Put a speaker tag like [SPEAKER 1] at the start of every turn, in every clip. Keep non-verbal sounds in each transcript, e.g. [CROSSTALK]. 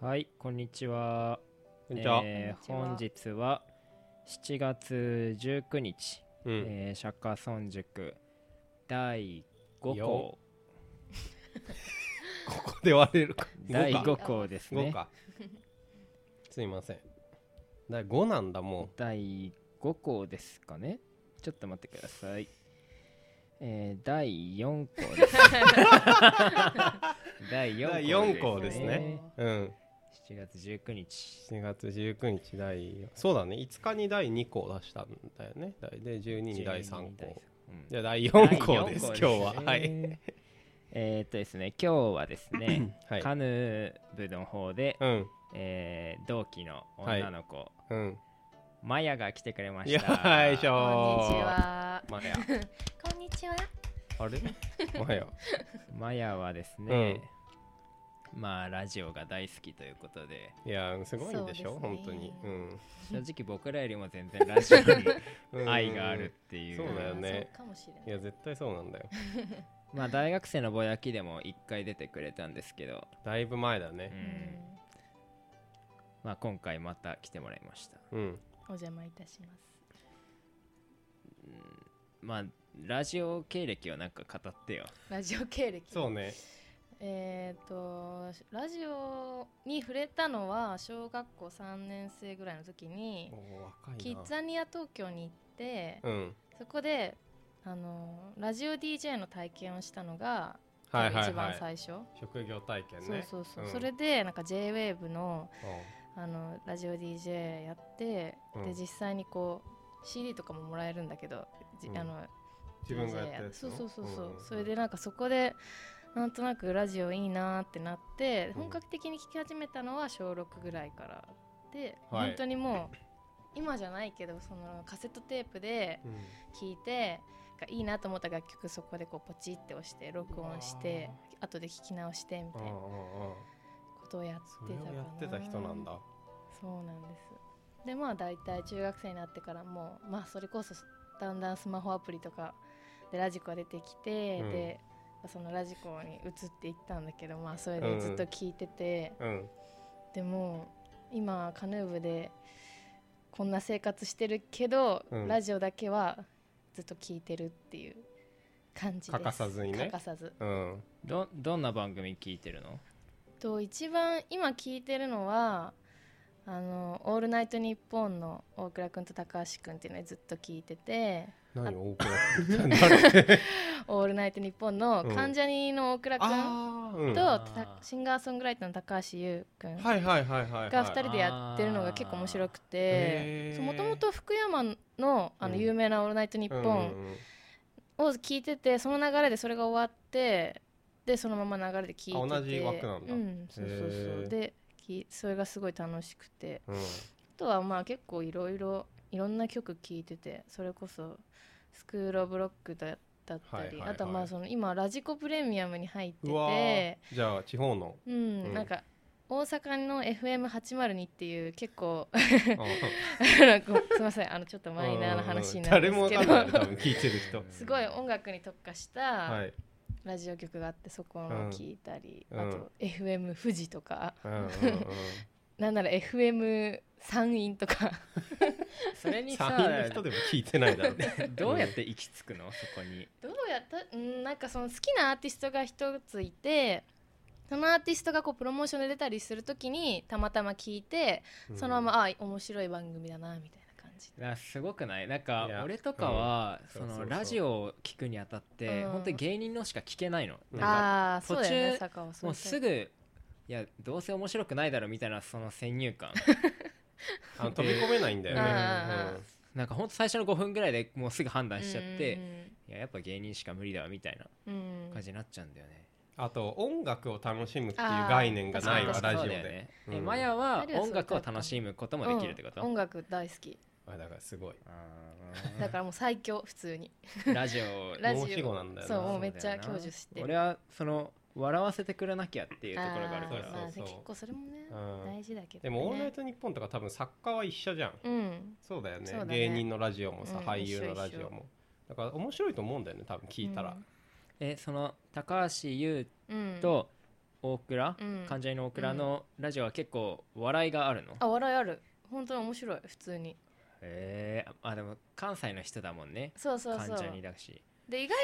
[SPEAKER 1] はい、こんにちは。
[SPEAKER 2] こんにちは。
[SPEAKER 1] えー
[SPEAKER 3] こん
[SPEAKER 1] 本
[SPEAKER 3] に
[SPEAKER 1] 日は7月19日、
[SPEAKER 2] うん。
[SPEAKER 1] えー釈迦村塾第5校
[SPEAKER 2] よ、ここで割れるか。
[SPEAKER 1] 第
[SPEAKER 2] 五
[SPEAKER 1] 5
[SPEAKER 2] か。
[SPEAKER 1] 校です
[SPEAKER 2] 五
[SPEAKER 1] ね。
[SPEAKER 2] か。すいません。第五なんだも
[SPEAKER 1] 第5校ですかね。ちょっと待ってください。えー第4校です。
[SPEAKER 2] [LAUGHS]
[SPEAKER 1] 第
[SPEAKER 2] う。第
[SPEAKER 1] 4 [LAUGHS]
[SPEAKER 2] 四
[SPEAKER 1] 校
[SPEAKER 2] 校
[SPEAKER 1] で
[SPEAKER 2] ですす
[SPEAKER 1] ね
[SPEAKER 2] ね。。うん。
[SPEAKER 1] 7月19日。
[SPEAKER 2] 7月19日第そうだね5日に第2項出したんだよね第で12に第3項
[SPEAKER 1] うん
[SPEAKER 2] じゃあ第
[SPEAKER 1] 第
[SPEAKER 2] 4項です
[SPEAKER 1] 四
[SPEAKER 2] 今日は
[SPEAKER 1] ね
[SPEAKER 2] はい、。
[SPEAKER 1] えーっとですね、今日はです
[SPEAKER 2] [LAUGHS]
[SPEAKER 1] ね、
[SPEAKER 2] はい、
[SPEAKER 1] カヌー部の方で、
[SPEAKER 2] うん
[SPEAKER 1] えー同期の女の子、
[SPEAKER 2] うん
[SPEAKER 1] マヤが来てくれまし
[SPEAKER 2] よ
[SPEAKER 1] た。
[SPEAKER 2] いしょ
[SPEAKER 3] こんにち
[SPEAKER 2] ー
[SPEAKER 3] は。
[SPEAKER 2] マヤ
[SPEAKER 3] こんにちは。
[SPEAKER 2] あれマヤ
[SPEAKER 1] マヤはですね、まあラジオが大好きということで、
[SPEAKER 2] いやすごいんでしょ
[SPEAKER 3] そうで
[SPEAKER 2] 本
[SPEAKER 3] すね
[SPEAKER 2] 当にうん
[SPEAKER 1] 正直僕らよりも全然ラジオに
[SPEAKER 2] うん
[SPEAKER 1] 愛があるっていう。
[SPEAKER 2] そうだよね
[SPEAKER 3] あーそうかもし
[SPEAKER 2] い
[SPEAKER 3] れない。
[SPEAKER 2] や絶対そうなんだよ
[SPEAKER 1] まあ大学生のぼやきでも一回出てくれたんですけど、
[SPEAKER 2] だいぶ前だ
[SPEAKER 1] う
[SPEAKER 2] ね
[SPEAKER 1] んまあ今回また来てもらいました。
[SPEAKER 2] うん
[SPEAKER 3] お邪魔いたします。
[SPEAKER 1] まあラジオ経歴をなんか語ってよ。
[SPEAKER 3] ラジオ経歴。
[SPEAKER 2] そう。ね
[SPEAKER 3] えっとラジオに触れたのは小学校三年生ぐらいの時に
[SPEAKER 2] おー若いな
[SPEAKER 3] キッザニア東京に行って、
[SPEAKER 2] うん
[SPEAKER 3] そこであのラジオ DJ の体験をしたのが、
[SPEAKER 2] はいはい
[SPEAKER 3] 多分
[SPEAKER 2] は
[SPEAKER 3] 一
[SPEAKER 2] い
[SPEAKER 3] 番最初。
[SPEAKER 2] 職業体験
[SPEAKER 3] そう
[SPEAKER 2] ね
[SPEAKER 3] そうそう。
[SPEAKER 2] ん
[SPEAKER 3] それでなんか J-WAVE の
[SPEAKER 2] う
[SPEAKER 3] あのラジオ DJ やって、
[SPEAKER 2] うん
[SPEAKER 3] で実際にこう CD とかももらえるんだけど、じ
[SPEAKER 2] うん
[SPEAKER 3] あの
[SPEAKER 2] ん自分がや
[SPEAKER 3] DJ
[SPEAKER 2] ったやつ
[SPEAKER 3] そう
[SPEAKER 2] の
[SPEAKER 3] そうそうそう、
[SPEAKER 2] ん
[SPEAKER 3] それでなんかそこでなんとなくラジオいいなーってなって、
[SPEAKER 2] うん
[SPEAKER 3] 本格的に聞き始めたのは小6ぐらいからで、
[SPEAKER 2] はい
[SPEAKER 3] 本当にもう今じゃないけどそのカセットテープで
[SPEAKER 2] うん
[SPEAKER 3] 聞いて、がいいなと思った楽曲そこでこうポチって押して録音して後で聞き直してみた
[SPEAKER 2] う
[SPEAKER 3] い
[SPEAKER 2] んう
[SPEAKER 3] なん
[SPEAKER 2] うん
[SPEAKER 3] ことをやっ
[SPEAKER 2] そ
[SPEAKER 3] てた
[SPEAKER 2] れ
[SPEAKER 3] かな
[SPEAKER 2] をやってた人なんだ
[SPEAKER 3] そうなんですでまあ大体中学生になってからもうまあそれこそだんだんスマホアプリとかでラジコが出てきて、
[SPEAKER 2] うん
[SPEAKER 3] でそのラジコに移っていったんだけどまあそれ
[SPEAKER 2] うんう
[SPEAKER 3] で
[SPEAKER 2] ん
[SPEAKER 3] ずっと聞いてて、
[SPEAKER 2] うん
[SPEAKER 3] でも今カヌー部でこんな生活してるけど、
[SPEAKER 2] うん
[SPEAKER 3] ラジオだけはずっと聞いてるっていう感じです
[SPEAKER 2] 欠かさずにね
[SPEAKER 3] 欠かさず
[SPEAKER 2] うん
[SPEAKER 1] どどんな番組聞いてる
[SPEAKER 2] [LAUGHS]
[SPEAKER 1] の？
[SPEAKER 3] と一番今聞いてるのは「あのオールナイトニッポン」の大倉君と高橋君っていうのをずっと聞いてて
[SPEAKER 2] 何大倉君
[SPEAKER 3] [LAUGHS]
[SPEAKER 2] 誰
[SPEAKER 3] 「オールナイトニッポン」の
[SPEAKER 2] うん
[SPEAKER 3] 関ジャニの大倉君
[SPEAKER 2] あ [LAUGHS] ーうん
[SPEAKER 3] と、
[SPEAKER 1] あ
[SPEAKER 3] た
[SPEAKER 1] ー
[SPEAKER 3] シンガーソングライターの高橋優君
[SPEAKER 2] はいはいはいはいはい
[SPEAKER 3] が2人でやってるのが結構面白くて
[SPEAKER 2] へー
[SPEAKER 3] もともと福山のあの
[SPEAKER 2] うん
[SPEAKER 3] 有名な「オールナイトニッポン
[SPEAKER 2] うんうんうん」
[SPEAKER 3] を聞いててその流れでそれが終わってでそのまま流れで聞いてて
[SPEAKER 2] あ同じ枠なんだ
[SPEAKER 3] うん、そうそう
[SPEAKER 2] へ
[SPEAKER 3] そう
[SPEAKER 2] ー
[SPEAKER 3] できそれがすごい楽しくて。
[SPEAKER 2] うん
[SPEAKER 3] あとはまあ結構いろいろいろんな曲聴いててそれこそスクール・オブ・ロックだだったり、
[SPEAKER 2] はいはいはい
[SPEAKER 3] あとはまあその今ラジコプレミアムに入って
[SPEAKER 2] うわー
[SPEAKER 3] て
[SPEAKER 2] じゃあ地方の
[SPEAKER 3] うん、
[SPEAKER 2] うん
[SPEAKER 3] なんか大阪の FM802 っていう結構 [LAUGHS]
[SPEAKER 2] あー
[SPEAKER 3] なんかすいませんあのちょっと [LAUGHS] マイナーな話になるんですけ
[SPEAKER 2] う
[SPEAKER 3] ど
[SPEAKER 2] ん誰もわ
[SPEAKER 3] [LAUGHS]
[SPEAKER 2] かんない多分聞いてる人
[SPEAKER 3] すごい音楽に特化した
[SPEAKER 2] はい
[SPEAKER 3] ラジオ局があってそこの聴いたり、
[SPEAKER 2] うん
[SPEAKER 3] あと FM 富士とか
[SPEAKER 2] うんうんうん
[SPEAKER 3] [LAUGHS] なんなら FM 山陰とか
[SPEAKER 1] それに
[SPEAKER 2] 三
[SPEAKER 1] さ、
[SPEAKER 2] 人の人でも聞いてないだろうね [LAUGHS]
[SPEAKER 1] どうやって行き着くのそこに？
[SPEAKER 3] どうやったうんなんかその好きなアーティストが一ついてそのアーティストがこうプロモーションで出たりするときにたまたま聞いてそのまま、あ面白い番組だなみたいな感じ
[SPEAKER 1] なすごくないなんか
[SPEAKER 2] いや
[SPEAKER 1] 俺とかは、
[SPEAKER 2] ん
[SPEAKER 1] そ
[SPEAKER 2] そうそう
[SPEAKER 1] の
[SPEAKER 2] そう
[SPEAKER 1] ラジオを聞くにあたって、
[SPEAKER 3] うん
[SPEAKER 1] 本当に芸人のしか聞けないの
[SPEAKER 2] うん
[SPEAKER 1] なんか
[SPEAKER 3] ああ
[SPEAKER 1] 途
[SPEAKER 3] そ
[SPEAKER 1] 中
[SPEAKER 3] うだよね坂はそう
[SPEAKER 1] もうすぐいやどうせ面白くないだろみたいなその先入
[SPEAKER 2] [LAUGHS]
[SPEAKER 1] 観
[SPEAKER 2] あの飛び込めないんだよ
[SPEAKER 3] うん
[SPEAKER 2] ね
[SPEAKER 3] うんうん
[SPEAKER 1] なんか本当最初の5分ぐらいでもうすぐ判断しちゃって、
[SPEAKER 3] う
[SPEAKER 1] い
[SPEAKER 3] ん
[SPEAKER 1] ややっぱ芸人しか無理だわみたいな
[SPEAKER 3] うんうん
[SPEAKER 1] 感じになっちゃうんだよね、
[SPEAKER 2] あと音楽を楽しむっていう概念がない
[SPEAKER 3] あ
[SPEAKER 2] わ
[SPEAKER 3] ー
[SPEAKER 2] ラジ
[SPEAKER 1] そ
[SPEAKER 2] オ
[SPEAKER 1] うだよ
[SPEAKER 2] で
[SPEAKER 1] ねえ
[SPEAKER 2] うん
[SPEAKER 1] マヤは
[SPEAKER 3] 二人はそう
[SPEAKER 1] 音楽を楽しむこともできるってこと、
[SPEAKER 3] うん音楽大好き
[SPEAKER 2] あだからすごい
[SPEAKER 1] あー
[SPEAKER 3] だからもう最強普通に
[SPEAKER 1] ラジオを
[SPEAKER 3] ラジオ
[SPEAKER 2] 申し子なんだよな
[SPEAKER 3] そうもう
[SPEAKER 1] だ
[SPEAKER 3] め
[SPEAKER 1] よ
[SPEAKER 3] っ
[SPEAKER 1] な
[SPEAKER 3] ちゃ享受して
[SPEAKER 1] 俺
[SPEAKER 3] る
[SPEAKER 1] はその笑わせてくれなきゃっていうところがある
[SPEAKER 3] あ
[SPEAKER 1] か
[SPEAKER 3] ーま
[SPEAKER 1] ら
[SPEAKER 3] あ結
[SPEAKER 2] そうそうそう
[SPEAKER 3] 構それもね
[SPEAKER 2] うん
[SPEAKER 3] 大事だけど
[SPEAKER 2] で
[SPEAKER 3] ね
[SPEAKER 2] も「オールナイトニッポン」とか多分作家は一緒じゃん
[SPEAKER 3] うん
[SPEAKER 2] そうだよね
[SPEAKER 3] そうだね
[SPEAKER 2] 芸人のラジオもさ、
[SPEAKER 3] うん
[SPEAKER 2] 俳優のラジオもだから面 [LAUGHS] 白いと思うんだよね多分聞いたら、
[SPEAKER 1] えその高橋優
[SPEAKER 3] うん
[SPEAKER 1] と、大倉、
[SPEAKER 3] うん
[SPEAKER 1] 関ジャニの大倉のラジオは結構笑いがあるの、
[SPEAKER 3] あ笑いある本当に面白い普通に
[SPEAKER 1] へえあでも関西の人だもんね
[SPEAKER 3] そうそう
[SPEAKER 1] 関
[SPEAKER 3] そ
[SPEAKER 1] ジャニ
[SPEAKER 3] う
[SPEAKER 1] だし
[SPEAKER 3] で意外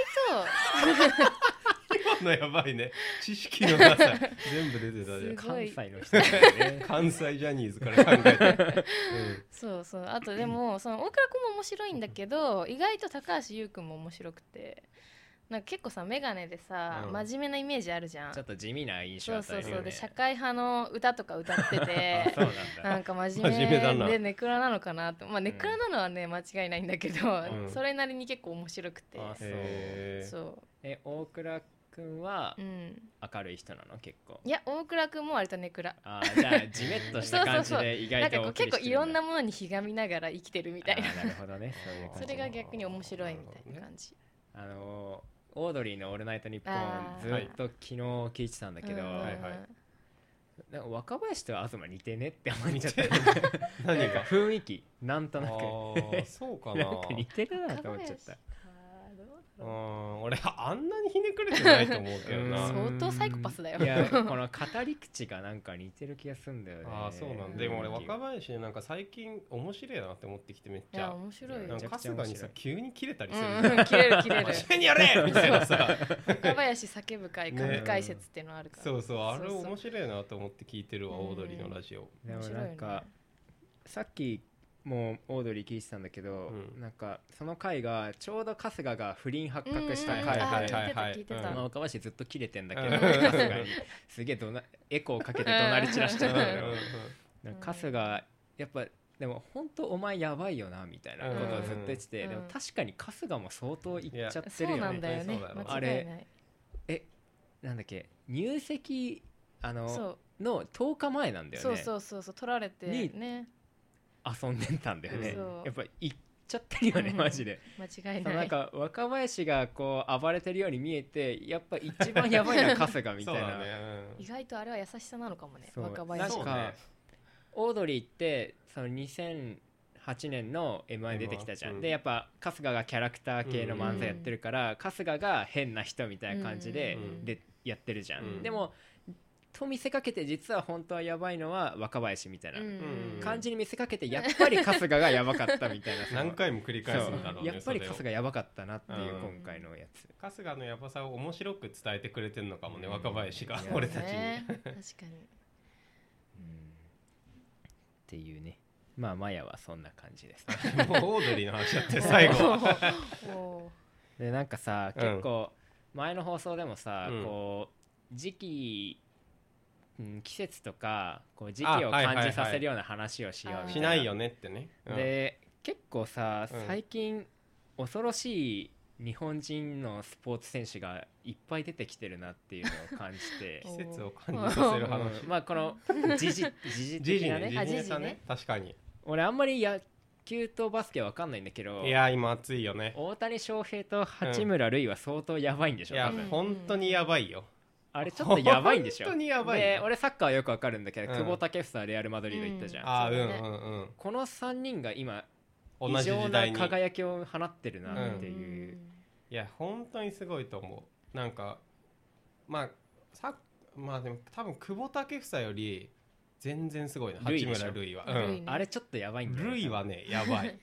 [SPEAKER 2] 今のやばいね知識のなさ全部出てたじゃん
[SPEAKER 3] すご
[SPEAKER 1] 関
[SPEAKER 3] い
[SPEAKER 1] 西の人だよ
[SPEAKER 3] [LAUGHS]
[SPEAKER 1] ね
[SPEAKER 2] 関西ジャニーズから考えて、
[SPEAKER 3] とそうそうあと
[SPEAKER 1] [LAUGHS]
[SPEAKER 3] でもその大倉君も面白いんだけど意外と高橋優君も面白くてなんか結構さ眼鏡でさ、
[SPEAKER 2] うん
[SPEAKER 3] 真面目なイメージあるじゃん
[SPEAKER 1] ちょっと地味な印象
[SPEAKER 3] そ
[SPEAKER 1] だ
[SPEAKER 3] う
[SPEAKER 1] った
[SPEAKER 3] そ
[SPEAKER 1] よね
[SPEAKER 3] うそうで社会派の歌とか歌っ
[SPEAKER 1] [LAUGHS]
[SPEAKER 3] て
[SPEAKER 1] あ
[SPEAKER 3] て
[SPEAKER 1] そうなんだ
[SPEAKER 3] なんか真面
[SPEAKER 2] 真面目だ
[SPEAKER 3] 目
[SPEAKER 2] な
[SPEAKER 3] でネクラなのかなってまあネクラなのはね間違いないんだけど、
[SPEAKER 2] ん
[SPEAKER 3] それなりに結構面白くて
[SPEAKER 1] あそう
[SPEAKER 2] へー
[SPEAKER 3] そ
[SPEAKER 1] え大倉くんは
[SPEAKER 3] ううん
[SPEAKER 1] 明るい人なの結構
[SPEAKER 3] いや大倉君も割とネクラ
[SPEAKER 1] あーじゃあじめっとした感じ
[SPEAKER 3] そうそうそ
[SPEAKER 1] で意
[SPEAKER 3] な
[SPEAKER 1] 外
[SPEAKER 3] んか
[SPEAKER 1] と
[SPEAKER 3] こう
[SPEAKER 1] お送
[SPEAKER 3] 結
[SPEAKER 1] り
[SPEAKER 3] 構
[SPEAKER 1] してる
[SPEAKER 3] いろんなん
[SPEAKER 1] だ
[SPEAKER 3] ものにひがみながら生きてるみたいな
[SPEAKER 1] あーなるほどねそういう感じ
[SPEAKER 3] それが逆に面白いみたいな感じ
[SPEAKER 1] あのーオードリーの「オールナイトニッポ
[SPEAKER 3] あ
[SPEAKER 1] ン」ず
[SPEAKER 3] ー
[SPEAKER 1] っと昨日聞いてたんだけど、
[SPEAKER 3] うん
[SPEAKER 2] はいはい
[SPEAKER 1] なんか若林と東似てねって思っちゃった
[SPEAKER 2] [LAUGHS]
[SPEAKER 1] [LAUGHS]
[SPEAKER 2] 何
[SPEAKER 1] なんか
[SPEAKER 2] か
[SPEAKER 1] 雰囲気なんと
[SPEAKER 2] あ
[SPEAKER 1] なく
[SPEAKER 2] ーそうかな
[SPEAKER 1] なんか似てるなと思っちゃった
[SPEAKER 3] あーどう
[SPEAKER 2] う
[SPEAKER 3] だろ
[SPEAKER 2] ん俺あんなにひねくれてないと思うけど
[SPEAKER 1] う
[SPEAKER 2] な、
[SPEAKER 1] ん
[SPEAKER 3] 相当サイコパスだよ
[SPEAKER 1] いやこの語り口がなんか似てる気がすんだよね
[SPEAKER 2] ああそうなんだでも俺若林なんか最近面白いなって思ってきてめっ
[SPEAKER 3] うい
[SPEAKER 2] ちゃ
[SPEAKER 3] や面白い
[SPEAKER 2] な
[SPEAKER 3] よ
[SPEAKER 2] ん
[SPEAKER 1] めちゃ
[SPEAKER 2] か春日にさ
[SPEAKER 1] くちゃ面白い
[SPEAKER 2] 急に切れたり
[SPEAKER 3] う
[SPEAKER 2] する
[SPEAKER 3] んうん切れる切
[SPEAKER 2] [LAUGHS]
[SPEAKER 3] れ
[SPEAKER 2] 真
[SPEAKER 3] る
[SPEAKER 2] 面目にやれみたいなさ
[SPEAKER 3] 若林叫ぶ会
[SPEAKER 2] ね
[SPEAKER 3] 神解説っていうのあるから
[SPEAKER 2] そうそうあれ
[SPEAKER 3] そうそう
[SPEAKER 2] 面白いなと思って聞いてるわオードリーのラジオ
[SPEAKER 1] で
[SPEAKER 3] 面
[SPEAKER 1] も
[SPEAKER 3] 白い
[SPEAKER 1] なんかさっきもうオードリー聞いてたんだけど、
[SPEAKER 2] うん
[SPEAKER 1] なんかその回がちょうど春日が不倫発覚した
[SPEAKER 3] うん
[SPEAKER 1] 回
[SPEAKER 3] うんうんあ
[SPEAKER 2] はい
[SPEAKER 1] で
[SPEAKER 2] はいはい
[SPEAKER 3] ー聞いてた聞
[SPEAKER 2] う
[SPEAKER 3] いてた
[SPEAKER 2] ん
[SPEAKER 1] まあ、若林ずっと切れてんだけど、
[SPEAKER 2] うん
[SPEAKER 1] 春日にすげえどなエコーかけて怒鳴り散らしちゃうんだけど
[SPEAKER 2] うんうんうん
[SPEAKER 1] なんか春日やっぱでも本当お前やばいよなみたいなことをずっと言ってて、
[SPEAKER 3] うん
[SPEAKER 1] でも確かに春日も相当言っちゃってる
[SPEAKER 3] そう
[SPEAKER 1] よ
[SPEAKER 3] なん
[SPEAKER 1] ね
[SPEAKER 3] だよね
[SPEAKER 2] そうだよね
[SPEAKER 3] 間違いない
[SPEAKER 1] えなんだっけ入籍あの
[SPEAKER 3] そう
[SPEAKER 1] の10日前なんだよ
[SPEAKER 3] そう
[SPEAKER 1] ね
[SPEAKER 3] そうそうそう取られてね
[SPEAKER 1] 遊んでたんだよね
[SPEAKER 3] そう
[SPEAKER 1] やっぱ行っちゃってるよね、
[SPEAKER 3] うん
[SPEAKER 1] マジ
[SPEAKER 3] [LAUGHS]
[SPEAKER 1] で
[SPEAKER 3] 間違い
[SPEAKER 1] その
[SPEAKER 3] な
[SPEAKER 1] なん
[SPEAKER 3] い
[SPEAKER 1] か若林がこう暴れてるように見えてやっぱ一番やばいのは春 [LAUGHS] 日み
[SPEAKER 2] そ
[SPEAKER 1] た
[SPEAKER 2] う
[SPEAKER 1] い
[SPEAKER 2] だ
[SPEAKER 1] な、
[SPEAKER 2] ねうん
[SPEAKER 3] 意外とあれは優しさなのかもね
[SPEAKER 1] そうな
[SPEAKER 3] 若
[SPEAKER 1] ん
[SPEAKER 3] 林
[SPEAKER 2] そう
[SPEAKER 1] か、
[SPEAKER 2] ね
[SPEAKER 1] オードリーってその2008年の m 1
[SPEAKER 2] M1
[SPEAKER 1] 出てきたじゃん、
[SPEAKER 2] うん
[SPEAKER 1] でやっぱ春日がキャラクター系の漫才やってるから、春日が変な人みたいな感じで,、
[SPEAKER 2] うん
[SPEAKER 1] でやってるじゃん、
[SPEAKER 2] うん
[SPEAKER 1] でもと見せかけて実は本当はやばいのは若林みたいな、
[SPEAKER 2] うん
[SPEAKER 1] 感じに見せかけてやっぱり春日がやばかったみたいなその
[SPEAKER 2] 何回も繰り返すんだろうね
[SPEAKER 1] やっぱり
[SPEAKER 2] それを
[SPEAKER 1] 春日やばかったなっていう
[SPEAKER 2] うん
[SPEAKER 1] 今回のやつ、
[SPEAKER 2] 春日のやばさを面白く伝えてくれてるのかもね、
[SPEAKER 1] うん
[SPEAKER 2] 若林が
[SPEAKER 1] いや
[SPEAKER 2] 俺たちに、
[SPEAKER 3] ね確かに
[SPEAKER 1] っていうねまあマヤはそんな感じです
[SPEAKER 2] もうオードリーの話だって最後は
[SPEAKER 3] [LAUGHS] お
[SPEAKER 1] でなんかさ
[SPEAKER 2] うん
[SPEAKER 1] 結構前の放送でもさ、
[SPEAKER 2] うん
[SPEAKER 1] こう時期うん季節とかこう時
[SPEAKER 2] あ
[SPEAKER 1] 期を
[SPEAKER 2] はいは
[SPEAKER 1] 感
[SPEAKER 2] いはい
[SPEAKER 1] じさせるような話をしようみた
[SPEAKER 2] し
[SPEAKER 1] い
[SPEAKER 2] な
[SPEAKER 1] ない
[SPEAKER 2] よねってね、うん
[SPEAKER 1] で結構さ
[SPEAKER 2] うん
[SPEAKER 1] 最近恐ろしい日本人のスポーツ選手がいっぱい出てきてるなっていうのを感じて
[SPEAKER 2] [LAUGHS]
[SPEAKER 3] お
[SPEAKER 2] 季節を感じさせる話
[SPEAKER 1] うんまあこの時事時事
[SPEAKER 2] 時
[SPEAKER 1] 的
[SPEAKER 2] 事
[SPEAKER 1] な
[SPEAKER 2] ね
[SPEAKER 1] ね
[SPEAKER 2] 時事ネタ
[SPEAKER 3] あ時事
[SPEAKER 2] ね
[SPEAKER 3] ね
[SPEAKER 2] 確かに
[SPEAKER 1] 俺あんまり野球とバスケわかんないんだけど
[SPEAKER 2] いや今暑いよね
[SPEAKER 1] 大谷翔平と八村塁は相当やばいんでし
[SPEAKER 2] い
[SPEAKER 1] ょ、
[SPEAKER 2] や
[SPEAKER 1] 多分
[SPEAKER 3] うん
[SPEAKER 2] 本当にやばいよ
[SPEAKER 1] あれちょっとやばいんでしょ
[SPEAKER 2] 本当にやばいよ
[SPEAKER 1] で俺サッカーはよくわかるんだけど、
[SPEAKER 2] うん
[SPEAKER 1] 久保建英はレアル・マドリード行ったじゃん、
[SPEAKER 2] ああう
[SPEAKER 3] そ
[SPEAKER 2] ん
[SPEAKER 3] う
[SPEAKER 2] う
[SPEAKER 3] だ
[SPEAKER 2] ん
[SPEAKER 3] ね
[SPEAKER 1] この3人が今
[SPEAKER 2] うん同
[SPEAKER 1] 異
[SPEAKER 2] じ
[SPEAKER 1] 常
[SPEAKER 2] 時
[SPEAKER 1] な
[SPEAKER 2] 代に
[SPEAKER 1] 輝きを放ってる
[SPEAKER 2] [LAUGHS]
[SPEAKER 3] ー
[SPEAKER 1] なっていう、
[SPEAKER 2] いや本当にすごいと思うなんかまあさまあでも多分久保建英より全然すごいな
[SPEAKER 1] ルイ
[SPEAKER 2] 八
[SPEAKER 1] でしょ
[SPEAKER 2] 村塁は
[SPEAKER 3] ルイね
[SPEAKER 1] あれちょっとやばい
[SPEAKER 2] うんん
[SPEAKER 1] だよね
[SPEAKER 2] 塁はねや
[SPEAKER 3] [LAUGHS]
[SPEAKER 2] ばい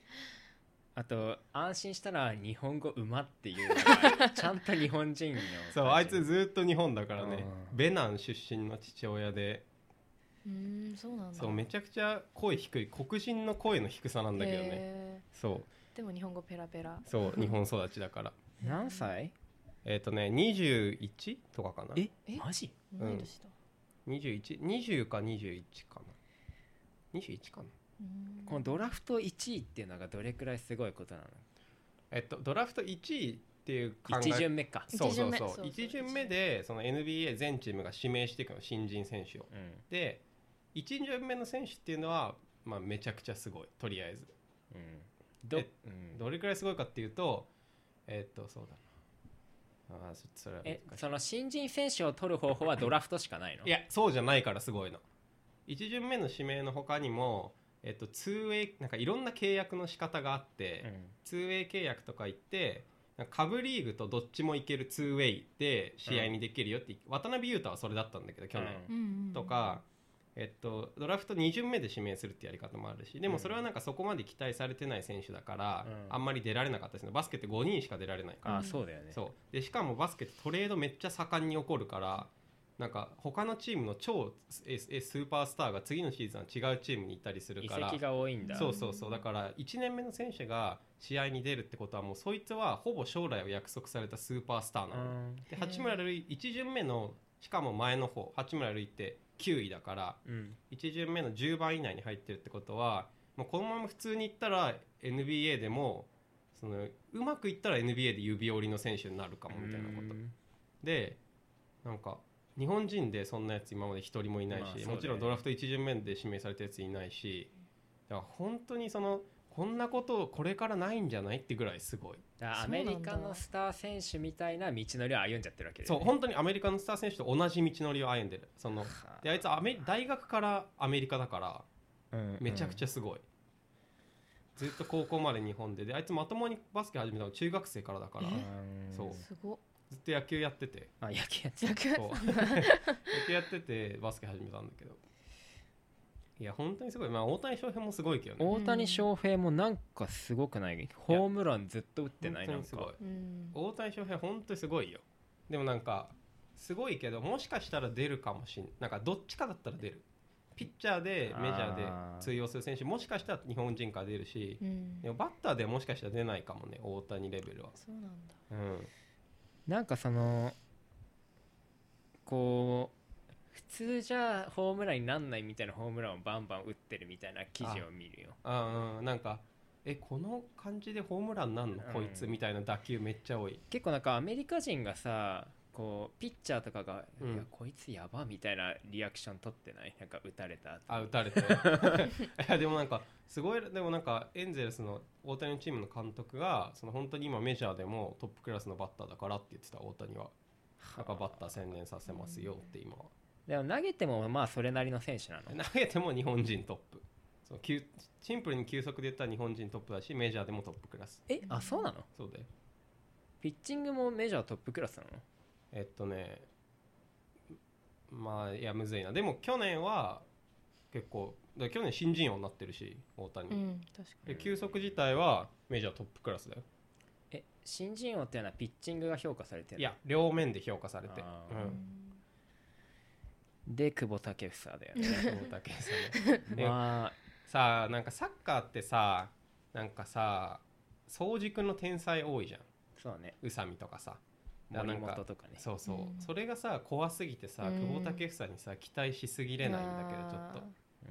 [SPEAKER 1] あと安心したら日本語馬っていうのがちゃんと日本人の感じ
[SPEAKER 2] [LAUGHS] そうあいつずっと日本だからね
[SPEAKER 1] うん
[SPEAKER 2] ベナン出身の父親で
[SPEAKER 3] うーんそうなんだ
[SPEAKER 2] そうめちゃくちゃ声低い黒人の声の低さなんだけどね
[SPEAKER 3] へ
[SPEAKER 2] そう
[SPEAKER 3] ーでも日本語ペラペラ
[SPEAKER 2] そう日本育ちだから
[SPEAKER 1] 何歳
[SPEAKER 2] えっ、とね21とかかな
[SPEAKER 1] え
[SPEAKER 3] え
[SPEAKER 1] マジ
[SPEAKER 3] 同い年だ
[SPEAKER 2] 2120か21かな21かな
[SPEAKER 3] うーん
[SPEAKER 1] このドラフト1位っていうのがどれくらいすごいことなの
[SPEAKER 2] えっとドラフト1位っていう考え
[SPEAKER 1] 1巡目か、
[SPEAKER 2] そうそうそう
[SPEAKER 3] 一巡目そうそう
[SPEAKER 2] 1巡目でその NBA 全チームが指名していくの新人選手を
[SPEAKER 1] うん
[SPEAKER 2] で1巡目の選手っていうのは、まあ、めちゃくちゃすごいとりあえず
[SPEAKER 1] うんど
[SPEAKER 2] え
[SPEAKER 1] うん
[SPEAKER 2] どれくらいすごいかっていうとえっとそうだなあーそそれは難し
[SPEAKER 1] え
[SPEAKER 2] い
[SPEAKER 1] その新人選手を取る方法はドラフトしかないの
[SPEAKER 2] いやそうじゃないからすごいの1巡目の指名の他にもえっと 2way なんかいろんな契約の仕方があって、
[SPEAKER 1] うん
[SPEAKER 2] 2way 契約とか言って下部リーグとどっちも行ける 2way で試合にできるよって、渡辺裕太はそれだったんだけど去年、
[SPEAKER 1] うん
[SPEAKER 3] うん
[SPEAKER 2] とか、えっと、ドラフト2巡目で指名するってやり方もあるしでもそれはなんかそこまで期待されてない選手だから、
[SPEAKER 1] うん
[SPEAKER 2] あんまり出られなかったですねバスケって5人しか出られないから、
[SPEAKER 1] ああそうだよね
[SPEAKER 2] そうでしかもバスケってトレードめっちゃ盛んに起こるからなんか他のチームの超ええスーパースターが次のシーズンは違うチームに行ったりする
[SPEAKER 1] 遺
[SPEAKER 2] から
[SPEAKER 1] 跡が多いんだ
[SPEAKER 2] そうそうそうだから1年目の選手が試合に出るってことはもうそいつはほぼ将来を約束されたスーパースターなの、
[SPEAKER 1] ん
[SPEAKER 2] で
[SPEAKER 3] へー
[SPEAKER 2] 八村塁1巡目のしかも前の方八村塁って9位だから
[SPEAKER 1] うん
[SPEAKER 2] 1巡目の10番以内に入ってるってことはもうこのまま普通にいったら NBA でもそのうまくいったら NBA で指折りの選手になるかもみたいなことでなんか日本人でそんなやつ今まで一人もいないし、
[SPEAKER 1] まあそうだよね
[SPEAKER 2] もちろんドラフト1巡目で指名されたやついないしだから本当にそのこんなことこれからないんじゃないってぐらいすごい
[SPEAKER 1] だからアメリカのスター選手みたいな道のりを歩んじゃってるわけだ
[SPEAKER 2] そ
[SPEAKER 1] よ
[SPEAKER 2] う
[SPEAKER 1] ね
[SPEAKER 2] 本当にアメリカのスター選手と同じ道のりを歩んでるその
[SPEAKER 1] はあ
[SPEAKER 2] であいつアメ大学からアメリカだから
[SPEAKER 1] うん
[SPEAKER 2] めちゃくちゃ
[SPEAKER 1] ゃ
[SPEAKER 2] すごい、ずっと高校まで日本でであいつまともにバスケ始めたの中学生からだから
[SPEAKER 3] え
[SPEAKER 2] そう
[SPEAKER 3] すごっ
[SPEAKER 2] ずっと野球やってて
[SPEAKER 1] あ野球やって
[SPEAKER 3] 逆
[SPEAKER 2] そう野球やっててバスケ始めたんだけどいや本当にすごいまあ大谷翔平もすごいけどね
[SPEAKER 1] 大谷翔平もなんかすごくないホームランずっと打ってない
[SPEAKER 2] 本
[SPEAKER 1] なん
[SPEAKER 2] 当にすごい
[SPEAKER 1] か
[SPEAKER 3] [LAUGHS] うん
[SPEAKER 2] 大谷翔平本当にすごいよでもなんかすごいけどもしかしたら出るかもしんなんかどっちかだったら出るピッチャーでメジャーで
[SPEAKER 1] あー
[SPEAKER 2] 通用する選手もしかしたら日本人から出るし
[SPEAKER 3] うん
[SPEAKER 2] でもバッターではもしかしたら出ないかもね大谷レベルは、
[SPEAKER 3] そうなんだ
[SPEAKER 2] うん、
[SPEAKER 1] なんかそのこう普通じゃホームランになんないみたいなホームランをバンバン打ってるみたいな記事を見るよ
[SPEAKER 2] あーうんなんかえこの感じでホームランなんの
[SPEAKER 1] うん
[SPEAKER 2] こいつみたいな打球めっちゃ多い
[SPEAKER 1] 結構なんかアメリカ人がさこうピッチャーとかが「
[SPEAKER 2] うん
[SPEAKER 1] いやこいつやば」みたいなリアクション取ってないなんか打たれた後
[SPEAKER 2] あ打たれていやでもなんかすごいでもなんかエンゼルスの大谷のチームの監督がその本当に今メジャーでもトップクラスのバッターだからって言ってた大谷はなんかバッター専念させますよって今は
[SPEAKER 1] でも投げてもまあそれなりの選手なの
[SPEAKER 2] 投げても日本人トップその球シンプルに球速で言ったら日本人トップだしメジャーでもトップクラス
[SPEAKER 1] えあそうなの
[SPEAKER 2] そうだよ
[SPEAKER 1] ピッチングもメジャートップクラスなの
[SPEAKER 2] えっとねまあいやむずいなでも去年は結構だから去年新人王になってるし大谷、
[SPEAKER 3] うん確か
[SPEAKER 2] で球速自体はメジャートップクラスだよ
[SPEAKER 1] え新人王っていうのはピッチングが評価されてるの
[SPEAKER 2] いや両面で評価されて
[SPEAKER 1] あ
[SPEAKER 2] う
[SPEAKER 1] ー
[SPEAKER 3] に [LAUGHS]
[SPEAKER 2] ん
[SPEAKER 1] で久保建英だよね
[SPEAKER 2] [LAUGHS] そうだけどさね
[SPEAKER 1] まあ
[SPEAKER 2] さあなんかサッカーってさなんかさ早熟の天才多いじゃん
[SPEAKER 1] そうね
[SPEAKER 2] 宇佐美とかさだから
[SPEAKER 1] 森
[SPEAKER 2] なんか
[SPEAKER 1] 本とかね
[SPEAKER 2] そうそう、
[SPEAKER 3] うん
[SPEAKER 2] それがさ怖すぎてさ
[SPEAKER 3] うん
[SPEAKER 2] 久保建英にさ期待しすぎれないんだけどちょっと
[SPEAKER 1] うー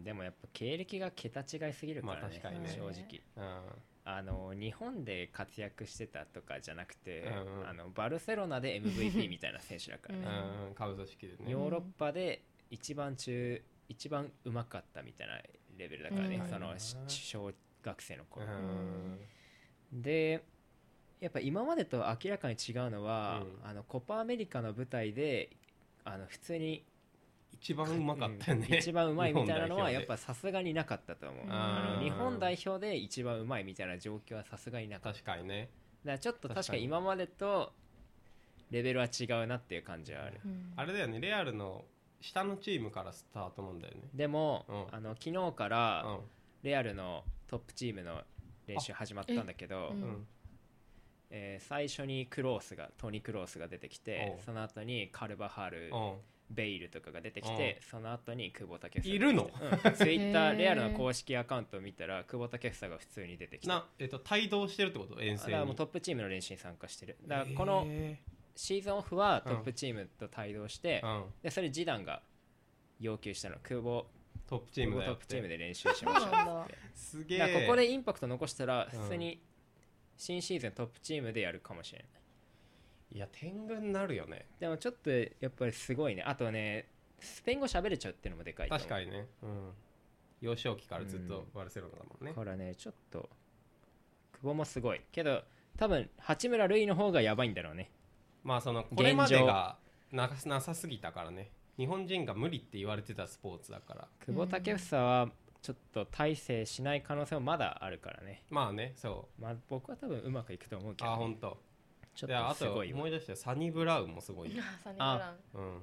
[SPEAKER 1] んでもやっぱ経歴が桁違いすぎるからね,、
[SPEAKER 2] まあ確かに
[SPEAKER 3] ね
[SPEAKER 1] 正直
[SPEAKER 2] う
[SPEAKER 1] あの日本で活躍してたとかじゃなくて、
[SPEAKER 2] うんうん
[SPEAKER 1] あのバルセロナで
[SPEAKER 2] [LAUGHS]
[SPEAKER 1] MVP みたいな選手だからね、
[SPEAKER 2] ん、うん、株組織でね
[SPEAKER 1] ヨーロッパで一番中一番うまかったみたいなレベルだからね、
[SPEAKER 3] うん
[SPEAKER 1] そのし小学生の頃、
[SPEAKER 2] うん
[SPEAKER 1] でやっぱ今までと明らかに違うのは、
[SPEAKER 2] うん
[SPEAKER 1] あのコパアメリカの舞台であの普通に
[SPEAKER 2] 一番うまかったよね、
[SPEAKER 1] うん一番うまいみたいなのは
[SPEAKER 2] 日
[SPEAKER 1] や
[SPEAKER 2] 本代表で
[SPEAKER 1] っぱさすがになかったと思う、
[SPEAKER 3] うん
[SPEAKER 1] あの
[SPEAKER 2] うん
[SPEAKER 1] 日本代表で一番うまいみたいな状況はさすがになかっただか
[SPEAKER 2] 確かにね
[SPEAKER 1] らちょっと確か
[SPEAKER 2] 確か
[SPEAKER 1] に
[SPEAKER 2] に
[SPEAKER 1] 今までとレベルは違うなっていう感じはある
[SPEAKER 3] うん
[SPEAKER 2] あれだよねレアルの下のチームからスタートなんだよね
[SPEAKER 1] でも、
[SPEAKER 2] うん
[SPEAKER 1] あの昨日か
[SPEAKER 2] う
[SPEAKER 1] らレアルのトップチームの練習始まったんだけど、
[SPEAKER 3] えうん
[SPEAKER 2] うん、
[SPEAKER 1] えー最初にクロースがトニー・クロースが出てきて
[SPEAKER 2] おう
[SPEAKER 1] その後にカルバハル、
[SPEAKER 2] うん
[SPEAKER 1] ベイルとかが出てきてその後に久保建英
[SPEAKER 2] いるの [LAUGHS]
[SPEAKER 1] ツイッタ
[SPEAKER 3] へ
[SPEAKER 1] ー
[SPEAKER 3] ー
[SPEAKER 1] レアルの公式アカウントを見たら久保建英が普通に出てきた
[SPEAKER 2] なえっと帯同してるってこと遠
[SPEAKER 1] だか
[SPEAKER 2] 征
[SPEAKER 1] らも
[SPEAKER 2] に
[SPEAKER 1] うトップチームの練習に参加してるだからこの
[SPEAKER 2] へ
[SPEAKER 1] シーズンオフはトップチームと帯同して、
[SPEAKER 2] ーうん、
[SPEAKER 1] でそれ示談が要求したの久保
[SPEAKER 2] トップチームだ
[SPEAKER 1] 久保ト
[SPEAKER 2] よっ
[SPEAKER 1] ップチ
[SPEAKER 2] て
[SPEAKER 1] ームで練習しましょう
[SPEAKER 3] そうなんだ
[SPEAKER 1] って
[SPEAKER 2] すげえ
[SPEAKER 1] だからここでインパクト残したら普通に新シーズントップチームでやるかもしれない
[SPEAKER 2] いや天狗になるよね
[SPEAKER 1] でもちょっとやっぱりすごいねあとねスペイン語喋れちゃうっていうのもでかいと思う
[SPEAKER 2] 確かにね、うん、幼少期からずっとバルセロナだもんね、
[SPEAKER 1] からねちょっと久保もすごいけど多分八村塁の方がやばいんだろうね
[SPEAKER 2] まあその
[SPEAKER 1] 状
[SPEAKER 2] これまでがなかなさすぎたからね日本人が無理って言われてたスポーツだから
[SPEAKER 1] 久保建英はちょっと大成しない可能性もまだあるからね、
[SPEAKER 2] まあねそ
[SPEAKER 1] まあ、僕は多分うまくいくと思うけ
[SPEAKER 2] うあ
[SPEAKER 1] ど、
[SPEAKER 2] 本当。
[SPEAKER 1] ちょっ
[SPEAKER 2] であ
[SPEAKER 1] とす
[SPEAKER 2] と
[SPEAKER 1] ごいわ
[SPEAKER 2] 思い出したサニブラウンもすごいよ
[SPEAKER 3] サニブラ
[SPEAKER 2] うん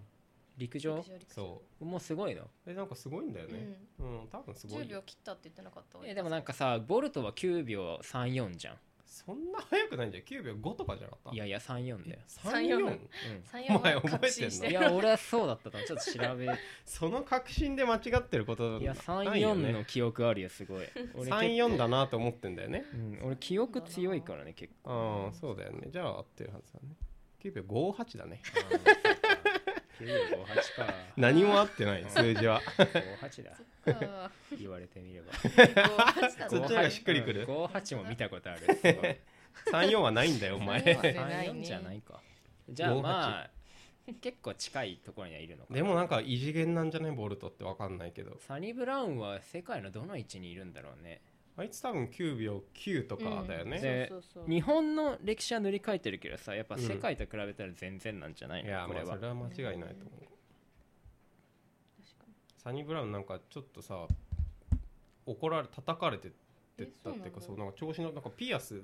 [SPEAKER 1] 陸
[SPEAKER 3] ウン
[SPEAKER 1] 上
[SPEAKER 3] 陸上陸上
[SPEAKER 2] そ
[SPEAKER 1] もうすごいの
[SPEAKER 2] うえなんかすごいんだよ
[SPEAKER 3] う
[SPEAKER 2] ね
[SPEAKER 3] ん
[SPEAKER 2] うん多分すご
[SPEAKER 3] 10
[SPEAKER 2] いよ
[SPEAKER 3] 秒切ったって言ってなかった
[SPEAKER 1] えでもなんかさボルトは9秒34じゃ
[SPEAKER 2] そんな早くないんじゃん9秒5とかじゃなかった
[SPEAKER 1] んいやいや34だよ、
[SPEAKER 2] 34
[SPEAKER 3] 34
[SPEAKER 2] お前
[SPEAKER 3] は
[SPEAKER 2] 覚え
[SPEAKER 3] 確
[SPEAKER 2] てんの
[SPEAKER 3] 信し
[SPEAKER 1] うん、い
[SPEAKER 3] て
[SPEAKER 1] や俺はそうだったと思うちょっと
[SPEAKER 2] [LAUGHS]
[SPEAKER 1] 調べ
[SPEAKER 2] その確信で間違ってること
[SPEAKER 1] いや
[SPEAKER 2] ない
[SPEAKER 1] 34
[SPEAKER 2] よね
[SPEAKER 1] の記憶あるよす
[SPEAKER 2] [LAUGHS]
[SPEAKER 1] ごい俺
[SPEAKER 2] 34だ
[SPEAKER 1] な、
[SPEAKER 2] なと思ってんだよね
[SPEAKER 1] うん、俺記憶強いからね結構
[SPEAKER 2] うんそうだよねじゃあ合ってるはずだね9秒58だね
[SPEAKER 1] 9秒58か
[SPEAKER 2] 何も合ってない
[SPEAKER 1] うん
[SPEAKER 2] 数字は
[SPEAKER 1] 58だ
[SPEAKER 3] あ
[SPEAKER 1] 言われてみれば
[SPEAKER 2] [LAUGHS] そ
[SPEAKER 3] ー
[SPEAKER 2] っちの方がしっくりくる
[SPEAKER 1] 58も見たことあるすごい
[SPEAKER 2] 34はないんだよお [LAUGHS] 前
[SPEAKER 3] 34は出ないね
[SPEAKER 1] 34じゃないかじゃあまあ結構近いところにはいるのかな
[SPEAKER 2] でもなんか異次元なんじゃないボルトってわかんないけど
[SPEAKER 1] サニブラウンは世界のどの位置にいるんだろうね
[SPEAKER 2] あいつ多分9秒9とかだよ
[SPEAKER 1] うん
[SPEAKER 2] ね、
[SPEAKER 1] で
[SPEAKER 3] そうそうそう
[SPEAKER 1] 日本の歴史は塗り替えてるけどさやっぱ世界と比べたら全然なんじゃない
[SPEAKER 2] いや
[SPEAKER 1] の、
[SPEAKER 2] ま
[SPEAKER 1] これ
[SPEAKER 2] あそ
[SPEAKER 1] は
[SPEAKER 2] れは間違いないと思う
[SPEAKER 3] 確かに
[SPEAKER 2] サニブラウンなんかちょっとさ怒られ叩かれてってたっていうか
[SPEAKER 3] え
[SPEAKER 2] そ
[SPEAKER 3] そうう
[SPEAKER 2] なんか調子のなんかピアス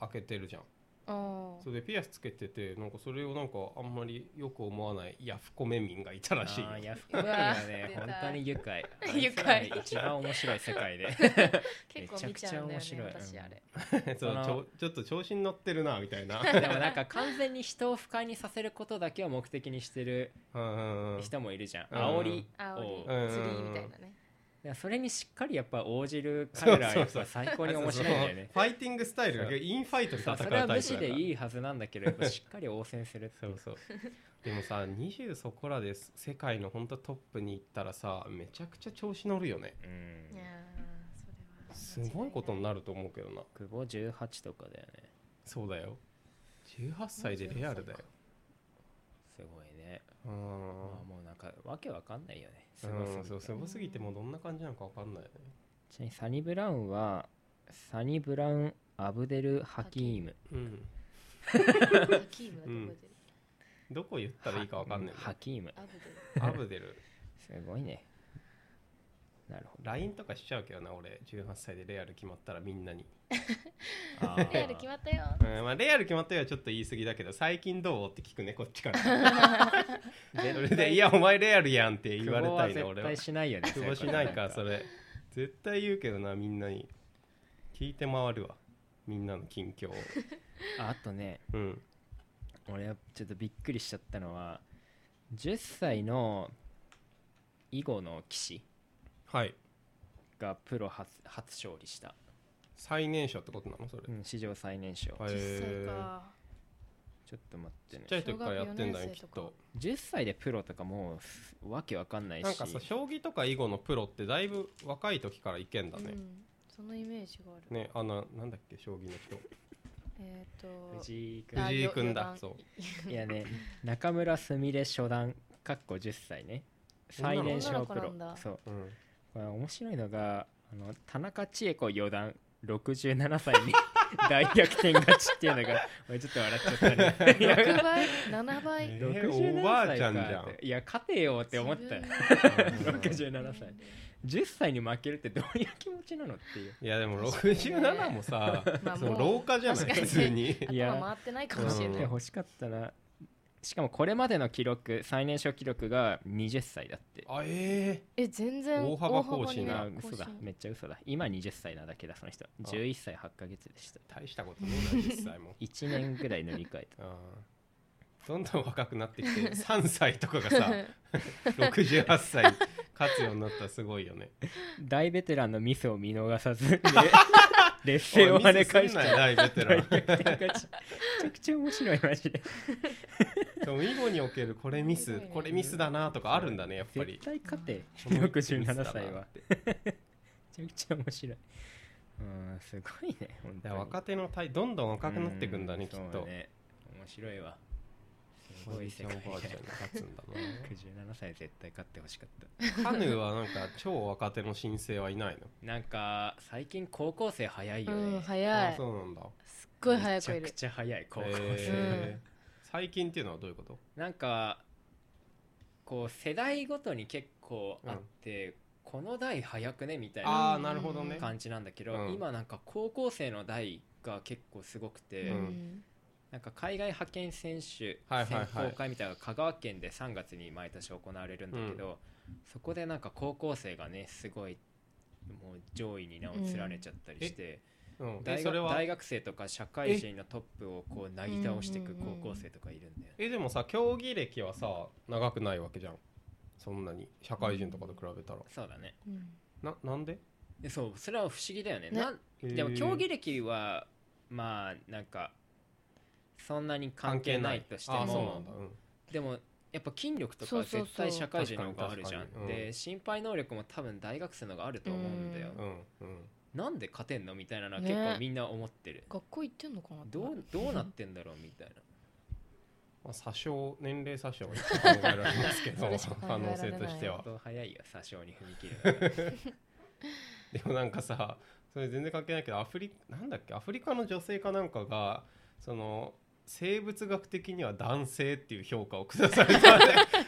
[SPEAKER 2] 開けてるじゃん
[SPEAKER 3] あ
[SPEAKER 2] それでピアスつけててなんかそれをなんかあんまりよく思わないヤフコメ民がいたらしいよ
[SPEAKER 1] あーヤフコメはね本当に愉快
[SPEAKER 3] [LAUGHS] 愉快
[SPEAKER 1] あいつらね一番面白い世界で
[SPEAKER 3] [LAUGHS] ー結構見ちゃうんだよ
[SPEAKER 1] めちゃくちゃ面白
[SPEAKER 3] ね
[SPEAKER 1] い
[SPEAKER 3] 私あれ
[SPEAKER 2] [LAUGHS] そ
[SPEAKER 1] そ
[SPEAKER 2] う
[SPEAKER 1] の
[SPEAKER 2] ちょちょっと調子に乗ってるなみた
[SPEAKER 1] [LAUGHS]
[SPEAKER 2] いな
[SPEAKER 1] でもなんか完全に人を不快にさせることだけを目的にしてる
[SPEAKER 2] うんうんうん
[SPEAKER 1] 人もいるじゃん、
[SPEAKER 2] うん
[SPEAKER 1] 煽り
[SPEAKER 3] あ
[SPEAKER 1] をだ
[SPEAKER 3] お
[SPEAKER 1] か
[SPEAKER 2] うん
[SPEAKER 3] 釣りみたいなね
[SPEAKER 1] らそれにしっかりやっぱ応じる彼らはやっ
[SPEAKER 2] そうそうそ
[SPEAKER 1] ぱ
[SPEAKER 2] う
[SPEAKER 1] 最高に面白いんだよね
[SPEAKER 2] ファイティングスタイルがインファイトで
[SPEAKER 1] そ
[SPEAKER 2] 戦
[SPEAKER 1] う
[SPEAKER 2] うタ
[SPEAKER 1] そ
[SPEAKER 2] イプ
[SPEAKER 1] れは
[SPEAKER 2] だから
[SPEAKER 1] 無視でいいはずなんだけどやっぱしっかり応戦するって
[SPEAKER 2] そ
[SPEAKER 1] いう
[SPEAKER 2] うそうでもさ20そこらで世界の本当トップに行ったらさめちゃくちゃ調子乗るよね
[SPEAKER 1] うん
[SPEAKER 3] いやーそれは
[SPEAKER 2] すごいことになると思うけどな
[SPEAKER 1] 久保18とかだよね
[SPEAKER 2] そうだよ18歳でレアルだよ
[SPEAKER 1] すごいね、
[SPEAKER 2] う
[SPEAKER 1] まあ
[SPEAKER 2] ん
[SPEAKER 1] もうなんかわけわかんないよねす
[SPEAKER 2] す
[SPEAKER 1] ご
[SPEAKER 2] ご
[SPEAKER 1] す
[SPEAKER 2] す
[SPEAKER 1] ぎて
[SPEAKER 2] ぎそうすごすぎてもうどんな感じなのかわかんないよね
[SPEAKER 1] ちなみにサニブラウンはサニブラウン・アブデル・ハキーム
[SPEAKER 2] うん
[SPEAKER 3] ハキームだと覚えてる
[SPEAKER 2] どこ言ったらいいかわかんない
[SPEAKER 1] ハキーム
[SPEAKER 3] アブで
[SPEAKER 2] アブデル
[SPEAKER 1] すごいねなるほ
[SPEAKER 2] LINE とかしちゃうけどな俺18歳でレアル決まったらみんなに、
[SPEAKER 1] どあー
[SPEAKER 3] レアル決まったよ
[SPEAKER 2] うんまあ、レアル決まったよはちょっと言い過ぎだけど最近どうって聞くねこっちから [LAUGHS] それで「いやお前レアルやん」って言われたい
[SPEAKER 1] 久
[SPEAKER 2] ね
[SPEAKER 1] 保は
[SPEAKER 2] 俺
[SPEAKER 1] 絶
[SPEAKER 2] は
[SPEAKER 1] 対しないよね
[SPEAKER 2] 久保しないか
[SPEAKER 1] そう
[SPEAKER 2] そうれ絶対言うけどなみんなに聞いて回るわみんなの近況を
[SPEAKER 1] うのああとね
[SPEAKER 2] うん
[SPEAKER 1] 俺はちょっとびっくりしちゃったのは10歳の囲碁の棋士
[SPEAKER 2] はい
[SPEAKER 1] がプロ初初勝利した、
[SPEAKER 2] 最年少ってことなのそれ、
[SPEAKER 1] うん、史上最年少、
[SPEAKER 2] へー
[SPEAKER 3] 実際か
[SPEAKER 1] ちょっと待って
[SPEAKER 2] ちっ
[SPEAKER 1] ね
[SPEAKER 2] ちゃい時からやってんだね
[SPEAKER 3] 小学四年
[SPEAKER 2] き
[SPEAKER 3] 生
[SPEAKER 2] っ
[SPEAKER 3] とか
[SPEAKER 2] と
[SPEAKER 1] 10歳でプロとかもうわけわかんないし
[SPEAKER 2] なんかさ将棋とか囲碁のプロってだいぶ若い時からいけんだ
[SPEAKER 3] う
[SPEAKER 2] ね、
[SPEAKER 3] んそのイメージがある
[SPEAKER 2] ねあのなんだっけ将棋の人
[SPEAKER 3] えっと
[SPEAKER 1] 藤井君
[SPEAKER 3] あ
[SPEAKER 2] 藤井君
[SPEAKER 3] よ
[SPEAKER 2] だ
[SPEAKER 3] 四番
[SPEAKER 2] そう
[SPEAKER 1] いやね中村すみれ初段かっこ10歳ね最年少プ
[SPEAKER 3] 女の
[SPEAKER 1] ロ
[SPEAKER 3] 子なんだ
[SPEAKER 1] そう
[SPEAKER 3] [LAUGHS]
[SPEAKER 2] うん
[SPEAKER 1] これ面白いのがあの田中千恵子四段67歳に大逆転勝ちっていうのが俺ちょっと笑っちゃったねい [LAUGHS] や
[SPEAKER 3] 6倍7倍
[SPEAKER 2] [LAUGHS] え
[SPEAKER 1] 67歳か
[SPEAKER 2] おばあちゃんじゃん
[SPEAKER 1] っていや勝てよって思ったよ67歳10歳に負けるってどういう気持ちなのっていう
[SPEAKER 2] いやでも67もさ、
[SPEAKER 3] まあ
[SPEAKER 2] その
[SPEAKER 3] もう
[SPEAKER 2] 老化じゃない
[SPEAKER 3] 確か
[SPEAKER 2] 普
[SPEAKER 3] に
[SPEAKER 2] 通に
[SPEAKER 1] いや
[SPEAKER 3] 頭回ってないかもしれ
[SPEAKER 1] い
[SPEAKER 3] な
[SPEAKER 1] や
[SPEAKER 3] い
[SPEAKER 1] 欲しかったなしかもこれまでの記録最年少記録が20歳だって
[SPEAKER 2] あえ
[SPEAKER 3] え全然
[SPEAKER 2] 大幅更新
[SPEAKER 3] に
[SPEAKER 2] だ
[SPEAKER 1] あ
[SPEAKER 3] ね
[SPEAKER 1] 嘘だ
[SPEAKER 3] 更新
[SPEAKER 1] めっちゃ嘘だ今20歳なだけだその人
[SPEAKER 2] あ
[SPEAKER 1] 11歳8ヶ月でした
[SPEAKER 2] ー、大したことねえな実際
[SPEAKER 3] [LAUGHS]
[SPEAKER 2] も
[SPEAKER 1] 1年ぐらい塗り替えた
[SPEAKER 2] あーどんどん若くなってきて3歳とかが
[SPEAKER 3] [LAUGHS]
[SPEAKER 2] さ68歳勝つようになったらすごいよね [LAUGHS]
[SPEAKER 1] 大ベテランのミスを見逃さずね劣勢
[SPEAKER 2] お
[SPEAKER 1] を
[SPEAKER 2] い
[SPEAKER 1] 跳ね返し
[SPEAKER 2] ミスすんな
[SPEAKER 1] た
[SPEAKER 2] よ大ベテラン
[SPEAKER 1] 大逆転勝ちめちゃくちゃ面白いマジで
[SPEAKER 2] でも囲碁におけるこれミスこれミスだなとかあるんだねやっぱり
[SPEAKER 1] 絶対勝て
[SPEAKER 2] このミスだな
[SPEAKER 1] 67歳はめちゃくちゃ面白いうんすごいね本
[SPEAKER 2] い
[SPEAKER 1] 当
[SPEAKER 2] や
[SPEAKER 1] に
[SPEAKER 2] 若手の体どんどん若くなってくんだねきっ
[SPEAKER 1] うんそう
[SPEAKER 2] と
[SPEAKER 1] ね面白いわす
[SPEAKER 2] お
[SPEAKER 1] ご
[SPEAKER 2] じ
[SPEAKER 1] い
[SPEAKER 2] いち
[SPEAKER 1] 世
[SPEAKER 2] ゃんお
[SPEAKER 1] 界
[SPEAKER 2] ば
[SPEAKER 1] [LAUGHS]
[SPEAKER 2] あちゃん
[SPEAKER 1] で
[SPEAKER 2] に勝つんだ
[SPEAKER 1] 97歳絶対勝ってほしかった
[SPEAKER 2] なカヌーはなんか超若手の新星はいないの
[SPEAKER 1] なんか最近高校生早いよね、
[SPEAKER 3] うん
[SPEAKER 1] すっ
[SPEAKER 3] 早
[SPEAKER 2] あ
[SPEAKER 3] い
[SPEAKER 2] そうなんだ
[SPEAKER 3] すっごい早く
[SPEAKER 1] めちゃ
[SPEAKER 3] い
[SPEAKER 1] く
[SPEAKER 3] る
[SPEAKER 1] ちゃ早い高校生、
[SPEAKER 2] え
[SPEAKER 1] [LAUGHS]
[SPEAKER 2] ー最近っていうのはどういうこと
[SPEAKER 1] なんかこう世代ごとに結構あって、この代早くねみたいな
[SPEAKER 2] ああなるほどね
[SPEAKER 1] 感じなんだけど、
[SPEAKER 2] うん
[SPEAKER 1] 今なんか高校生の代が結構すごくて、
[SPEAKER 2] うん
[SPEAKER 1] なんか海外派遣選手
[SPEAKER 2] はいはいは
[SPEAKER 1] 選
[SPEAKER 2] い
[SPEAKER 1] 考会みたいなのが香川県で3月に毎年行われるんだけど、そこでなんか高校生がねすごいもう上位に名を連ねちゃったりして、
[SPEAKER 2] うんえ
[SPEAKER 1] 大
[SPEAKER 2] それ
[SPEAKER 1] 学
[SPEAKER 2] は
[SPEAKER 1] 大学生とか社会人のトップをこうなぎ倒していく高校生とかいるんだよね。
[SPEAKER 2] えでもさ競技歴はさ長くないわけじゃんそんなに社会人とかと比べたら
[SPEAKER 1] そうだね
[SPEAKER 3] うん
[SPEAKER 2] ななんで
[SPEAKER 1] でそうそれは不思議だよね
[SPEAKER 3] ね
[SPEAKER 1] なんでも競技歴はまあなんかそんなに関係ないとして
[SPEAKER 2] ああそうな
[SPEAKER 1] も
[SPEAKER 2] んだ、うん
[SPEAKER 1] でもやっぱ筋力と
[SPEAKER 3] そ
[SPEAKER 1] か
[SPEAKER 3] うそうそう
[SPEAKER 1] 絶対社会人の方があるじゃ
[SPEAKER 2] 確か
[SPEAKER 1] ん
[SPEAKER 2] に確かにうん
[SPEAKER 1] で心配能力も多分大学生の方があると思うんだよ
[SPEAKER 3] う
[SPEAKER 2] うんうん
[SPEAKER 1] なんで勝てんのみたいなのは
[SPEAKER 3] ね
[SPEAKER 1] 結構みんな思ってる
[SPEAKER 3] 学校行ってんのかなって
[SPEAKER 1] どうどうなってんだろうみたい
[SPEAKER 2] まあ、詐称年齢詐称は一応考えられますけ
[SPEAKER 1] [LAUGHS]
[SPEAKER 3] そ
[SPEAKER 2] ど
[SPEAKER 3] れしか考え
[SPEAKER 2] 可
[SPEAKER 3] られな
[SPEAKER 2] 能
[SPEAKER 3] い
[SPEAKER 2] 性として
[SPEAKER 1] な
[SPEAKER 2] は
[SPEAKER 1] 相当早いよ詐称に踏み切るのが
[SPEAKER 2] でもなんかさそれ全然関係ないけどアフリなんだっけアフリカの女性かなんかがその生物学的には男性っていう評価を下さ
[SPEAKER 1] [LAUGHS]
[SPEAKER 2] れた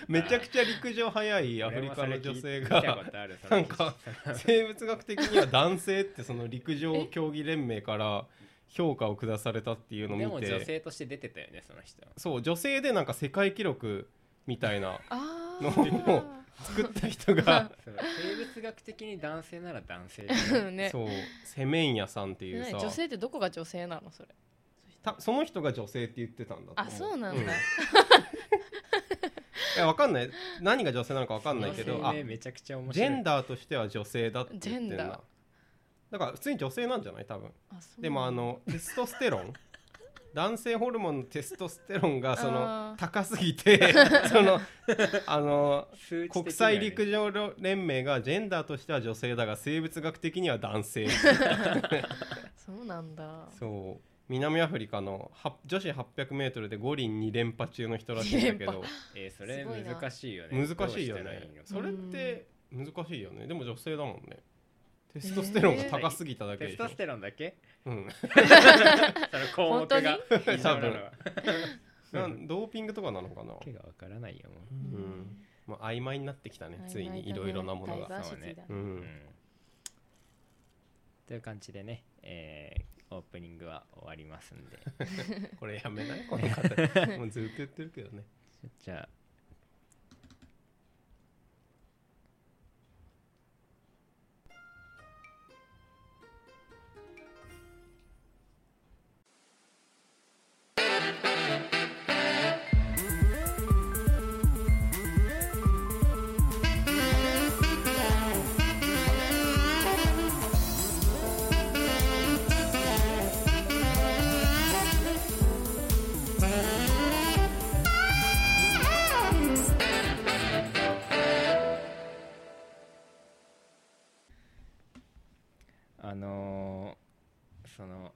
[SPEAKER 2] めちゃくちゃ陸上速い [LAUGHS] アフリカの女性
[SPEAKER 1] 俺もそれ聞いた
[SPEAKER 2] が
[SPEAKER 1] ことあるそ
[SPEAKER 2] な
[SPEAKER 1] の
[SPEAKER 2] ん
[SPEAKER 1] 記事
[SPEAKER 2] か生物学的には男性ってその陸上競技連盟から評価を下されたっていうの
[SPEAKER 1] で
[SPEAKER 2] を
[SPEAKER 1] も
[SPEAKER 2] 見
[SPEAKER 1] 女
[SPEAKER 2] て
[SPEAKER 1] 性として出てたよねその人
[SPEAKER 2] そう女性でなんか世界記録みたい
[SPEAKER 1] [LAUGHS]
[SPEAKER 2] な
[SPEAKER 3] あ
[SPEAKER 2] の [LAUGHS] を
[SPEAKER 3] あ
[SPEAKER 2] 作った人が
[SPEAKER 1] そう生物学的に男性なら男性
[SPEAKER 3] [LAUGHS] ね
[SPEAKER 2] そうセメンヤさんっていう
[SPEAKER 3] ね
[SPEAKER 2] さ
[SPEAKER 3] 女性ってどこが女性なのそれ
[SPEAKER 2] たその人が女性って言ってたんだと思う
[SPEAKER 3] あそうなんだ
[SPEAKER 2] えわかんない何が女性なのかわかんないけ
[SPEAKER 1] そ
[SPEAKER 2] ど
[SPEAKER 1] の
[SPEAKER 2] あ
[SPEAKER 1] 声明めちゃくちゃ面
[SPEAKER 2] ジ
[SPEAKER 1] 白い
[SPEAKER 2] ェンダーとしては女性だって言ってん
[SPEAKER 3] ジェンダー
[SPEAKER 2] だだから普通に女性なんじゃない多分
[SPEAKER 3] あそう
[SPEAKER 2] でもあのテストステロ
[SPEAKER 3] [LAUGHS]
[SPEAKER 2] ン男性ホルモンのテストステロンがその
[SPEAKER 3] あー
[SPEAKER 2] 高すぎて
[SPEAKER 3] [LAUGHS]
[SPEAKER 2] その
[SPEAKER 1] [LAUGHS]
[SPEAKER 2] あの
[SPEAKER 1] 数値的にはね
[SPEAKER 2] 国際陸上連盟がジェンダーとしては女性だが生物学的には男性
[SPEAKER 3] そうなんだ
[SPEAKER 2] そう南アフリカのは女子 800m で五輪2連覇中の人らしいんだけ
[SPEAKER 3] 二連
[SPEAKER 2] ど
[SPEAKER 1] えーそれ
[SPEAKER 3] すごいな
[SPEAKER 1] 難しいよね
[SPEAKER 2] 難しいよ
[SPEAKER 1] どうしたら
[SPEAKER 2] ね
[SPEAKER 1] いいの
[SPEAKER 2] それって難しいよねでも女性だもんねテストステロンが高すぎただ
[SPEAKER 1] テ
[SPEAKER 2] けで
[SPEAKER 1] ス
[SPEAKER 2] しょ
[SPEAKER 1] トステロンだ
[SPEAKER 2] [LAUGHS]
[SPEAKER 1] け
[SPEAKER 2] うん
[SPEAKER 1] その項目が
[SPEAKER 3] 本
[SPEAKER 1] 異常なのは
[SPEAKER 2] なんドーピングとかなのかな
[SPEAKER 1] わけがわからないよも
[SPEAKER 2] う
[SPEAKER 3] うん
[SPEAKER 2] まあ曖昧になってきたねついにいろいろなもの
[SPEAKER 3] ダ
[SPEAKER 2] が
[SPEAKER 3] イバーシティだ
[SPEAKER 2] う
[SPEAKER 1] う、
[SPEAKER 2] [LAUGHS]
[SPEAKER 1] うんん、という感じでね、えーオープニングは終わりますんで
[SPEAKER 2] これやめないこ [LAUGHS] の方もうずっと言ってるけどね
[SPEAKER 1] じゃああのーその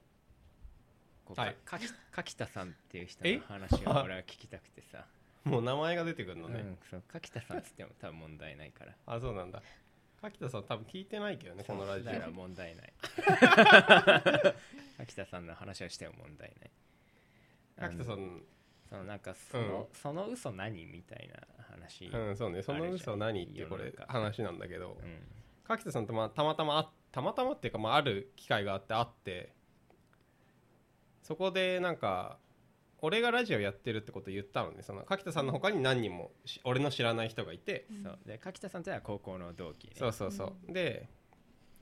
[SPEAKER 1] こう
[SPEAKER 2] はい
[SPEAKER 1] かかき柿田さんっていう人
[SPEAKER 2] え
[SPEAKER 1] の話
[SPEAKER 2] [LAUGHS]
[SPEAKER 1] を俺は聞きたくてさ、
[SPEAKER 2] もう名前が出てくる
[SPEAKER 1] う
[SPEAKER 2] のね
[SPEAKER 1] ん、そう柿田さんっつっても多分問題ないから
[SPEAKER 2] あそうなんだ柿田さん多分聞いてないけどねこのラジ
[SPEAKER 1] だから
[SPEAKER 2] オ
[SPEAKER 1] 問題
[SPEAKER 2] [LAUGHS]
[SPEAKER 1] ない柿田さんの話をしても問題ないあの
[SPEAKER 2] 柿田さん
[SPEAKER 1] そのなんかその,、その嘘何みたいな話、
[SPEAKER 2] うんそうねその嘘何ってこ
[SPEAKER 1] 世の
[SPEAKER 2] れ
[SPEAKER 1] 中
[SPEAKER 2] 話なんだけど
[SPEAKER 1] うん
[SPEAKER 2] 柿田さんとまあたまたまあたまたまっていうか、まあ、ある機会があって会ってそこでなんか俺がラジオやってるってことを言ったのねその柿田さんの他に何人もし俺の知らない人がいて、
[SPEAKER 1] そうで柿田さんとは高校の同期ね
[SPEAKER 2] そうそうそう、で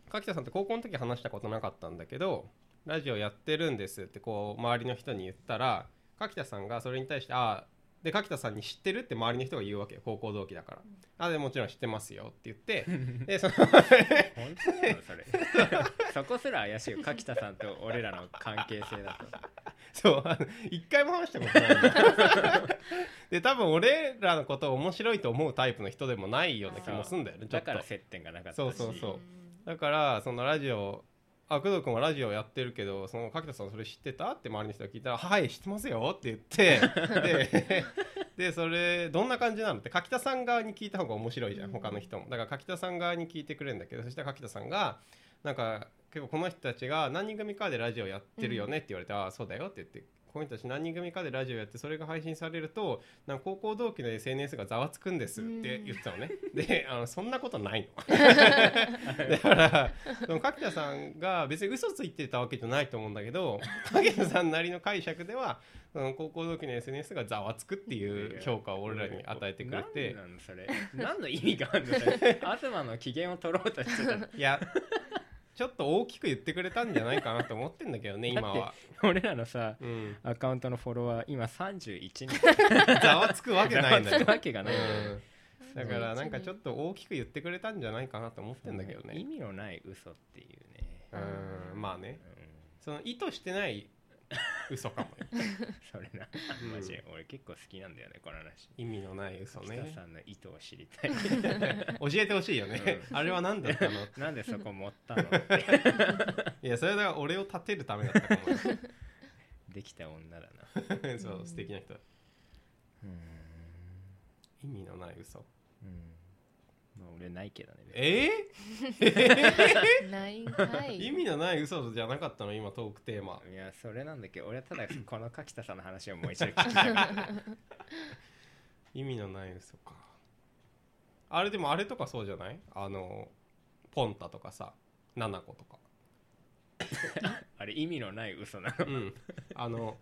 [SPEAKER 2] 柿田さんって高校の時話したことなかったんだけどラジオやってるんですってこう周りの人に言ったら柿田さんがそれに対して「ああ」で柿田さんに知ってるって周りの人が言うわけよ高校同期だから「ああでもちろん知ってますよ」って言ってでその [LAUGHS]
[SPEAKER 1] 本当なのそれそこすら怪しいよ柿田さんと俺らの関係性だ
[SPEAKER 2] そうあの一回も話したことないんだで多分俺らのことを面白いと思うタイプの人でもないような気もすんだよね
[SPEAKER 1] と
[SPEAKER 2] ちょ
[SPEAKER 1] だ
[SPEAKER 2] っと
[SPEAKER 1] から接点がなかったし
[SPEAKER 2] そうそうそうだからそのラジオあ工藤君はラジオやってるけどその柿田さんそれ知ってたって周りの人が聞いたら「はい知ってますよ」って言ってででそれどんな感じなのって柿田さん側に聞いた方が面白いじゃん
[SPEAKER 3] うん
[SPEAKER 2] 他の人もだから柿田さん側に聞いてくれるんだけどそしたら柿田さんがなんか結構この人たちが何人組かでラジオやってるよねって言われて「ああそうだよ」って言ってこの人たち何人組かでラジオやってそれが配信されるとなんか高校同期の SNS がざわつくんですって言ってたのね、であのそんなことないのだからでも角田さんが別に嘘ついてたわけじゃないと思うんだけど角田さんなりの解釈ではその高校同期の SNS がざわつくっていう評価を俺らに与えてくれて
[SPEAKER 1] 何なのそれ [LAUGHS] 何の意味があるのそれ
[SPEAKER 2] [LAUGHS]
[SPEAKER 1] 東の機嫌を取ろうとしてたの
[SPEAKER 2] いやちょっと大きく言ってくれたんじゃないかなと思ってんだけどね今は。
[SPEAKER 1] 俺らのさ
[SPEAKER 2] うん
[SPEAKER 1] アカウントのフォロワー今31人
[SPEAKER 2] ざわつくわけないんだ
[SPEAKER 1] つ [LAUGHS]
[SPEAKER 2] よ
[SPEAKER 1] く。わけがないんだよ
[SPEAKER 2] うんだからなんかちょっと大きく言ってくれたんじゃないかなと思ってんだけど
[SPEAKER 1] 意
[SPEAKER 2] ね。
[SPEAKER 1] 味のない嘘っていうね、
[SPEAKER 2] うんまあね
[SPEAKER 1] う。ん
[SPEAKER 2] その意図してない嘘かもよ。
[SPEAKER 1] それな、
[SPEAKER 2] うん
[SPEAKER 1] マジ俺結構好きなんだよねこの話
[SPEAKER 2] 意味のない嘘
[SPEAKER 1] 北
[SPEAKER 2] ね。
[SPEAKER 1] さんの意図を知り
[SPEAKER 2] [LAUGHS]
[SPEAKER 1] たい
[SPEAKER 2] 教えてほしいよね。あれは何だったの
[SPEAKER 1] なんでそこ持った
[SPEAKER 2] [LAUGHS]
[SPEAKER 1] の
[SPEAKER 2] いやそれは俺を立てるためだったかもよ。
[SPEAKER 1] できた女だな
[SPEAKER 2] [LAUGHS] そう素敵な人。
[SPEAKER 1] うん
[SPEAKER 2] 意味のない嘘。
[SPEAKER 1] まあ俺ないけどね
[SPEAKER 2] え
[SPEAKER 3] ないんか
[SPEAKER 2] ー、
[SPEAKER 3] い
[SPEAKER 2] 意味のない嘘じゃなかったの今トークテーマ。
[SPEAKER 1] いやそれなんだけど俺はただこの柿田さんの話をもう一度聞きたい
[SPEAKER 2] 意味のない嘘か。あれでもあれとかそうじゃないあのポンタとかさナナコとか。
[SPEAKER 1] あれ意味のない嘘なの
[SPEAKER 2] うん、あの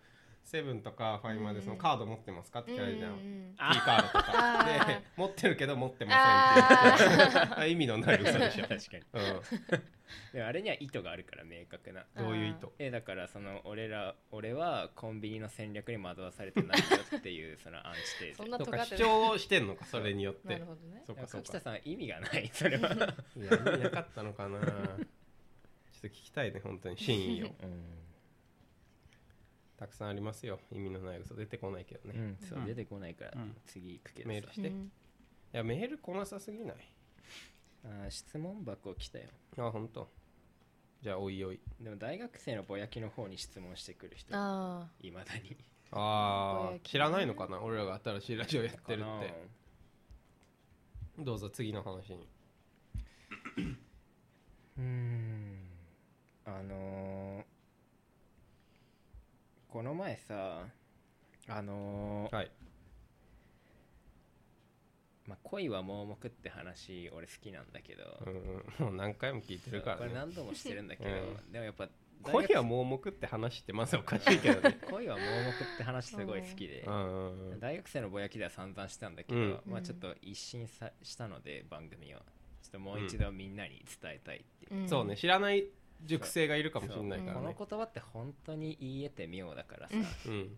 [SPEAKER 2] セブンとかファイマーでそのカード持ってますかって聞かれるじゃん。
[SPEAKER 3] うんうんうん
[SPEAKER 2] キーカードとか
[SPEAKER 3] あー
[SPEAKER 2] で持ってるけど持ってませんって
[SPEAKER 3] あ
[SPEAKER 2] 言
[SPEAKER 3] ー
[SPEAKER 2] って意味のない嘘でしょ
[SPEAKER 1] 確、かに
[SPEAKER 2] う、
[SPEAKER 1] でもあれには意図があるから明確なん
[SPEAKER 2] どういう意図
[SPEAKER 1] えだからその俺ら俺はコンビニの戦略に惑わされてないよっていうそのアンチテー
[SPEAKER 3] そ
[SPEAKER 1] ゼ
[SPEAKER 3] んな
[SPEAKER 2] と
[SPEAKER 3] 尖
[SPEAKER 2] か
[SPEAKER 3] って
[SPEAKER 2] 主
[SPEAKER 3] ない
[SPEAKER 2] 張をしてんのかそれによっ
[SPEAKER 3] な
[SPEAKER 2] て
[SPEAKER 3] るほどね
[SPEAKER 2] そうかそう
[SPEAKER 1] 柿
[SPEAKER 2] か
[SPEAKER 1] 田さんは意味がないそれは
[SPEAKER 2] いや意味なかったのかなちょっと聞きたいね本当に真意をたくさんありますよ意味のない嘘出てこないけどね、
[SPEAKER 1] う
[SPEAKER 2] い
[SPEAKER 1] んそう
[SPEAKER 4] うん
[SPEAKER 1] 出てこないから
[SPEAKER 4] うん
[SPEAKER 1] 次行くけ
[SPEAKER 2] メー
[SPEAKER 1] ど
[SPEAKER 2] ル
[SPEAKER 1] さ
[SPEAKER 2] して
[SPEAKER 3] うん
[SPEAKER 2] やメール来なさすぎない
[SPEAKER 1] あー質問箱来たよ
[SPEAKER 2] あ本当じゃあおいおい
[SPEAKER 1] でも大学生のぼやきの方に質問してくる人
[SPEAKER 3] あ
[SPEAKER 1] いまだに
[SPEAKER 2] あ
[SPEAKER 3] こ
[SPEAKER 2] あ
[SPEAKER 3] れ
[SPEAKER 2] 知らないのかな俺らが新しいラジオやってるって
[SPEAKER 1] かな
[SPEAKER 2] どうぞ次の話に
[SPEAKER 1] うーんあのーこの前さあのー
[SPEAKER 2] はい
[SPEAKER 1] まあ、恋は盲目って話俺好きなんだけど、
[SPEAKER 2] うんうんもう何回も聞いてるか
[SPEAKER 1] こ
[SPEAKER 2] ら
[SPEAKER 1] れ
[SPEAKER 2] ね
[SPEAKER 1] 何度もしてるんだけど、
[SPEAKER 2] う
[SPEAKER 1] でもやっぱ大学
[SPEAKER 2] 恋は盲目って話ってまずおかしいけど
[SPEAKER 1] [LAUGHS]
[SPEAKER 2] ね
[SPEAKER 1] 恋は盲目って話すごい好きで
[SPEAKER 2] う、んうんうん
[SPEAKER 1] 大学生のぼやきでは散々したんだけど、
[SPEAKER 2] うん
[SPEAKER 1] まあちょっと一新さしたので番組をちょっともう一度みんなに伝えたいっていう、
[SPEAKER 3] ーん
[SPEAKER 2] そうね知らない熟成がいるかもしれないから
[SPEAKER 1] この
[SPEAKER 2] ね
[SPEAKER 1] 言葉って本当に言えて妙だからさ、
[SPEAKER 3] うん
[SPEAKER 2] うん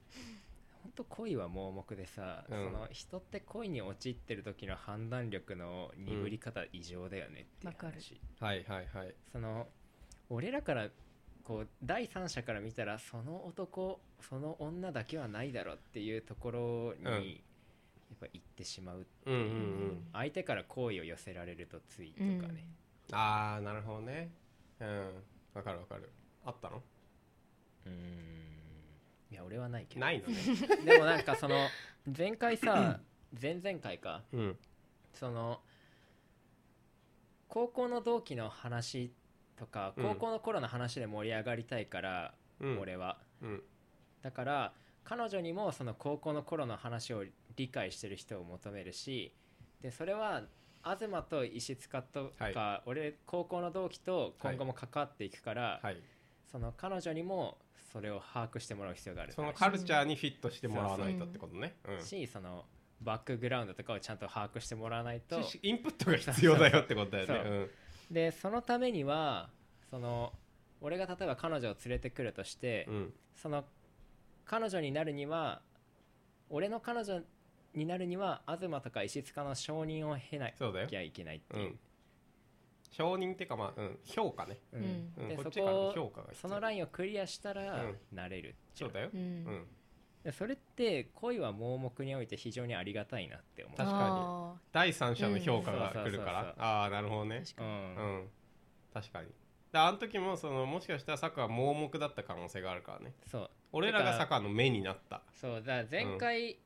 [SPEAKER 1] 本当恋は盲目でさ、
[SPEAKER 2] うん
[SPEAKER 1] その人って恋に陥ってる時の判断力の鈍り方異常だよねっていう
[SPEAKER 3] わかる
[SPEAKER 1] 話、
[SPEAKER 2] はいはいはい
[SPEAKER 1] その俺らからこう第三者から見たらその男その女だけはないだろっていうところに、
[SPEAKER 2] うん
[SPEAKER 1] やっぱ行ってしまう
[SPEAKER 2] うんうんうん
[SPEAKER 1] 相手から好意を寄せられるとついとかね、
[SPEAKER 2] ああなるほどねうんわかるわかるあったの
[SPEAKER 1] うんいや俺はないけど
[SPEAKER 2] な
[SPEAKER 1] [LAUGHS]
[SPEAKER 2] いのね
[SPEAKER 1] でもなんかその前回
[SPEAKER 2] [LAUGHS]
[SPEAKER 1] さ前々回か
[SPEAKER 2] うん
[SPEAKER 1] その高校の同期の話とか
[SPEAKER 2] うん
[SPEAKER 1] 高校の頃の話で盛り上がりたいから、
[SPEAKER 2] うん
[SPEAKER 1] 俺は
[SPEAKER 2] うん
[SPEAKER 1] だから彼女にもその高校の頃の話を理解してる人を求めるしでそれは東と石塚とか、
[SPEAKER 2] は
[SPEAKER 1] 俺高校の同期と今後も関わっていくから、
[SPEAKER 2] はい
[SPEAKER 1] その彼女にもそれを把握してもらう必要がある
[SPEAKER 2] そのカルチャーにフィットしてもらわないとってことねうん
[SPEAKER 1] しそのバックグラウンドとかをちゃんと把握してもらわないと
[SPEAKER 2] 知識インプットが必要だよってことだよ
[SPEAKER 1] そう
[SPEAKER 2] ね
[SPEAKER 1] でそのためにはその俺が例えば彼女を連れてくるとして、
[SPEAKER 2] うんうん
[SPEAKER 1] その彼女になるには俺の彼女になるには東とか石塚の承認を経な
[SPEAKER 2] そうだよ
[SPEAKER 1] きゃいけないって
[SPEAKER 2] う
[SPEAKER 1] いう、
[SPEAKER 2] ん承認っていうかまあうん評価ね
[SPEAKER 1] う
[SPEAKER 3] うん
[SPEAKER 1] ん
[SPEAKER 2] うん
[SPEAKER 1] で
[SPEAKER 2] こっ
[SPEAKER 1] そ
[SPEAKER 2] ちからの評
[SPEAKER 1] こ
[SPEAKER 2] 価が必要
[SPEAKER 1] そのラインをクリアしたら
[SPEAKER 2] うん
[SPEAKER 1] なれるじゃ
[SPEAKER 2] そ
[SPEAKER 1] ん
[SPEAKER 2] うだよ
[SPEAKER 3] う
[SPEAKER 2] うんん
[SPEAKER 1] でそれって恋は盲目において非常にありがたいなって思う
[SPEAKER 2] 確かに
[SPEAKER 3] あ
[SPEAKER 2] 第三者の評価が来るから、
[SPEAKER 1] うんそうそうそうそう
[SPEAKER 2] ああなるほど
[SPEAKER 3] ー
[SPEAKER 2] ね
[SPEAKER 1] う
[SPEAKER 3] 確かに
[SPEAKER 2] うんん確かにだあの時もそのもしかしたら坂は盲目だった可能性があるからね
[SPEAKER 1] そう
[SPEAKER 2] 俺らが坂の目になった
[SPEAKER 1] そうだから前回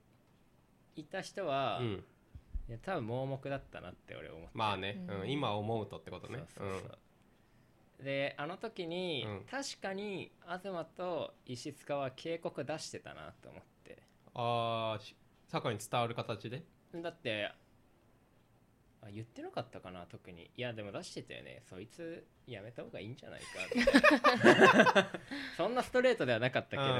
[SPEAKER 1] いた人は、
[SPEAKER 2] う
[SPEAKER 1] い
[SPEAKER 2] ん
[SPEAKER 1] や多分盲目だったなって俺思って
[SPEAKER 2] まあね、うん
[SPEAKER 3] うん
[SPEAKER 2] 今思うとってことね
[SPEAKER 1] そうそうそう、であの時に、
[SPEAKER 2] うん
[SPEAKER 1] 確かに東と石塚は警告出してたなと思って
[SPEAKER 2] ああ坂に伝わる形で
[SPEAKER 1] だってあ言ってなかったかな特にいやでも出してたよねそいつやめた方がいいんじゃないかと
[SPEAKER 2] [LAUGHS]
[SPEAKER 1] かそんなストレートではなかったけ
[SPEAKER 2] う
[SPEAKER 1] ど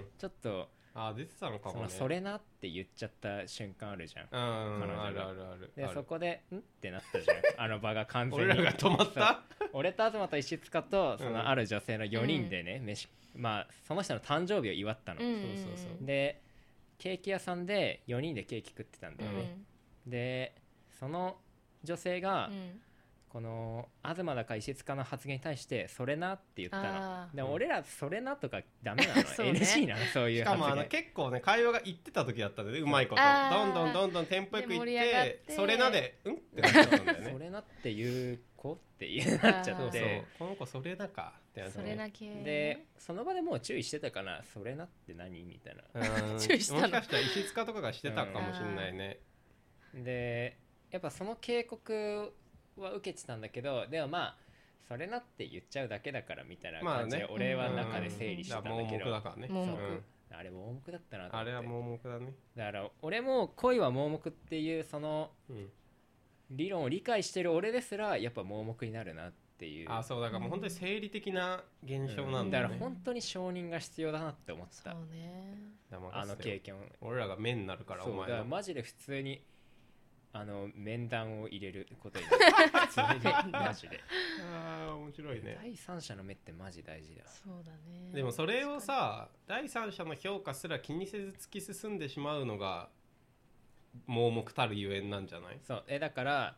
[SPEAKER 2] ん
[SPEAKER 1] ちょっと
[SPEAKER 2] あー出てたのか
[SPEAKER 1] そ
[SPEAKER 2] も
[SPEAKER 1] の
[SPEAKER 2] ね
[SPEAKER 1] それなって言っちゃった瞬間あるじゃん
[SPEAKER 2] うんうん
[SPEAKER 1] 彼女が
[SPEAKER 2] あるあるある
[SPEAKER 1] で
[SPEAKER 2] ある
[SPEAKER 1] そこで「ん?」ってなったじゃんあの場が完全
[SPEAKER 2] 俺
[SPEAKER 1] に
[SPEAKER 2] らが止まっ
[SPEAKER 1] そう
[SPEAKER 2] た
[SPEAKER 1] 俺と東と石塚とそ
[SPEAKER 2] うん
[SPEAKER 1] のある女性の4人でね、飯まあその人の誕生日を祝ったの、
[SPEAKER 3] うん
[SPEAKER 2] そうそうそう
[SPEAKER 1] でケーキ屋さんで4人でケーキ食ってたんだよ
[SPEAKER 3] う
[SPEAKER 1] ね、
[SPEAKER 3] ん
[SPEAKER 1] でその女性が
[SPEAKER 3] うん
[SPEAKER 1] この東だか石塚の発言に対して「それな」って言ったの
[SPEAKER 3] あー
[SPEAKER 1] でも俺ら「それな」とかダメなの
[SPEAKER 3] [LAUGHS] そうね
[SPEAKER 1] NG なのそういう
[SPEAKER 2] しか
[SPEAKER 1] 発
[SPEAKER 2] もあの
[SPEAKER 1] 言
[SPEAKER 2] 結構ね会話が言ってた時だったんでねうまいこと
[SPEAKER 3] あ
[SPEAKER 2] ど
[SPEAKER 3] ー
[SPEAKER 2] んどんどんどんテンポよく行っ
[SPEAKER 3] で盛り上がって
[SPEAKER 2] てそれなでうんってなっちゃったんだよ
[SPEAKER 1] [LAUGHS] そ
[SPEAKER 2] ね
[SPEAKER 1] れなっていう子っていうなっちゃっ
[SPEAKER 2] そう
[SPEAKER 3] あ
[SPEAKER 2] そう
[SPEAKER 1] て
[SPEAKER 2] この子それなかってやつ
[SPEAKER 3] それな系
[SPEAKER 1] でその場でもう注意してたかな「それなって何?」みたいな
[SPEAKER 2] うん
[SPEAKER 3] 注意したの
[SPEAKER 2] もしかしたら石塚とかがしてたかもしれないね
[SPEAKER 1] でやっぱその警告は受けてたんだけどでもまあそれなって言っちゃうだけだからみたいな
[SPEAKER 2] まあ
[SPEAKER 1] 感じで
[SPEAKER 2] ね
[SPEAKER 1] 俺は
[SPEAKER 3] うん
[SPEAKER 1] 中で整理してたんだ
[SPEAKER 2] うん
[SPEAKER 1] け
[SPEAKER 2] だか
[SPEAKER 1] ど
[SPEAKER 2] ら盲目だからね
[SPEAKER 3] 盲目
[SPEAKER 2] うん
[SPEAKER 1] あれ盲目だったなと
[SPEAKER 2] あれ
[SPEAKER 1] 思っ
[SPEAKER 2] は
[SPEAKER 1] て
[SPEAKER 2] 盲目だね
[SPEAKER 1] だから俺も恋は盲目っていうその
[SPEAKER 2] うん
[SPEAKER 1] 理論を理解してる俺ですらやっぱ盲目になるなっていう
[SPEAKER 2] あそうだからもう本当に生理的な現象な
[SPEAKER 1] うんん
[SPEAKER 2] だ
[SPEAKER 1] だ
[SPEAKER 2] よ
[SPEAKER 1] から
[SPEAKER 2] ね
[SPEAKER 1] 本当に承認が必要だなって思って
[SPEAKER 3] そう
[SPEAKER 1] た
[SPEAKER 3] ね
[SPEAKER 2] 黙ら
[SPEAKER 1] あ
[SPEAKER 2] せて
[SPEAKER 1] の経験を
[SPEAKER 2] 俺らが面になるから
[SPEAKER 1] そ
[SPEAKER 2] お
[SPEAKER 1] うだ
[SPEAKER 2] 前
[SPEAKER 1] から
[SPEAKER 2] の
[SPEAKER 1] マジで普通にあの面談を入れることにな
[SPEAKER 2] [LAUGHS]
[SPEAKER 1] る普通にマジで
[SPEAKER 2] あー面白いね
[SPEAKER 1] 第三者の目ってマジ大事だ
[SPEAKER 3] そうだね
[SPEAKER 2] でもそれをさ第三者の評価すら気にせず突き進んでしまうのが盲目たるゆえんなんじゃない
[SPEAKER 1] そうえだから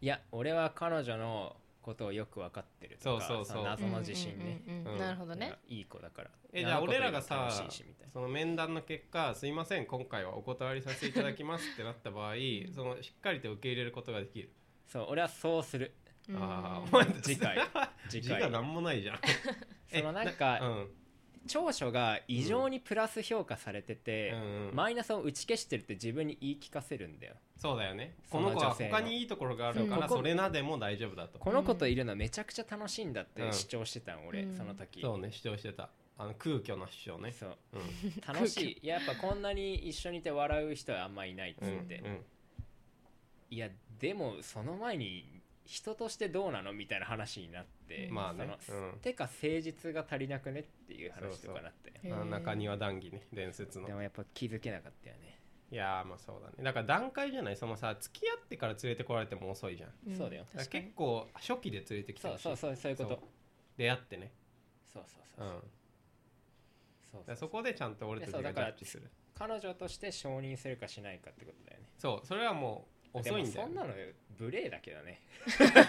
[SPEAKER 1] いや俺は彼女のことをよく分かってるとか
[SPEAKER 2] そうそうそう
[SPEAKER 1] の
[SPEAKER 3] 確か
[SPEAKER 1] 謎
[SPEAKER 3] に
[SPEAKER 1] の自信ね、
[SPEAKER 3] うんうんうん
[SPEAKER 2] うん
[SPEAKER 3] なるほど
[SPEAKER 1] なん
[SPEAKER 3] ね
[SPEAKER 1] かいい子だから
[SPEAKER 2] えじゃあ俺らが
[SPEAKER 1] あ
[SPEAKER 2] さ
[SPEAKER 1] の子より楽しいしみたいな
[SPEAKER 2] その面談の結果すいません今回はお断りさせていただきますってなった場合そのしっかりと受け入れることができる
[SPEAKER 1] そう俺はそうする
[SPEAKER 3] うん
[SPEAKER 2] ああお前
[SPEAKER 1] 次回次
[SPEAKER 2] [LAUGHS] 次
[SPEAKER 1] 回
[SPEAKER 2] 回なんもないじゃん
[SPEAKER 1] そのなん
[SPEAKER 2] う
[SPEAKER 1] か
[SPEAKER 2] ん
[SPEAKER 1] 長所が異常にプラス評価されてて、
[SPEAKER 2] うんうん
[SPEAKER 1] マイナスを打ち消してるって自分に言い聞かせるんだよ
[SPEAKER 2] そうだよね
[SPEAKER 1] そ
[SPEAKER 2] こ
[SPEAKER 1] の
[SPEAKER 2] の子は
[SPEAKER 1] 女性の
[SPEAKER 2] 他にいいところがあるか
[SPEAKER 1] そ
[SPEAKER 2] ら
[SPEAKER 1] うここ
[SPEAKER 2] それなでも大丈夫だと
[SPEAKER 1] この子といるのめちゃくちゃ楽しいんだって
[SPEAKER 2] うん
[SPEAKER 1] 主張してたん俺、
[SPEAKER 3] うん
[SPEAKER 1] その時
[SPEAKER 2] そうね主張してたあの空虚な主張ね
[SPEAKER 1] そう
[SPEAKER 2] うん
[SPEAKER 1] 楽しいやっぱこんなに一緒にいて笑う人はあんまいないっつ
[SPEAKER 2] う
[SPEAKER 1] っ
[SPEAKER 2] ん
[SPEAKER 1] て、
[SPEAKER 2] うん
[SPEAKER 1] いやでもその前に人としてどうなのみたいな話になって、
[SPEAKER 2] まあね
[SPEAKER 1] そのてか誠実が足りなくねっていう話とかなって
[SPEAKER 3] へ
[SPEAKER 2] う
[SPEAKER 3] ー
[SPEAKER 2] ん中庭談義ね伝説の
[SPEAKER 1] でもやっぱ気づけなかったよね
[SPEAKER 2] いやーまあそうだねだから段階じゃないそのさ付き合ってから連れてこられても遅いじゃんだ
[SPEAKER 3] ん
[SPEAKER 1] そうだよ
[SPEAKER 2] から
[SPEAKER 3] 確かに
[SPEAKER 2] 結構初期で連れてきて
[SPEAKER 1] そう
[SPEAKER 2] ほしい
[SPEAKER 1] そうそうそういうこと
[SPEAKER 2] そう出会ってね
[SPEAKER 1] そうそう
[SPEAKER 2] う
[SPEAKER 1] そ
[SPEAKER 2] ん
[SPEAKER 1] う
[SPEAKER 2] だ
[SPEAKER 1] そうそ
[SPEAKER 2] から
[SPEAKER 1] う
[SPEAKER 2] そこでちゃんと俺たちが
[SPEAKER 1] い
[SPEAKER 2] ジ
[SPEAKER 1] やそ
[SPEAKER 2] ャ
[SPEAKER 1] うだから
[SPEAKER 2] ッジする
[SPEAKER 1] 彼女として承認するかしないかってことだよね
[SPEAKER 2] そうそれはもう遅いんだ
[SPEAKER 1] で
[SPEAKER 2] よ
[SPEAKER 1] もそんなの無礼だけど
[SPEAKER 2] [LAUGHS]
[SPEAKER 1] ね付き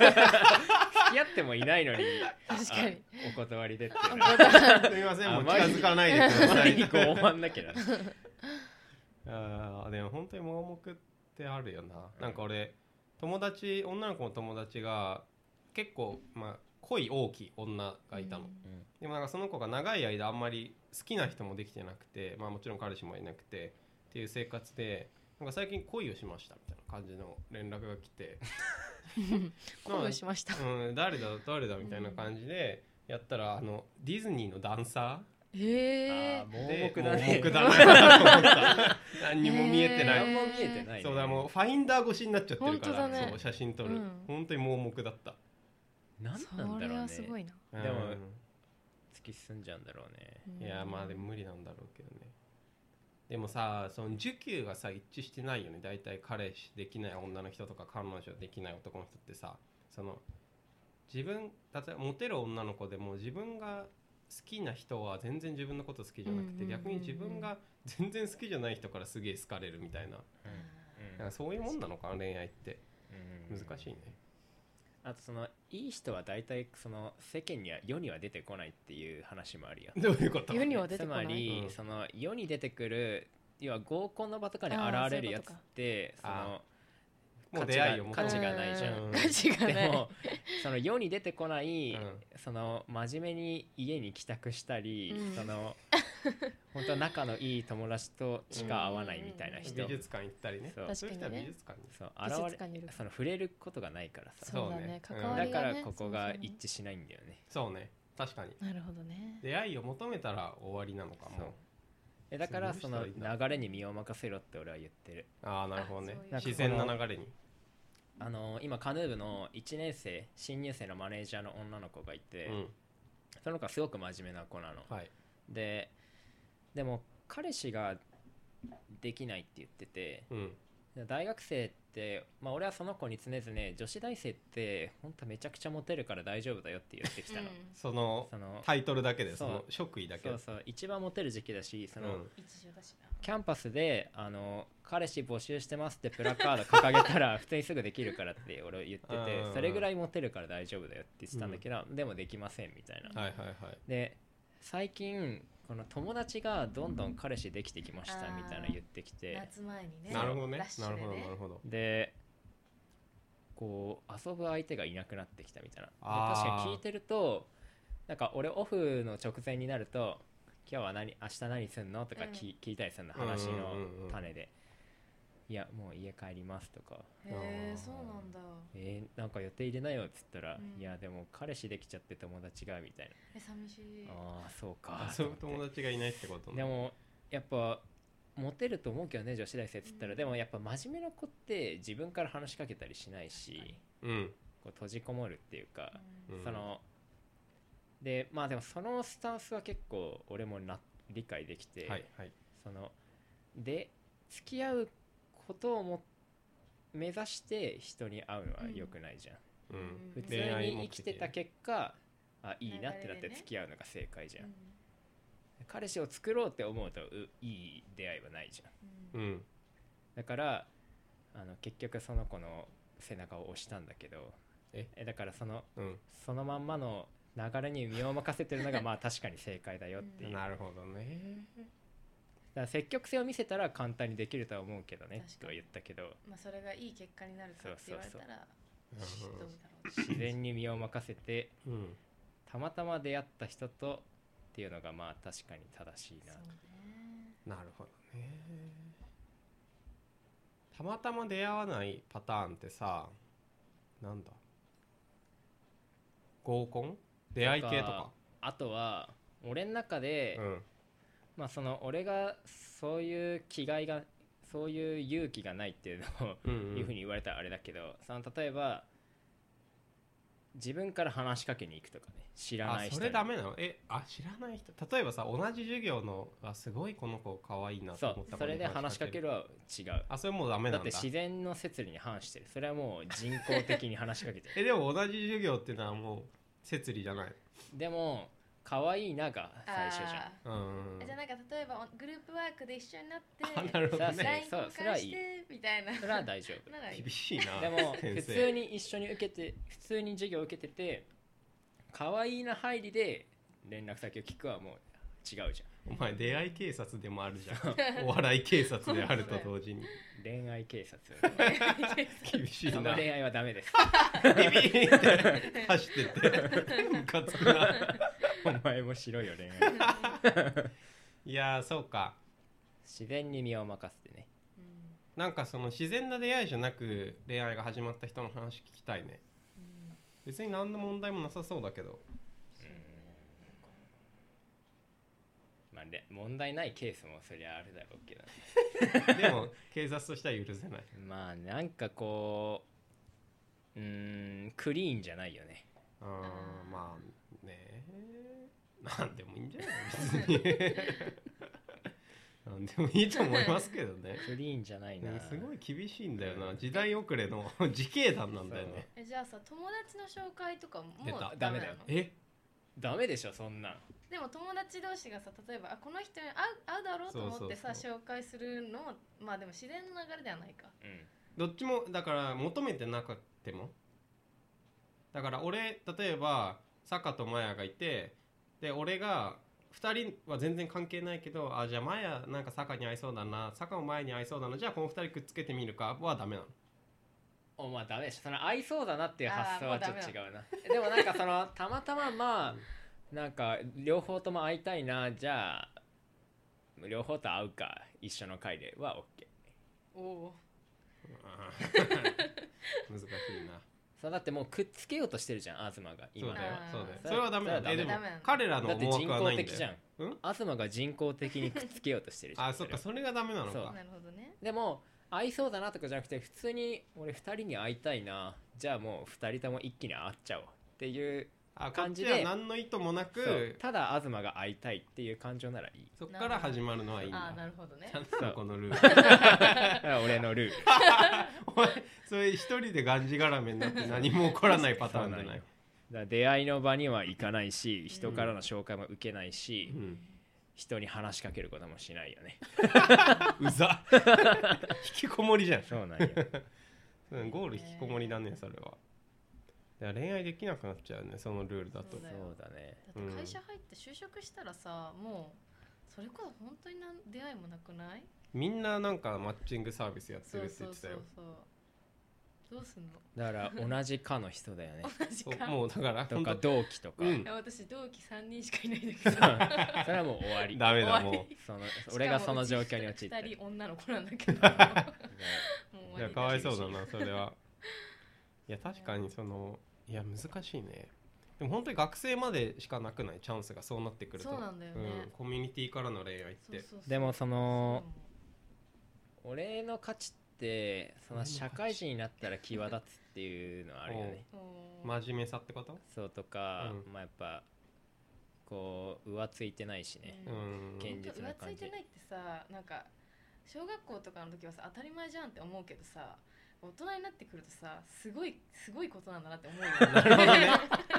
[SPEAKER 1] 合ってもいないのに
[SPEAKER 3] 確かに
[SPEAKER 1] あお断りでっていうのは [LAUGHS]
[SPEAKER 2] [LAUGHS] すみませんも
[SPEAKER 1] あ
[SPEAKER 2] う
[SPEAKER 1] ま
[SPEAKER 2] 近
[SPEAKER 1] り
[SPEAKER 2] づかないでくだ
[SPEAKER 1] あま
[SPEAKER 2] さ
[SPEAKER 1] りに
[SPEAKER 2] い
[SPEAKER 1] 傲慢だけどね
[SPEAKER 2] あーでも本当に盲目ってあるよななんか俺友達女の子の友達が結構まあ恋大きい女がいたの、でもなんかその子が長い間あんまり好きな人もできてなくて、まあ、もちろん彼氏もいなくてっていう生活でなんか最近恋をしましたみたいな感じの連絡が来て
[SPEAKER 3] 恋をしました
[SPEAKER 2] うん、誰だ誰だみたいな感じでやったらあのディズニーのダンサ
[SPEAKER 1] あー
[SPEAKER 3] へえ
[SPEAKER 2] ー
[SPEAKER 1] 盲
[SPEAKER 2] で
[SPEAKER 1] 目だね
[SPEAKER 2] もう盲目だなと思った [LAUGHS] 何にも見えてない、
[SPEAKER 1] 何も見えてないね
[SPEAKER 2] そうだもうファインダー越しになっちゃってるか
[SPEAKER 3] 本当だ
[SPEAKER 2] ら、
[SPEAKER 3] ね
[SPEAKER 2] そう写真撮る、
[SPEAKER 3] うん
[SPEAKER 2] 本当に盲目だった
[SPEAKER 1] 何なん
[SPEAKER 3] そ
[SPEAKER 1] だ
[SPEAKER 3] れ
[SPEAKER 1] ろう
[SPEAKER 3] は
[SPEAKER 1] ね
[SPEAKER 3] すごいな
[SPEAKER 2] で
[SPEAKER 1] も突き進んじゃうんだろうね
[SPEAKER 3] うん
[SPEAKER 2] いやまあでも無理なんだろうけどねでもさその受給がさ一致してないよね大体彼氏できない女の人とか彼女できない男の人ってさその自分例えばモテる女の子でも自分が好きな人は全然自分のこと好きじゃなく
[SPEAKER 3] うんうんうんう
[SPEAKER 2] て
[SPEAKER 3] ん
[SPEAKER 2] 逆に自分が全然好きじゃない人からすげえ好かれるみたいな
[SPEAKER 1] うん
[SPEAKER 2] なんかそういうもんなのかな恋愛って
[SPEAKER 1] うん
[SPEAKER 2] 難しいね
[SPEAKER 1] あとそのいい人は大体その世間には世には出てこないっていう話もあるよ
[SPEAKER 2] どういうこと
[SPEAKER 3] 世には出て
[SPEAKER 1] つ
[SPEAKER 3] こな
[SPEAKER 1] ま
[SPEAKER 3] い
[SPEAKER 1] り、
[SPEAKER 2] うん
[SPEAKER 1] その世に出てくる要は合コンの場とかに
[SPEAKER 3] あー
[SPEAKER 1] 現れる
[SPEAKER 3] そういう
[SPEAKER 1] や
[SPEAKER 3] こ
[SPEAKER 1] つ
[SPEAKER 3] と
[SPEAKER 1] っ
[SPEAKER 3] か
[SPEAKER 1] てそ
[SPEAKER 2] あ
[SPEAKER 1] の
[SPEAKER 2] も
[SPEAKER 1] 価
[SPEAKER 2] う
[SPEAKER 1] 値
[SPEAKER 2] 出会い
[SPEAKER 1] が
[SPEAKER 2] を持って
[SPEAKER 1] 価値がないじゃん
[SPEAKER 2] うん
[SPEAKER 3] 価値が
[SPEAKER 1] で
[SPEAKER 3] ない
[SPEAKER 1] もその世に出てこない、
[SPEAKER 2] うん
[SPEAKER 1] その真面目に家に帰宅したり、
[SPEAKER 3] うん
[SPEAKER 1] そ
[SPEAKER 3] [LAUGHS]
[SPEAKER 1] の本当は仲のいい友達としか会わないみたいな人、
[SPEAKER 2] 美術館行ったりね
[SPEAKER 1] そう
[SPEAKER 3] 確か
[SPEAKER 2] そ
[SPEAKER 3] にね
[SPEAKER 2] ういう人は美術館に
[SPEAKER 1] そう
[SPEAKER 3] 美術
[SPEAKER 1] 現
[SPEAKER 3] 館にいる
[SPEAKER 1] れその触れることがないからさ
[SPEAKER 2] そう
[SPEAKER 3] そうだね
[SPEAKER 2] そ
[SPEAKER 3] 関
[SPEAKER 2] うね
[SPEAKER 3] わ
[SPEAKER 1] だ
[SPEAKER 3] り
[SPEAKER 1] か
[SPEAKER 3] がね
[SPEAKER 1] らここが一致しないんだよね
[SPEAKER 2] そうね確かに
[SPEAKER 3] なるほどね
[SPEAKER 2] 出会いを求めたら終わりなのか
[SPEAKER 1] そう
[SPEAKER 2] も
[SPEAKER 1] えだから
[SPEAKER 2] そう
[SPEAKER 1] その
[SPEAKER 2] どう
[SPEAKER 1] 流
[SPEAKER 2] したらいいんだ
[SPEAKER 1] れに身を任せろって俺は言ってる
[SPEAKER 2] ああなるほどね
[SPEAKER 3] あそういう
[SPEAKER 2] 自然な流れに
[SPEAKER 1] あのー今カヌー部の1年生新入生のマネージャーの女の子がいて、
[SPEAKER 2] うん
[SPEAKER 1] その子はすごく真面目な子なの、
[SPEAKER 2] はい
[SPEAKER 1] ででも彼氏ができないって言ってて
[SPEAKER 2] うん
[SPEAKER 1] 大学生って、まあ、俺はその子に常々女子大生って本当めちゃくちゃモテるから大丈夫だよって言ってきたの、
[SPEAKER 3] うん
[SPEAKER 2] その
[SPEAKER 1] その
[SPEAKER 2] タイトルだけでそ
[SPEAKER 1] そう
[SPEAKER 2] の職位だけ
[SPEAKER 1] そ
[SPEAKER 2] で
[SPEAKER 1] うそう一番モテる時期だしその、
[SPEAKER 2] うん
[SPEAKER 3] 一条だしな
[SPEAKER 1] キャンパスであの彼氏募集してますってプラカード掲げた
[SPEAKER 2] [LAUGHS]
[SPEAKER 1] ら普通にすぐできるからって俺言って
[SPEAKER 2] うんうんう
[SPEAKER 1] て
[SPEAKER 2] ん
[SPEAKER 1] それぐらいモテるから大丈夫だよって言ってたんだけど、でもできませんみたいな、
[SPEAKER 2] はいはいはい
[SPEAKER 1] で最近この友達がどんどん彼氏できてきましたみたいな言ってきて
[SPEAKER 3] 夏前にね
[SPEAKER 2] なるほどね
[SPEAKER 3] ラッシ
[SPEAKER 2] な
[SPEAKER 3] ュ
[SPEAKER 2] る
[SPEAKER 3] で
[SPEAKER 2] ほどな
[SPEAKER 3] ね
[SPEAKER 2] るほど
[SPEAKER 1] でこう遊ぶ相手がいなくなってきたみたいなで
[SPEAKER 2] あー
[SPEAKER 1] 確かに聞いてるとなんか俺オフの直前になると「今日は何明日何すんの?」とか聞,、聞いたりするの話の
[SPEAKER 2] うんうんうんうん
[SPEAKER 1] 種で「いやもう家帰ります」とか
[SPEAKER 3] へえそうなんだ
[SPEAKER 1] 「えーなんか予定入れないよ」っつったら「
[SPEAKER 3] うん
[SPEAKER 1] いやでも彼氏できちゃって友達が」みたい
[SPEAKER 3] え寂しい
[SPEAKER 1] な「ああそうか」
[SPEAKER 2] 遊ぶ
[SPEAKER 1] と思って
[SPEAKER 2] 友達がいないってことね
[SPEAKER 1] でもやっぱモテると思うけどね女子大生っつったら、
[SPEAKER 3] うん
[SPEAKER 1] でもやっぱ真面目な子って自分から話しかけたりしないし
[SPEAKER 2] うん
[SPEAKER 1] こう閉じこもるっていうか、
[SPEAKER 3] うん
[SPEAKER 2] うん
[SPEAKER 1] そのでまあでもそのスタンスは結構俺もな理解できて、
[SPEAKER 2] はいはい
[SPEAKER 1] そので付き合うことをも目指して人に会うのは良くないじゃん、
[SPEAKER 2] う
[SPEAKER 3] うん
[SPEAKER 2] ん
[SPEAKER 1] 普通
[SPEAKER 2] 恋愛目
[SPEAKER 1] に生
[SPEAKER 2] 的
[SPEAKER 1] きてた結果あいいなってなっ
[SPEAKER 3] 流れで
[SPEAKER 1] て
[SPEAKER 3] ね
[SPEAKER 1] 付き合うのが正解じゃん、
[SPEAKER 3] うん
[SPEAKER 1] 彼氏を作ろうって思うとういい出会いはないじゃん
[SPEAKER 3] う
[SPEAKER 2] うんん
[SPEAKER 1] だからあの結局その子の背中を押したんだけど
[SPEAKER 2] え
[SPEAKER 1] だからその
[SPEAKER 2] うん
[SPEAKER 1] そのまんまの流れに身を任せてるのがまあ確かに正解だよっていう、だか
[SPEAKER 2] なるほどね
[SPEAKER 1] ら積極性を見せたら簡単にできるとは思うけどね
[SPEAKER 3] 確かに
[SPEAKER 1] とは言ったけど
[SPEAKER 3] まあそれがいい結果になるかって言われたら
[SPEAKER 2] うん
[SPEAKER 3] どうだろう
[SPEAKER 1] 自然に身を任せて
[SPEAKER 2] うん
[SPEAKER 1] たまたま出会った人とっていうのがまあ確かに正しいな
[SPEAKER 3] そうね
[SPEAKER 2] なるほどねたまたま出会わないパターンってさなんだ合コン出会い系とか
[SPEAKER 1] あとは俺の中で、
[SPEAKER 2] うん
[SPEAKER 1] まあその俺がそういう気概がそういう勇気がないっていうのを
[SPEAKER 2] うん
[SPEAKER 1] いうふうに言われたらあれだけど、その例えば自分から話しかけに行くとかね知ら
[SPEAKER 2] あ
[SPEAKER 1] ない人
[SPEAKER 2] そ
[SPEAKER 1] に
[SPEAKER 2] れダメなのえあ知らない人例えばさ同じ授業のあすごいこの子可愛いなと
[SPEAKER 1] そ
[SPEAKER 2] 思っ
[SPEAKER 1] う
[SPEAKER 2] た
[SPEAKER 1] それで話しかけるは違う
[SPEAKER 2] あそれもうダメ
[SPEAKER 1] だ
[SPEAKER 2] な
[SPEAKER 1] っ
[SPEAKER 2] ん
[SPEAKER 1] て
[SPEAKER 2] だ
[SPEAKER 1] 自然の摂理に反してるそれはもう人工的に話しかけ [LAUGHS] てる
[SPEAKER 2] えでも同じ授業っていうのはもう摂理じゃない
[SPEAKER 1] でも可愛いなが最初じゃん
[SPEAKER 3] あ
[SPEAKER 2] うんうんう
[SPEAKER 3] ー
[SPEAKER 2] ん
[SPEAKER 3] えじゃあなんか例えばグループワークで一緒になって
[SPEAKER 2] あなるほど
[SPEAKER 1] さあ
[SPEAKER 2] ね
[SPEAKER 3] LINE
[SPEAKER 1] そう
[SPEAKER 3] 交
[SPEAKER 1] それは
[SPEAKER 3] 換
[SPEAKER 1] いい
[SPEAKER 3] してみたいな
[SPEAKER 1] それは大丈夫
[SPEAKER 3] ならいい
[SPEAKER 2] 厳しいな
[SPEAKER 1] でも
[SPEAKER 2] 先生
[SPEAKER 1] 普通に一緒に受けて普通に授業受けてて可愛いな入りで連絡先を聞くはもう違うじゃ
[SPEAKER 2] お前出会い警察でもあるじゃん [LAUGHS] お笑い警察で
[SPEAKER 1] [LAUGHS]
[SPEAKER 2] あると同時に
[SPEAKER 1] ん恋愛警 [LAUGHS] 察
[SPEAKER 2] 厳しい
[SPEAKER 1] そ
[SPEAKER 2] な
[SPEAKER 1] の恋愛はダメです
[SPEAKER 2] ビビー
[SPEAKER 1] [LAUGHS]
[SPEAKER 2] って走ってってムカつくな
[SPEAKER 1] お前も白いよ恋愛
[SPEAKER 2] いやーそうか
[SPEAKER 1] [LAUGHS] 自然に身を任せてね
[SPEAKER 3] うん
[SPEAKER 2] なんかその自然な出会いじゃなく恋愛が始まった人の話聞きたいね
[SPEAKER 3] うん
[SPEAKER 2] 別に何の問題もなさそうだけど
[SPEAKER 1] まあで問題ないケースもそりゃあるだろうけどね [LAUGHS]
[SPEAKER 2] でも警察としては許せない
[SPEAKER 1] まあなんかこううーんクリーンじゃないよね
[SPEAKER 2] あーまあねなんでもいいんじゃない別に
[SPEAKER 1] [LAUGHS]
[SPEAKER 2] なんでもいいと思いますけどね
[SPEAKER 1] クリーンじゃないな、
[SPEAKER 2] ねすごい厳しいんだよな時代遅れの [LAUGHS] 自警団なんだよね
[SPEAKER 3] えじゃあさ友達の紹介とかも
[SPEAKER 2] 出た
[SPEAKER 3] うダ
[SPEAKER 1] ダメ
[SPEAKER 3] メな
[SPEAKER 1] だ
[SPEAKER 3] の
[SPEAKER 1] よ
[SPEAKER 2] え
[SPEAKER 1] ダメでしょそんなん
[SPEAKER 3] でも友達同士がさ例えばあこの人に会う会うだろうと思ってさ
[SPEAKER 2] そうそ
[SPEAKER 3] 紹介するのもまあでも自然の流れではないか
[SPEAKER 1] う
[SPEAKER 2] どっちもだから求めてなくてもだから俺例えば坂とマヤがいてで俺が2人は全然関係ないけどあじゃあマヤなんか坂に合いそうだな坂もマヤに合いそうだなじゃあこの2人くっつけてみるかはダメなの
[SPEAKER 1] おまあダメでしょその合いそうだなっていう発想
[SPEAKER 3] あ
[SPEAKER 1] は
[SPEAKER 3] ーも
[SPEAKER 1] ち
[SPEAKER 3] う
[SPEAKER 1] ょっと違うなでもなんかそのたまたままあなんか両方とも会いたいなじゃあ両方と会うか一緒の会では OK
[SPEAKER 3] おお
[SPEAKER 2] あー難しいな
[SPEAKER 1] そうだってもうくっつけようとしてるじゃん東が
[SPEAKER 2] そう
[SPEAKER 1] 今
[SPEAKER 2] だよ
[SPEAKER 3] あー
[SPEAKER 2] そうだよ
[SPEAKER 1] そ
[SPEAKER 2] そ
[SPEAKER 1] れ
[SPEAKER 2] れはダメだ
[SPEAKER 1] それはダメ
[SPEAKER 2] ねでも
[SPEAKER 3] ダメなんだ
[SPEAKER 2] 彼らの
[SPEAKER 1] だって
[SPEAKER 2] 思
[SPEAKER 1] 人
[SPEAKER 2] 惑はな
[SPEAKER 1] 工
[SPEAKER 2] いんだよ
[SPEAKER 1] 的じゃん
[SPEAKER 2] うん
[SPEAKER 1] 東が人工的にくっつけようとしてるじゃん
[SPEAKER 2] あそっか
[SPEAKER 1] れ
[SPEAKER 2] それがダメなの
[SPEAKER 1] そう
[SPEAKER 2] か
[SPEAKER 3] なるほどね
[SPEAKER 1] でも会いそうだなとかじゃなくて普通に俺2人に会いたいなじゃあもう2人とも一気に会っちゃおうっていう
[SPEAKER 2] あこっ
[SPEAKER 1] 感じ
[SPEAKER 2] ち
[SPEAKER 1] で
[SPEAKER 2] は何の意図もな
[SPEAKER 1] そう
[SPEAKER 2] く
[SPEAKER 1] ただ東が会いたいっていう感情な [LAUGHS] らいい
[SPEAKER 2] そっから始まるのはいいん
[SPEAKER 3] ああー
[SPEAKER 2] だ
[SPEAKER 3] なるほどね
[SPEAKER 2] ちゃん
[SPEAKER 1] そう
[SPEAKER 2] とこのルー
[SPEAKER 1] だ
[SPEAKER 2] ル
[SPEAKER 1] から俺のルール
[SPEAKER 2] [LAUGHS] お前それ一人でがんじがらめになって何も起こらないパターンじゃ
[SPEAKER 1] そうな
[SPEAKER 2] なんい
[SPEAKER 1] よだから出会いの場には行かないし人からの紹介も受け [LAUGHS] ないし、
[SPEAKER 2] うん
[SPEAKER 1] 人に話しかけることもしないよね
[SPEAKER 2] うざ [LAUGHS] 引きこもりじゃん
[SPEAKER 1] そうなんよ
[SPEAKER 2] うんゴール引きこもりだねそれはだから恋愛できなくなっちゃうねそのルールだと
[SPEAKER 3] そうだよ
[SPEAKER 1] そうだね
[SPEAKER 3] だって会社入って就職したらさ、もうそれこそ本当になん出会いもなくない
[SPEAKER 2] みんななんかマッチングサービスやって
[SPEAKER 3] そ
[SPEAKER 2] るっ
[SPEAKER 3] う
[SPEAKER 2] て
[SPEAKER 3] そ
[SPEAKER 2] 言っ
[SPEAKER 3] う
[SPEAKER 2] てた
[SPEAKER 3] そう
[SPEAKER 2] よ
[SPEAKER 3] そうどうすんの
[SPEAKER 1] だから同じかの人だよね
[SPEAKER 3] 同じ
[SPEAKER 2] そう
[SPEAKER 3] か
[SPEAKER 2] もうだから
[SPEAKER 1] と
[SPEAKER 2] 本
[SPEAKER 1] か
[SPEAKER 2] 当
[SPEAKER 1] 同期とか、
[SPEAKER 2] う
[SPEAKER 1] そ [LAUGHS]
[SPEAKER 2] ん
[SPEAKER 3] いや私同期3人しかいないんだけど
[SPEAKER 1] れはもう終わり
[SPEAKER 2] ダメだ
[SPEAKER 3] 終わり
[SPEAKER 2] も
[SPEAKER 1] その俺がその状況に陥っ
[SPEAKER 3] しか
[SPEAKER 1] た
[SPEAKER 3] もうち
[SPEAKER 1] り
[SPEAKER 3] 2人女の子なんだけどもう
[SPEAKER 2] うい
[SPEAKER 3] 終わ
[SPEAKER 2] や
[SPEAKER 3] り
[SPEAKER 2] かわいそうだ
[SPEAKER 3] な
[SPEAKER 2] なそれは [LAUGHS] いや確かにそのいや難しいねでも本当に学生までしかなくないチャンスがそうなってくると
[SPEAKER 3] そうなんだよね
[SPEAKER 2] うんコミュニティからの恋愛っ
[SPEAKER 3] そう
[SPEAKER 2] て
[SPEAKER 3] そうそ
[SPEAKER 1] [LAUGHS]
[SPEAKER 3] う
[SPEAKER 1] でもその
[SPEAKER 3] そう
[SPEAKER 1] 俺の価値ってその社会人になったら際立つっていうのはあるよね
[SPEAKER 3] なのうん
[SPEAKER 2] 真面目さってこと
[SPEAKER 1] そうとか、
[SPEAKER 2] う
[SPEAKER 1] まあやっぱこう浮ついてないしね、
[SPEAKER 2] う
[SPEAKER 3] うん
[SPEAKER 2] ん
[SPEAKER 1] 現実な
[SPEAKER 3] 浮つ
[SPEAKER 1] 感
[SPEAKER 3] い
[SPEAKER 1] じ
[SPEAKER 3] てないってさなんか小学校とかの時はさ当たり前じゃんって思うけどさ大人になってくるとさすごいすごいことなんだなって思うよ
[SPEAKER 2] なるほどね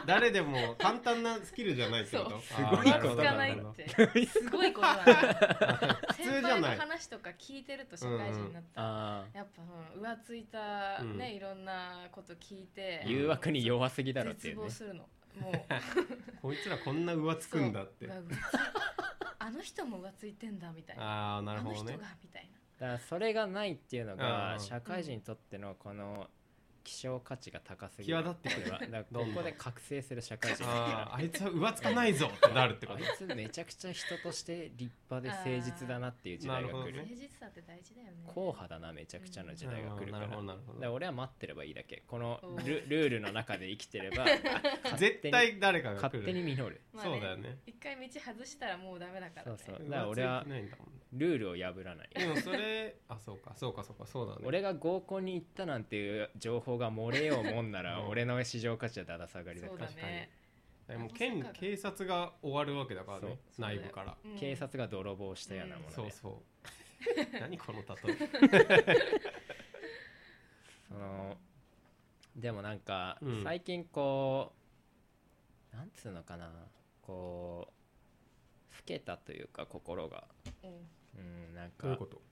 [SPEAKER 2] 誰でも簡単なスキルじ [LAUGHS] ゃないってこと
[SPEAKER 3] そう
[SPEAKER 2] あー
[SPEAKER 1] すごい
[SPEAKER 2] なる
[SPEAKER 1] こ
[SPEAKER 2] ほ
[SPEAKER 1] とだ
[SPEAKER 2] ど
[SPEAKER 3] つか
[SPEAKER 1] な
[SPEAKER 3] ない
[SPEAKER 2] るほど
[SPEAKER 3] ってすごいことなんだ
[SPEAKER 2] 普通
[SPEAKER 3] 先
[SPEAKER 2] じゃ
[SPEAKER 3] 輩
[SPEAKER 2] ない
[SPEAKER 3] の話とか聞いてると社会人になったら、
[SPEAKER 1] あ
[SPEAKER 3] やっぱ、うん、浮ついた
[SPEAKER 2] うん
[SPEAKER 3] ね、いろんなこと聞いて
[SPEAKER 1] あ誘惑に弱すぎだろってい
[SPEAKER 3] 絶
[SPEAKER 1] うね
[SPEAKER 3] 望するのもう
[SPEAKER 2] こいつらこんな浮つくんだって
[SPEAKER 3] そううわ浮ついあの人も浮ついてんだみたいな
[SPEAKER 2] ああなる
[SPEAKER 3] あ
[SPEAKER 2] ほ
[SPEAKER 3] の
[SPEAKER 2] ど
[SPEAKER 3] 人が
[SPEAKER 2] ね
[SPEAKER 3] みたいな
[SPEAKER 1] だからそれがないっていうの
[SPEAKER 2] う
[SPEAKER 1] が
[SPEAKER 2] ん
[SPEAKER 1] 社会人にとってのこの希少価値が高すぎ
[SPEAKER 2] 際
[SPEAKER 1] る
[SPEAKER 2] 立ってく
[SPEAKER 1] こ
[SPEAKER 2] る
[SPEAKER 1] れ [LAUGHS] はだから
[SPEAKER 2] どんど
[SPEAKER 1] ここ
[SPEAKER 2] ん
[SPEAKER 1] で覚醒する社会人だ
[SPEAKER 2] あ
[SPEAKER 1] か
[SPEAKER 2] ああいつは浮つかないぞってなるって
[SPEAKER 1] ら
[SPEAKER 2] こ
[SPEAKER 3] [LAUGHS]
[SPEAKER 1] あ
[SPEAKER 2] と
[SPEAKER 1] いつめちゃくちゃ人として立派で誠実だなっていう時代が
[SPEAKER 2] あーなるほ
[SPEAKER 1] 来
[SPEAKER 2] ど
[SPEAKER 1] る
[SPEAKER 2] ね
[SPEAKER 3] 誠実さって大事だよね
[SPEAKER 1] 硬派だなめちゃくちゃの時代が来るか
[SPEAKER 2] な
[SPEAKER 1] ら
[SPEAKER 2] るほどなる
[SPEAKER 1] だから
[SPEAKER 2] ほ
[SPEAKER 1] 俺は待ってればいいだけこの
[SPEAKER 3] おう
[SPEAKER 1] ルルールの中で生きてれ
[SPEAKER 3] [LAUGHS]
[SPEAKER 1] ば
[SPEAKER 2] ど
[SPEAKER 1] 勝手に
[SPEAKER 2] 絶対誰かが来
[SPEAKER 1] 勝手に
[SPEAKER 2] る
[SPEAKER 1] 実る
[SPEAKER 3] まあ
[SPEAKER 2] そうだよね
[SPEAKER 3] 一回道外したらもうダメだからね
[SPEAKER 1] そうそう
[SPEAKER 2] 浮
[SPEAKER 1] だ
[SPEAKER 2] つ
[SPEAKER 1] から
[SPEAKER 2] い
[SPEAKER 1] 俺
[SPEAKER 2] て
[SPEAKER 1] は
[SPEAKER 2] ないんだもんね
[SPEAKER 1] ルールを破らない
[SPEAKER 2] でもそれあそうかそうかそうかそうだね
[SPEAKER 1] 俺が合コンに行ったなんていう情報が漏れようもんなら
[SPEAKER 2] うん
[SPEAKER 1] 俺の市場価値はだだ下がりだ
[SPEAKER 3] そ
[SPEAKER 1] から
[SPEAKER 3] うだ
[SPEAKER 2] 確か
[SPEAKER 3] ね
[SPEAKER 2] だからもう県警察が終わるわけだからね
[SPEAKER 3] そう
[SPEAKER 2] 内部から
[SPEAKER 3] うん
[SPEAKER 1] 警察が泥棒したようなもので、
[SPEAKER 2] そう
[SPEAKER 1] そ
[SPEAKER 2] そう何この例え
[SPEAKER 1] のでもなんか
[SPEAKER 2] うん
[SPEAKER 1] 最近こう、なんつうのかなこう老けたというか心が
[SPEAKER 3] うん
[SPEAKER 1] うんなん
[SPEAKER 2] どういう
[SPEAKER 1] か
[SPEAKER 2] こと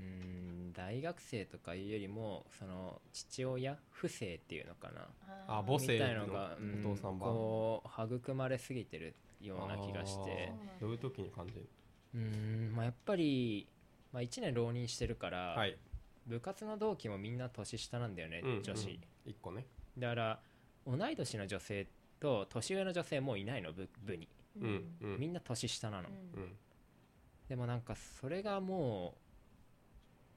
[SPEAKER 1] うん大学生とかいうよりもその父親不正っていうのかな
[SPEAKER 2] あ
[SPEAKER 3] ー
[SPEAKER 2] 母
[SPEAKER 1] み
[SPEAKER 2] 性
[SPEAKER 1] たいのが、
[SPEAKER 2] の
[SPEAKER 1] うん
[SPEAKER 2] お父さん版
[SPEAKER 1] こう育まれすぎてるような気がして
[SPEAKER 2] あーどういう時に感じる
[SPEAKER 1] うーん、まあ、やっぱり、まあ、1年浪人してるから、
[SPEAKER 2] はい
[SPEAKER 1] 部活の同期もみんな年下なんだよね、
[SPEAKER 2] うん
[SPEAKER 1] 女子、
[SPEAKER 2] 一個ね
[SPEAKER 1] だから同い年の女性と年上の女性もういないの部部に
[SPEAKER 2] う
[SPEAKER 3] うん
[SPEAKER 2] うん
[SPEAKER 1] みんな年下なの、
[SPEAKER 2] うんん
[SPEAKER 1] でもなんかそれがも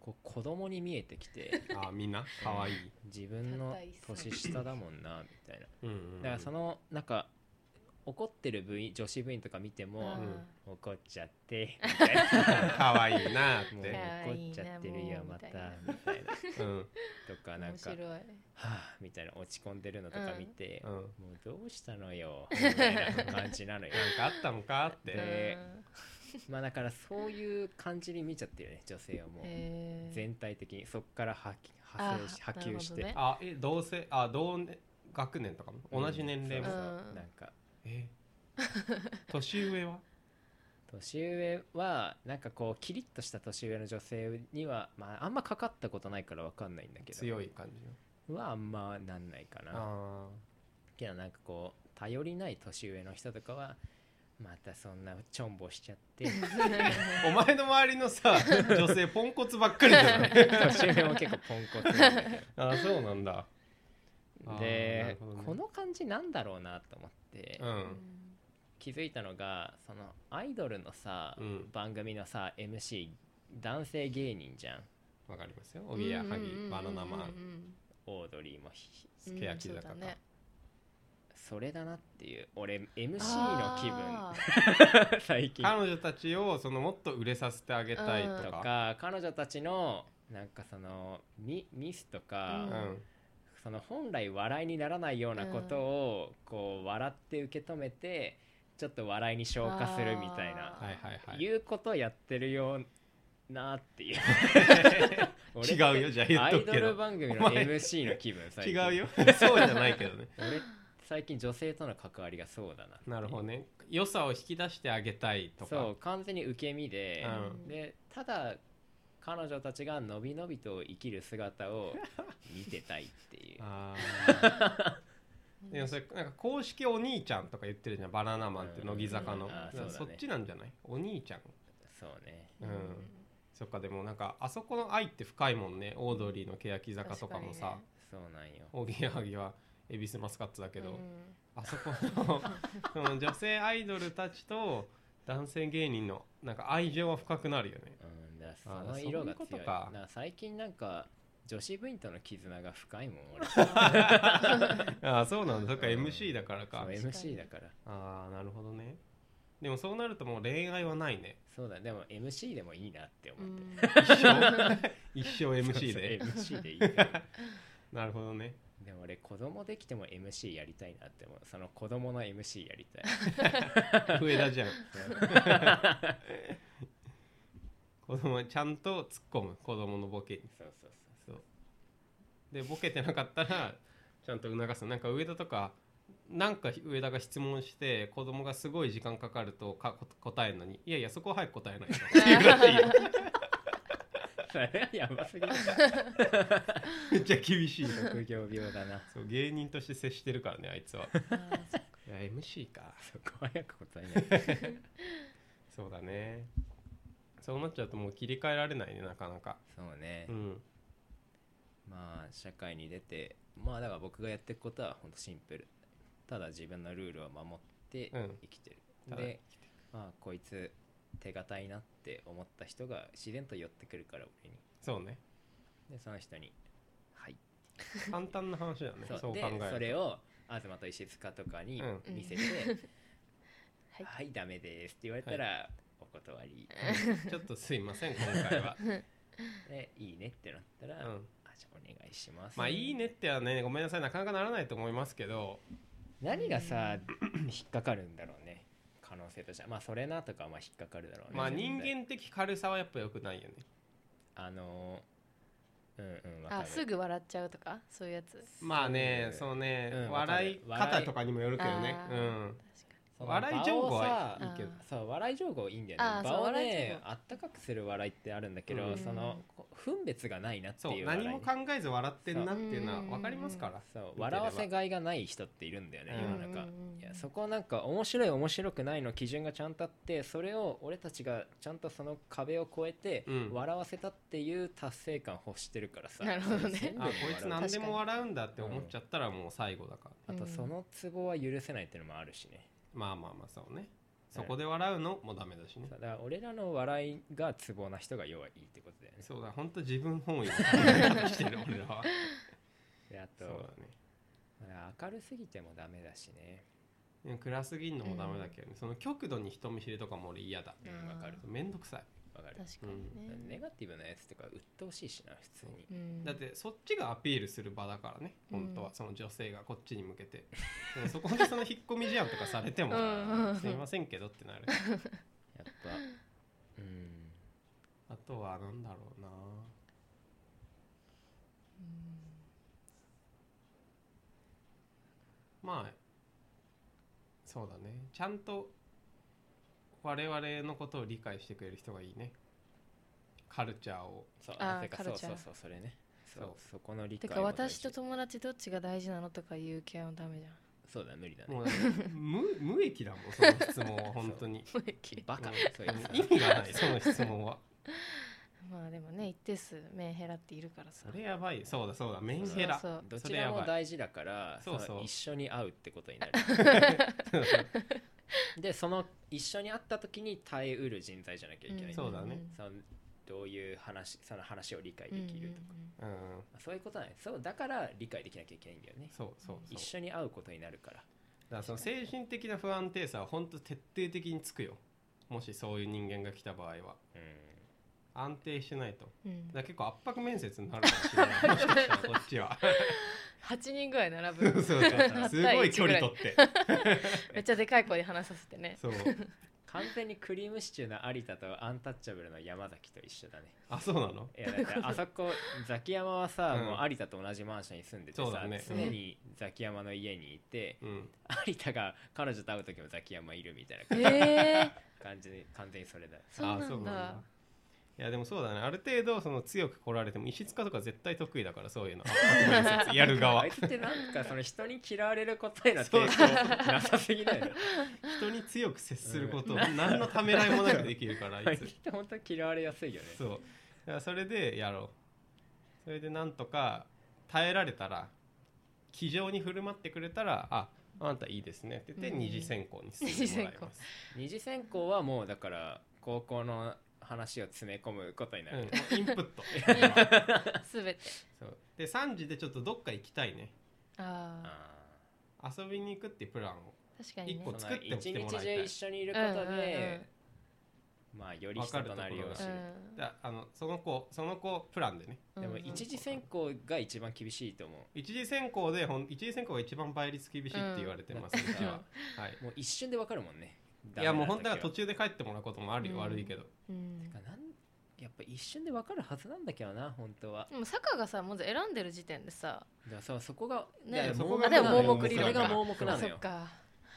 [SPEAKER 1] うこう子供に見えてきて
[SPEAKER 2] あーみんな可愛い
[SPEAKER 1] 自分の
[SPEAKER 3] たった一歳
[SPEAKER 1] 年下だもんなみたいな
[SPEAKER 2] うんうん
[SPEAKER 1] だからそのなんか怒ってる部員女子部員とか見ても、
[SPEAKER 3] あ
[SPEAKER 2] う
[SPEAKER 3] ー
[SPEAKER 2] ん
[SPEAKER 1] 怒っちゃ
[SPEAKER 3] [LAUGHS]
[SPEAKER 1] ってみたいな
[SPEAKER 2] [LAUGHS] 可愛いなー
[SPEAKER 1] も
[SPEAKER 2] っ
[SPEAKER 1] う
[SPEAKER 2] て
[SPEAKER 3] 可愛
[SPEAKER 1] 怒
[SPEAKER 3] い
[SPEAKER 1] っ
[SPEAKER 3] な
[SPEAKER 1] ちゃってるよ
[SPEAKER 3] もう
[SPEAKER 1] また
[SPEAKER 3] みたい
[SPEAKER 1] み
[SPEAKER 3] な
[SPEAKER 1] たいな
[SPEAKER 2] うん
[SPEAKER 1] と
[SPEAKER 3] [LAUGHS]
[SPEAKER 1] かなんか
[SPEAKER 3] 面白い
[SPEAKER 1] はあみたいな落ち込んでるのとか見て、
[SPEAKER 2] うん
[SPEAKER 1] もうどうしたのよみたいな感じ
[SPEAKER 3] [LAUGHS]
[SPEAKER 1] なのよ
[SPEAKER 2] なんかあったのかって、
[SPEAKER 1] うんで
[SPEAKER 3] うん
[SPEAKER 1] まあだからそういう感じに見ちゃってるよね女性をもう
[SPEAKER 3] へー
[SPEAKER 1] 全体的にそっから波及派生し
[SPEAKER 3] あ
[SPEAKER 1] 波及して、
[SPEAKER 3] なるほどね
[SPEAKER 2] あえ同性あ同年学年とかも同じ年齢
[SPEAKER 1] うん
[SPEAKER 2] も、
[SPEAKER 1] そうそう
[SPEAKER 3] うん
[SPEAKER 1] なんか
[SPEAKER 2] え [LAUGHS] 年上は
[SPEAKER 1] 年上はなんかこうキリッとした年上の女性には、まあ、あんまかかったことないからわかんないんだけど
[SPEAKER 2] 強い感じの
[SPEAKER 1] はあんまなんないかな
[SPEAKER 2] あ
[SPEAKER 1] けどなんかこう頼りない年上の人とかはまたそんなちょんぼしちゃって
[SPEAKER 2] [LAUGHS] お前の周りの [LAUGHS] さ女性ポンコツばっかりじゃない
[SPEAKER 1] 年上も結構ポンコツなんだけ
[SPEAKER 2] [LAUGHS] あーそうなんだ [LAUGHS] あ
[SPEAKER 1] ど
[SPEAKER 2] ーなる
[SPEAKER 1] で
[SPEAKER 2] ほどね
[SPEAKER 1] この感じなんだろうなと思って
[SPEAKER 2] うん
[SPEAKER 1] 気づいたのがそのアイドルのさ、
[SPEAKER 2] うん
[SPEAKER 1] 番組のさ MC 男性芸人じゃん
[SPEAKER 2] わかりますよおぎやはぎバナナマン
[SPEAKER 3] ン
[SPEAKER 1] オードリーもひ
[SPEAKER 2] すき焼き坂か、
[SPEAKER 3] うんそうだね
[SPEAKER 1] それだなっていう俺 MC の気分 [LAUGHS] 最近
[SPEAKER 2] 彼女たちをそのもっと売れさせてあげたいと
[SPEAKER 1] と
[SPEAKER 2] か、
[SPEAKER 1] か彼女たちのなんかそのミミスとか、
[SPEAKER 2] う
[SPEAKER 3] うんん
[SPEAKER 1] その本来笑いにならないようなことをこう笑って受け止めてちょっと笑いに消化するみたいな
[SPEAKER 3] あ
[SPEAKER 2] はいはいはい
[SPEAKER 1] いうことをやってるようなって
[SPEAKER 2] [LAUGHS]
[SPEAKER 1] いう俺って
[SPEAKER 2] 違うよじゃあ言っ
[SPEAKER 1] ア
[SPEAKER 2] と
[SPEAKER 1] イ
[SPEAKER 2] く
[SPEAKER 1] ド
[SPEAKER 2] け
[SPEAKER 1] ル
[SPEAKER 2] ど
[SPEAKER 1] 番組
[SPEAKER 2] お
[SPEAKER 1] の
[SPEAKER 2] 前
[SPEAKER 1] MC の気分最近
[SPEAKER 2] [LAUGHS] 違うよそうじゃないけど [LAUGHS] ね
[SPEAKER 1] 俺最近女性との関わりがそうだな
[SPEAKER 2] なるほどね良さを引き出してあげたいとか
[SPEAKER 1] そう完全に受け身で、
[SPEAKER 2] うん
[SPEAKER 1] でただ彼女たちがのびのびと生きる姿
[SPEAKER 2] [LAUGHS]
[SPEAKER 1] を見てたいっていう
[SPEAKER 2] あー
[SPEAKER 3] うん
[SPEAKER 2] でもそれなんか公式お兄ちゃんとか言ってるじゃんバナナマンって乃木坂の
[SPEAKER 1] うんあー
[SPEAKER 2] だから
[SPEAKER 1] そ
[SPEAKER 2] そう
[SPEAKER 1] だね
[SPEAKER 2] っちなんじゃないお兄ちゃん
[SPEAKER 1] そうね
[SPEAKER 2] うんそっかでもなんかあそこの愛って深いもんねオードリーの欅坂とかもさ
[SPEAKER 1] そうなんよ
[SPEAKER 2] おぎやはぎは恵比寿マスカッツだけ
[SPEAKER 3] 確か
[SPEAKER 2] ど、
[SPEAKER 3] にね
[SPEAKER 2] あそこ [LAUGHS] のその女性アイドルたちと男性芸人のなんか愛情は深くなるよね
[SPEAKER 1] うん、だから
[SPEAKER 2] あ
[SPEAKER 1] その色が
[SPEAKER 2] そういうこ
[SPEAKER 1] 強い
[SPEAKER 2] とか
[SPEAKER 1] な最近なんか女子部員との絆が深いもん
[SPEAKER 2] [LAUGHS] ああそうなんだそっか
[SPEAKER 1] うん
[SPEAKER 2] MC だからか
[SPEAKER 1] 俺そう MC だから
[SPEAKER 2] ああなるほどねでもそうなるともう恋愛はない [LAUGHS] ね
[SPEAKER 1] そうだでも MC でもいいなって思
[SPEAKER 3] う
[SPEAKER 1] って、
[SPEAKER 3] ん
[SPEAKER 2] 一 [LAUGHS] 生一生 MC で
[SPEAKER 1] そうそう MC
[SPEAKER 2] [LAUGHS]
[SPEAKER 1] でいいから
[SPEAKER 2] なるほどね
[SPEAKER 1] でも俺子供できても MC やりたいなって思うその子供の MC やりたい
[SPEAKER 2] 上田じゃ [LAUGHS] ん
[SPEAKER 1] そう
[SPEAKER 2] 子供ちゃんと突っ込む子供のボケに
[SPEAKER 1] そうそう
[SPEAKER 2] そうでボケてなかったらちゃんと促すなんか上田とかなんか上田が質問して子供がすごい時間かかるとかこ答えるのに「いやいやそこは早く答
[SPEAKER 1] [LAUGHS]
[SPEAKER 2] えないと」っていうらしいよ
[SPEAKER 1] それはやばすぎ
[SPEAKER 2] [LAUGHS]
[SPEAKER 1] る
[SPEAKER 2] めっちゃ厳しいな
[SPEAKER 1] 職業病だな
[SPEAKER 2] そう芸人として接してるからねあいつは
[SPEAKER 3] あーそっか
[SPEAKER 2] いや MC か
[SPEAKER 1] そこは早く答えない
[SPEAKER 2] そうだねそうなっちゃうともう切り替えられないねなかなか
[SPEAKER 1] そうね、
[SPEAKER 2] うん
[SPEAKER 1] まあ社会に出てまあだから僕がやっていくことは本当シンプルただ自分のルールを守って
[SPEAKER 2] うん
[SPEAKER 1] 生きてる、
[SPEAKER 2] ただ
[SPEAKER 1] でまあこいつ手堅いなって思った人が自然と寄ってくるから俺に
[SPEAKER 2] そうね
[SPEAKER 1] でその人に「はい」
[SPEAKER 2] 簡単な話だねそう
[SPEAKER 1] で
[SPEAKER 2] 考えると
[SPEAKER 1] それを東と石塚とかに
[SPEAKER 2] うん
[SPEAKER 1] 見せ [LAUGHS] て「
[SPEAKER 3] はい
[SPEAKER 1] はいダメです」って言われたらお断り
[SPEAKER 2] うんちょっとすいません今
[SPEAKER 1] [LAUGHS]
[SPEAKER 2] 回は、
[SPEAKER 1] で「いいね」ってなったら「
[SPEAKER 2] うん、
[SPEAKER 1] あじゃあお願いします」
[SPEAKER 2] まあいいねってはねごめんなさいなかなかならないと思いますけど
[SPEAKER 1] 何がさ引っかかるんだろうね可能性としてはまあそれなとかはまあ引っかかるだろうね
[SPEAKER 2] まあ
[SPEAKER 1] 絶対
[SPEAKER 2] 人間的軽さはやっぱ良くないよね
[SPEAKER 1] あのーうんうんわか
[SPEAKER 3] あ
[SPEAKER 1] る
[SPEAKER 3] すぐ笑っちゃうとかそういうやつ確
[SPEAKER 2] まあね
[SPEAKER 1] そう
[SPEAKER 2] そうね、
[SPEAKER 1] うん
[SPEAKER 2] 笑い
[SPEAKER 1] わかる
[SPEAKER 2] 方とかにもよるけどね
[SPEAKER 3] あ
[SPEAKER 2] う
[SPEAKER 3] ー
[SPEAKER 2] ん
[SPEAKER 3] か
[SPEAKER 1] その
[SPEAKER 2] 笑い情報は
[SPEAKER 1] 場を
[SPEAKER 2] い
[SPEAKER 1] さ
[SPEAKER 2] いけど
[SPEAKER 3] あ
[SPEAKER 1] そう笑い情報いいんだよ
[SPEAKER 3] あ
[SPEAKER 1] ね場
[SPEAKER 3] ー
[SPEAKER 1] を
[SPEAKER 3] そう笑い
[SPEAKER 1] ね
[SPEAKER 3] 情報
[SPEAKER 1] あったかくする笑いってあるんだけ
[SPEAKER 2] う
[SPEAKER 1] ど
[SPEAKER 2] ん
[SPEAKER 1] そのこ分別がないなって
[SPEAKER 2] そう
[SPEAKER 1] いう笑い
[SPEAKER 2] 何も考えず笑ってんなっていうのは分かりますから
[SPEAKER 1] そう笑わせがいがない人っているんだよね
[SPEAKER 2] うん
[SPEAKER 1] 世の中
[SPEAKER 3] うんうんうん
[SPEAKER 1] いやそこなんか面白い面白くないの基準がちゃんとあってそれを俺たちがちゃんとその壁を越えて
[SPEAKER 2] うん
[SPEAKER 1] 笑わせたっていう達成感欲してるからさ
[SPEAKER 3] なるほどね
[SPEAKER 1] 全部
[SPEAKER 2] あ
[SPEAKER 1] 笑
[SPEAKER 2] こ
[SPEAKER 1] う
[SPEAKER 2] いつ何でも笑うんだって思っちゃったらもう最後だから、
[SPEAKER 1] あとそのツボは許せないっていうのもあるしね
[SPEAKER 2] まあまあまあそうねそこで笑うのもダメだしね
[SPEAKER 1] そうだから俺らの笑いがツボな人が弱いってことだよね
[SPEAKER 2] そうだ本当自分本位の考え方してる俺らは
[SPEAKER 1] であと
[SPEAKER 2] そうだね
[SPEAKER 1] 明るすぎてもダメだしね
[SPEAKER 2] でも暗すぎんのもダメだけどね、その極度に人見知りとかも俺嫌だ
[SPEAKER 1] う
[SPEAKER 3] あ
[SPEAKER 1] ん
[SPEAKER 3] ー
[SPEAKER 1] わかる
[SPEAKER 2] めんどくさい
[SPEAKER 1] わかる
[SPEAKER 3] 確かにね
[SPEAKER 1] ネガティブなやつとか鬱陶しいしな普通に
[SPEAKER 3] うん
[SPEAKER 2] だってそっちがアピールする場だからね
[SPEAKER 3] うん
[SPEAKER 2] 本当はその女性がこっちに向けて、でもそこでその引っ込み思案とかされても
[SPEAKER 3] うんうん
[SPEAKER 2] すいませんけどってなる
[SPEAKER 1] やっぱうん
[SPEAKER 2] あとはなんだろうなまあそうだねちゃんと我々のことを理解してくれる人がいいねカルチャーを
[SPEAKER 1] そう
[SPEAKER 3] あー
[SPEAKER 1] あてか
[SPEAKER 3] カ
[SPEAKER 1] そ
[SPEAKER 3] ル
[SPEAKER 1] う
[SPEAKER 3] チ
[SPEAKER 1] そ
[SPEAKER 3] ャー
[SPEAKER 1] うそうそれねそうそこの理
[SPEAKER 3] て
[SPEAKER 1] 解
[SPEAKER 3] か
[SPEAKER 1] も大
[SPEAKER 3] 私
[SPEAKER 1] 事
[SPEAKER 3] と友達どっちが大事なのとか言う系はダメじゃん
[SPEAKER 1] そうだ無理だね
[SPEAKER 2] もうだ
[SPEAKER 3] [LAUGHS]
[SPEAKER 2] って無無益だもんその質問は本当に
[SPEAKER 3] 無益
[SPEAKER 1] バカ
[SPEAKER 2] うん
[SPEAKER 1] そういうさ
[SPEAKER 2] 意味がないその質問は
[SPEAKER 3] まあでもね一定数メンヘラっているからさ
[SPEAKER 2] それやばいそうだそうだメンヘラ
[SPEAKER 3] そうそう
[SPEAKER 1] ど
[SPEAKER 2] そ
[SPEAKER 1] ち
[SPEAKER 2] れや
[SPEAKER 1] ら
[SPEAKER 2] ば
[SPEAKER 1] も
[SPEAKER 2] い
[SPEAKER 1] 大事だから
[SPEAKER 2] そうそう
[SPEAKER 1] の一緒に会うってことに
[SPEAKER 3] [LAUGHS]
[SPEAKER 1] なるでその一緒に会った時に耐えうる人材じゃなきゃいけない、
[SPEAKER 3] ん
[SPEAKER 2] そうだね
[SPEAKER 3] ん
[SPEAKER 1] そのどういう話その話を理解できるとか、
[SPEAKER 3] うんうん
[SPEAKER 2] [LAUGHS] うん
[SPEAKER 1] まあそういうことなんですそうだから理解できなきゃいけないんだよね
[SPEAKER 2] そうそうそう
[SPEAKER 1] 一緒に会うことになるから
[SPEAKER 2] だからその精神的な不安定さは本当徹底的につくよもしそういう人間が来た場合は
[SPEAKER 1] うん
[SPEAKER 2] 安定してないとだか
[SPEAKER 3] うんうん
[SPEAKER 2] ら結構圧迫面接になるかもしれな
[SPEAKER 3] [LAUGHS]
[SPEAKER 2] いもしかしたらこっちは
[SPEAKER 3] 8人ぐらい並
[SPEAKER 2] [LAUGHS] そう
[SPEAKER 3] ぶ
[SPEAKER 2] そうそうすごい距離取って
[SPEAKER 3] めっちゃでかい声で話させてね
[SPEAKER 2] そう
[SPEAKER 1] 完全にクリームシチューの有田とアンタッチャブルの山崎と一緒だね
[SPEAKER 2] あそうなの
[SPEAKER 1] いやだってあそこザキヤマはさ、
[SPEAKER 2] うん
[SPEAKER 1] もう有田と同じマンションに住んでて
[SPEAKER 2] そう
[SPEAKER 1] さ、
[SPEAKER 2] だね
[SPEAKER 1] 常にザキヤマの家にいて、
[SPEAKER 2] うん
[SPEAKER 1] 有田が彼女と会う時もザキヤマいるみたいな感じ
[SPEAKER 3] [LAUGHS] えー、
[SPEAKER 1] 感じで完全にそれだよ
[SPEAKER 3] そうなんだ
[SPEAKER 2] いやでもそうだねある程度その強く来られても石塚とか絶対得意だからそういうの面接やる側
[SPEAKER 3] [LAUGHS]
[SPEAKER 1] あいつってなんかその人に嫌われることへの
[SPEAKER 2] そう
[SPEAKER 1] 抵
[SPEAKER 2] そう
[SPEAKER 1] 抗なさすぎだよね
[SPEAKER 2] 人に強く接することを何のためらいもなくできる
[SPEAKER 3] [LAUGHS]
[SPEAKER 2] から
[SPEAKER 1] あ
[SPEAKER 2] あい
[SPEAKER 1] いつ
[SPEAKER 2] つ
[SPEAKER 1] って本当に嫌われやすいよね
[SPEAKER 2] そうだからそれでやろうそれでなんとか耐えられたら気丈に振る舞ってくれたらああんたいいですねって言って
[SPEAKER 3] うん
[SPEAKER 2] 二次選考に進んでもらいます、
[SPEAKER 1] 二次選考はもうだから高校の話を詰め込むことにな
[SPEAKER 2] う
[SPEAKER 1] る、
[SPEAKER 2] んもうインプット
[SPEAKER 3] すべて
[SPEAKER 2] そうで3次でちょっとどっか行きたいね
[SPEAKER 3] あ
[SPEAKER 1] あ
[SPEAKER 2] 遊びに行くっていうプランを
[SPEAKER 3] ー確かにね
[SPEAKER 2] 一
[SPEAKER 1] ー
[SPEAKER 2] 個作っておいてもらいた
[SPEAKER 1] その
[SPEAKER 2] い
[SPEAKER 1] 一日中一緒にいること
[SPEAKER 3] うんうん
[SPEAKER 1] で
[SPEAKER 3] う、
[SPEAKER 1] まあより人となりを知
[SPEAKER 2] う
[SPEAKER 1] る
[SPEAKER 3] ん
[SPEAKER 2] だあのその子その子プランでね
[SPEAKER 3] うん
[SPEAKER 1] でも一次選考が一番厳しいと思う
[SPEAKER 2] 一次選考でほん一次選考が一番倍率厳しいって言われてます
[SPEAKER 1] うん
[SPEAKER 2] から、はい、
[SPEAKER 1] もう一瞬でわかるもんね
[SPEAKER 2] いやもう本当は途
[SPEAKER 1] 中
[SPEAKER 2] 中で帰ってもらうこともあるよ、
[SPEAKER 3] うん
[SPEAKER 2] 悪いけど
[SPEAKER 3] うん
[SPEAKER 1] なんやっぱ一瞬でわかるはずなんだけどな本当は
[SPEAKER 3] でも坂がさまず選んでる時点でさ
[SPEAKER 1] だからさそこが
[SPEAKER 3] ね
[SPEAKER 1] だから
[SPEAKER 3] そ
[SPEAKER 2] こ
[SPEAKER 1] 盲目
[SPEAKER 2] が
[SPEAKER 1] なのよ
[SPEAKER 3] あでも盲目理論
[SPEAKER 1] それが
[SPEAKER 2] か
[SPEAKER 1] 盲目な
[SPEAKER 3] あ
[SPEAKER 1] の
[SPEAKER 3] そ
[SPEAKER 1] よ
[SPEAKER 3] っか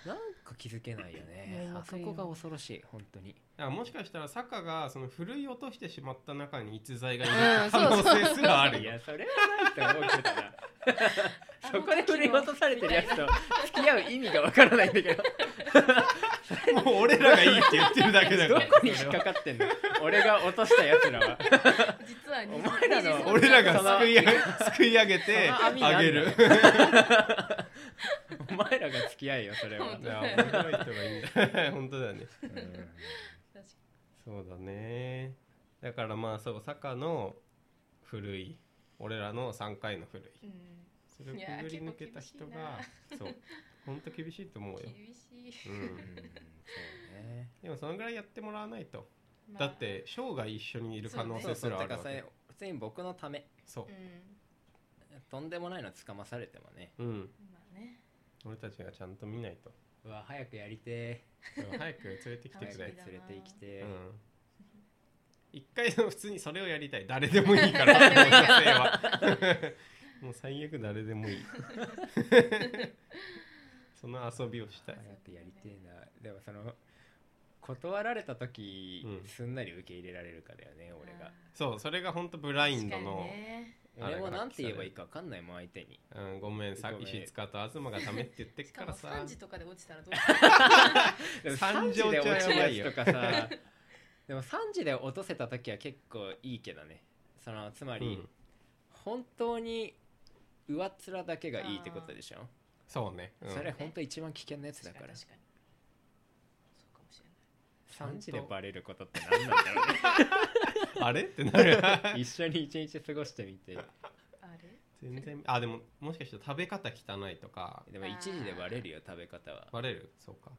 [SPEAKER 1] なんか気づけないよね
[SPEAKER 3] 盲目理論
[SPEAKER 1] あそこが恐ろしい本当に
[SPEAKER 2] だからもしかしたら坂がそのふるい落としてしまった中に逸材がいる
[SPEAKER 3] う
[SPEAKER 2] [LAUGHS]
[SPEAKER 3] ん
[SPEAKER 2] 可能性すらある
[SPEAKER 1] い [LAUGHS]
[SPEAKER 2] よ、
[SPEAKER 1] やそれはないと思うけどなそこで振り落とされてるやつと付き合う意味がわからないんだけど
[SPEAKER 2] もう俺らがいいって言ってるだけだか
[SPEAKER 1] ど
[SPEAKER 2] ら
[SPEAKER 1] こに引っかかってんの俺が落としたやつらは
[SPEAKER 3] [LAUGHS] 実は
[SPEAKER 1] お前らの
[SPEAKER 3] 23
[SPEAKER 2] 俺らが救い上げ救い上げて
[SPEAKER 1] その網があ
[SPEAKER 2] あげ
[SPEAKER 1] る
[SPEAKER 2] る
[SPEAKER 1] お前らが付き合えよそれは
[SPEAKER 3] 本
[SPEAKER 2] い
[SPEAKER 3] 当
[SPEAKER 2] や
[SPEAKER 3] だよ
[SPEAKER 2] 面白い人がいいんだ [LAUGHS] 本当だよね
[SPEAKER 1] うん
[SPEAKER 3] 確か
[SPEAKER 2] そうだねだからまあそう坂の古い俺らの3回の古い
[SPEAKER 3] に
[SPEAKER 2] それを
[SPEAKER 3] いや
[SPEAKER 2] くぐり抜けた人がそう本当厳しいと思う
[SPEAKER 3] うん
[SPEAKER 2] よ、
[SPEAKER 3] 厳しい
[SPEAKER 2] うん
[SPEAKER 1] うんそうね
[SPEAKER 2] でもそのぐらいやってもらわないと、
[SPEAKER 3] まあ
[SPEAKER 2] だって生涯一緒にいる可能
[SPEAKER 1] そ
[SPEAKER 2] 性
[SPEAKER 1] う
[SPEAKER 2] す
[SPEAKER 1] そう
[SPEAKER 2] らあ
[SPEAKER 1] だ
[SPEAKER 2] る
[SPEAKER 1] か
[SPEAKER 2] わ
[SPEAKER 1] らそ
[SPEAKER 2] け
[SPEAKER 1] れ普通に僕のため
[SPEAKER 2] そう
[SPEAKER 3] うん
[SPEAKER 1] とんでもないのつかまされてもね
[SPEAKER 2] うん
[SPEAKER 3] まあね
[SPEAKER 2] 俺たちがちゃんと見ないと
[SPEAKER 1] うわ早くやりて
[SPEAKER 2] でも [LAUGHS] 早く連れてき
[SPEAKER 1] ー
[SPEAKER 2] て
[SPEAKER 1] 早
[SPEAKER 2] く
[SPEAKER 1] く
[SPEAKER 2] れ
[SPEAKER 1] 連れてきて
[SPEAKER 2] う
[SPEAKER 1] ー、
[SPEAKER 2] ん一回その普通にそれをやりたい誰でもいいから
[SPEAKER 3] [LAUGHS]
[SPEAKER 2] この女性はもう最悪誰でも
[SPEAKER 3] [LAUGHS]
[SPEAKER 2] いいその遊びをしたい
[SPEAKER 1] 早くやりてえなでもその断られた時、
[SPEAKER 2] うん
[SPEAKER 1] すんなり受け入れられるかだよね俺が
[SPEAKER 2] そうそれが本当ブラインド
[SPEAKER 3] 確か
[SPEAKER 2] の
[SPEAKER 3] に、ね
[SPEAKER 2] あれ
[SPEAKER 1] 俺
[SPEAKER 2] が
[SPEAKER 1] もなんて言えばいいか分かんないもん相手に
[SPEAKER 2] うん、ごめんさ
[SPEAKER 1] ごめん
[SPEAKER 2] 石塚と東がダメって言ってっ
[SPEAKER 3] し
[SPEAKER 2] か
[SPEAKER 3] からも
[SPEAKER 2] さ
[SPEAKER 3] 3時とかで落ちたらどうする
[SPEAKER 1] でも
[SPEAKER 2] 三
[SPEAKER 1] 3
[SPEAKER 2] 時
[SPEAKER 1] 時で
[SPEAKER 2] 落ちは
[SPEAKER 1] 落ちる
[SPEAKER 2] やばいよ
[SPEAKER 1] やつとかさ [LAUGHS] でも3時で落とせた時は結構いいけどねそのつまり、
[SPEAKER 2] うん
[SPEAKER 1] 本当に上っ面だけがいいってことでしょ、
[SPEAKER 2] そうね、うん
[SPEAKER 1] それ本当一番危険なやつだから
[SPEAKER 3] 確かに確かにそうかもしれない
[SPEAKER 1] 3時でバレることって何なんだろ
[SPEAKER 2] あれってな [LAUGHS] る
[SPEAKER 1] うね一緒に一日過ごしてみて
[SPEAKER 3] あれ
[SPEAKER 2] 全然あでももしかしたら食べ方汚いとか
[SPEAKER 1] でも1時でバレるよ食べ方は
[SPEAKER 2] バレるそうか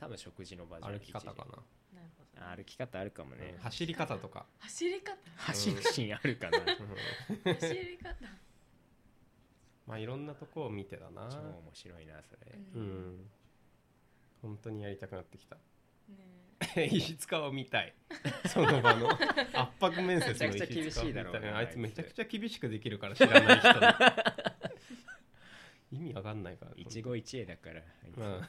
[SPEAKER 1] 多分食事の場所
[SPEAKER 2] 歩き方か
[SPEAKER 3] なるほど
[SPEAKER 1] 歩き方あるかも
[SPEAKER 2] な、
[SPEAKER 1] ね
[SPEAKER 2] うん、走り方とか、
[SPEAKER 3] 走り方
[SPEAKER 1] 走るシーンあるか
[SPEAKER 2] [LAUGHS]
[SPEAKER 1] な
[SPEAKER 2] うん
[SPEAKER 3] 走り方
[SPEAKER 1] [LAUGHS]
[SPEAKER 2] まあいろんなとこを見てだな
[SPEAKER 1] 超面白いなそれ、
[SPEAKER 2] う
[SPEAKER 3] うん
[SPEAKER 2] ん本当にやりたくなっ
[SPEAKER 1] [LAUGHS]
[SPEAKER 2] てきた
[SPEAKER 3] ね
[SPEAKER 2] 石塚を見たい [LAUGHS] その
[SPEAKER 1] [LAUGHS]
[SPEAKER 2] 場の圧迫面接の
[SPEAKER 1] めちゃくちゃ
[SPEAKER 2] 石
[SPEAKER 1] 厳
[SPEAKER 2] 塚
[SPEAKER 1] し
[SPEAKER 2] を見
[SPEAKER 1] い
[SPEAKER 2] た
[SPEAKER 1] だ
[SPEAKER 2] い
[SPEAKER 1] ろうな
[SPEAKER 2] あい
[SPEAKER 1] あい
[SPEAKER 2] つ
[SPEAKER 1] つ
[SPEAKER 2] めちゃくちゃ厳しくできるから知らない人
[SPEAKER 1] [LAUGHS]
[SPEAKER 2] に意味わかんないから
[SPEAKER 1] 一期一会だから、
[SPEAKER 2] うん、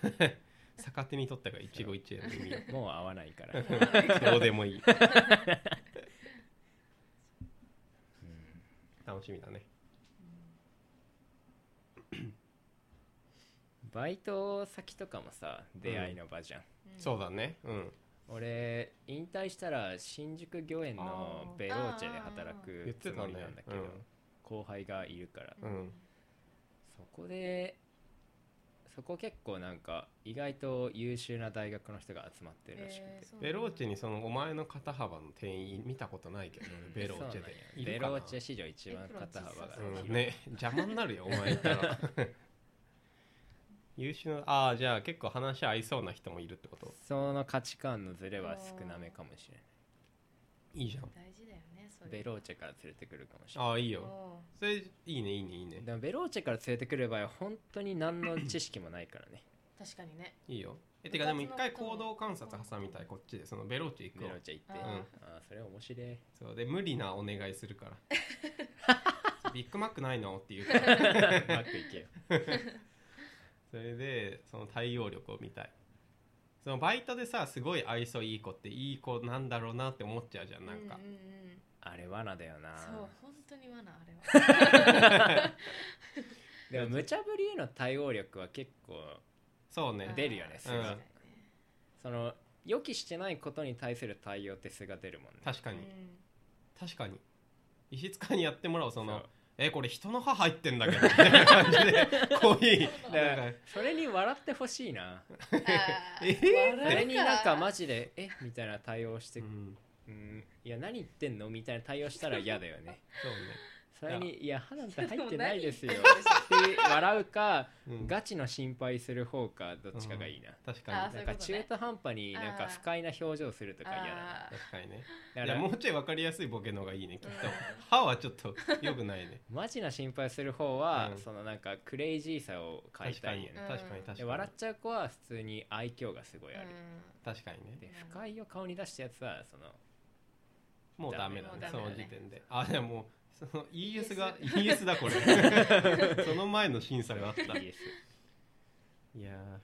[SPEAKER 2] 逆手にとったから一期一会の意味を
[SPEAKER 1] もう会わない
[SPEAKER 2] [LAUGHS]
[SPEAKER 1] から、うん [LAUGHS]
[SPEAKER 2] どうでもいい。楽しみだね。
[SPEAKER 1] バイト先とかもさ出会いの場じゃん、
[SPEAKER 2] そうだねうん
[SPEAKER 1] 俺引退したら新宿御苑のベローチェで働
[SPEAKER 2] 言っ
[SPEAKER 1] く
[SPEAKER 2] て
[SPEAKER 1] つ
[SPEAKER 2] た
[SPEAKER 1] も
[SPEAKER 2] ね
[SPEAKER 1] りなんだけど、後輩がいるから
[SPEAKER 2] うんうん
[SPEAKER 1] そこでそこ結構なんか意外と優秀な大学の人が集まってるらしくて、
[SPEAKER 2] ベローチェにそのお前の肩幅の店員見たことないけど俺ベローチェで
[SPEAKER 1] そうなんよ
[SPEAKER 2] い
[SPEAKER 1] ベ
[SPEAKER 2] るか
[SPEAKER 1] ロ
[SPEAKER 2] な
[SPEAKER 1] ーチェ史上一番肩幅が広い、
[SPEAKER 2] うん、ね邪魔にな
[SPEAKER 1] [LAUGHS]
[SPEAKER 2] るよお前いたら優秀なああじゃあ結構話合いそうな人もいるってこと
[SPEAKER 1] その価値観のズレは少なめかもしれない
[SPEAKER 2] いいじゃん
[SPEAKER 3] 大事だよねそ
[SPEAKER 1] ベローチェから連れてくるかもしれない
[SPEAKER 2] ああいい
[SPEAKER 3] お
[SPEAKER 2] よ
[SPEAKER 3] ー
[SPEAKER 2] それいいねいいねいいね
[SPEAKER 1] でもベローチェから連れてくる場合は本当に何の知識もないからね
[SPEAKER 3] 確かにね
[SPEAKER 2] いいよえてかでも一回
[SPEAKER 3] 部活の
[SPEAKER 2] 行動観察挟みたいこっちでそのベローチェ行く
[SPEAKER 1] ベ
[SPEAKER 2] わ
[SPEAKER 1] ローチェ行って
[SPEAKER 3] あ
[SPEAKER 1] あ
[SPEAKER 2] ー
[SPEAKER 1] あそれ面白
[SPEAKER 2] [LAUGHS]
[SPEAKER 1] い
[SPEAKER 2] そうで無理なお願いする
[SPEAKER 3] [LAUGHS]
[SPEAKER 2] からビッグマックないのって言うから
[SPEAKER 3] [LAUGHS]
[SPEAKER 1] マック行けよ
[SPEAKER 2] それでその対応力を見たいそのバイトでさすごい愛想いい子っていい子なんだろうなって思っちゃうじゃんなんか
[SPEAKER 3] う、んうんうん
[SPEAKER 1] あれ罠だよな
[SPEAKER 3] そう本当に罠あれ
[SPEAKER 1] [LAUGHS]
[SPEAKER 3] は
[SPEAKER 1] でも無茶ぶりへの対応力は結構
[SPEAKER 2] そうね
[SPEAKER 1] 出るよね
[SPEAKER 3] あー
[SPEAKER 1] すごい
[SPEAKER 3] 確かにね
[SPEAKER 1] その予期してないことに対する対応って素が出るもんね
[SPEAKER 2] 確かに、
[SPEAKER 3] うん
[SPEAKER 2] 確かに石塚にやってもらおうその
[SPEAKER 1] そう
[SPEAKER 2] えこれ人の歯入ってん
[SPEAKER 1] [LAUGHS]
[SPEAKER 2] だけどみたいな感じでこういう
[SPEAKER 1] だ
[SPEAKER 2] な
[SPEAKER 1] か
[SPEAKER 2] ん
[SPEAKER 1] ら
[SPEAKER 2] か
[SPEAKER 1] それに笑ってほしいな
[SPEAKER 3] あ
[SPEAKER 2] [LAUGHS] え
[SPEAKER 3] ー
[SPEAKER 1] それになんかマ
[SPEAKER 3] ジ
[SPEAKER 1] ジで「えみたいな対応して
[SPEAKER 2] う、ん
[SPEAKER 1] うん、いや何言ってんのみたいな対応したら嫌だよね
[SPEAKER 2] そう
[SPEAKER 1] それに「いや歯なんて入ってないですよ」っ
[SPEAKER 3] でも
[SPEAKER 1] て笑うか
[SPEAKER 2] ね、うん、
[SPEAKER 1] ガチの心配する方かどっちかがいいな、
[SPEAKER 2] 確か
[SPEAKER 3] あ
[SPEAKER 2] に
[SPEAKER 3] そう
[SPEAKER 1] ない
[SPEAKER 3] うんこ
[SPEAKER 1] か
[SPEAKER 3] とね
[SPEAKER 1] 中途半端になんか不快な表情するとか嫌だな
[SPEAKER 3] あ
[SPEAKER 2] 確かにね
[SPEAKER 1] だ
[SPEAKER 2] い
[SPEAKER 1] から
[SPEAKER 2] やもうちょい分かりやすいボケの方がいいねきっと
[SPEAKER 3] うん
[SPEAKER 2] 歯はちょっと良くな
[SPEAKER 1] [LAUGHS]
[SPEAKER 2] いね
[SPEAKER 1] マジな心配する方は、
[SPEAKER 2] うん
[SPEAKER 1] そのなんかクレイジーさを変え
[SPEAKER 2] 確
[SPEAKER 1] た
[SPEAKER 2] か
[SPEAKER 1] い
[SPEAKER 2] に
[SPEAKER 1] よ
[SPEAKER 3] う
[SPEAKER 1] ね
[SPEAKER 3] ん、
[SPEAKER 2] 確かに確かに
[SPEAKER 1] で笑っちゃう子は普通に愛嬌がすごいある、
[SPEAKER 3] ー
[SPEAKER 2] 確かにね
[SPEAKER 1] で不快を顔に出したやつはその
[SPEAKER 2] もうダメだね
[SPEAKER 3] ダメ
[SPEAKER 2] そ
[SPEAKER 3] もう
[SPEAKER 2] の
[SPEAKER 3] ダメだ
[SPEAKER 2] 時
[SPEAKER 3] ね
[SPEAKER 2] 点であでもその ES が
[SPEAKER 3] ES
[SPEAKER 2] ES だこ
[SPEAKER 1] [LAUGHS]
[SPEAKER 2] れその前の審査があったい
[SPEAKER 1] ES
[SPEAKER 2] や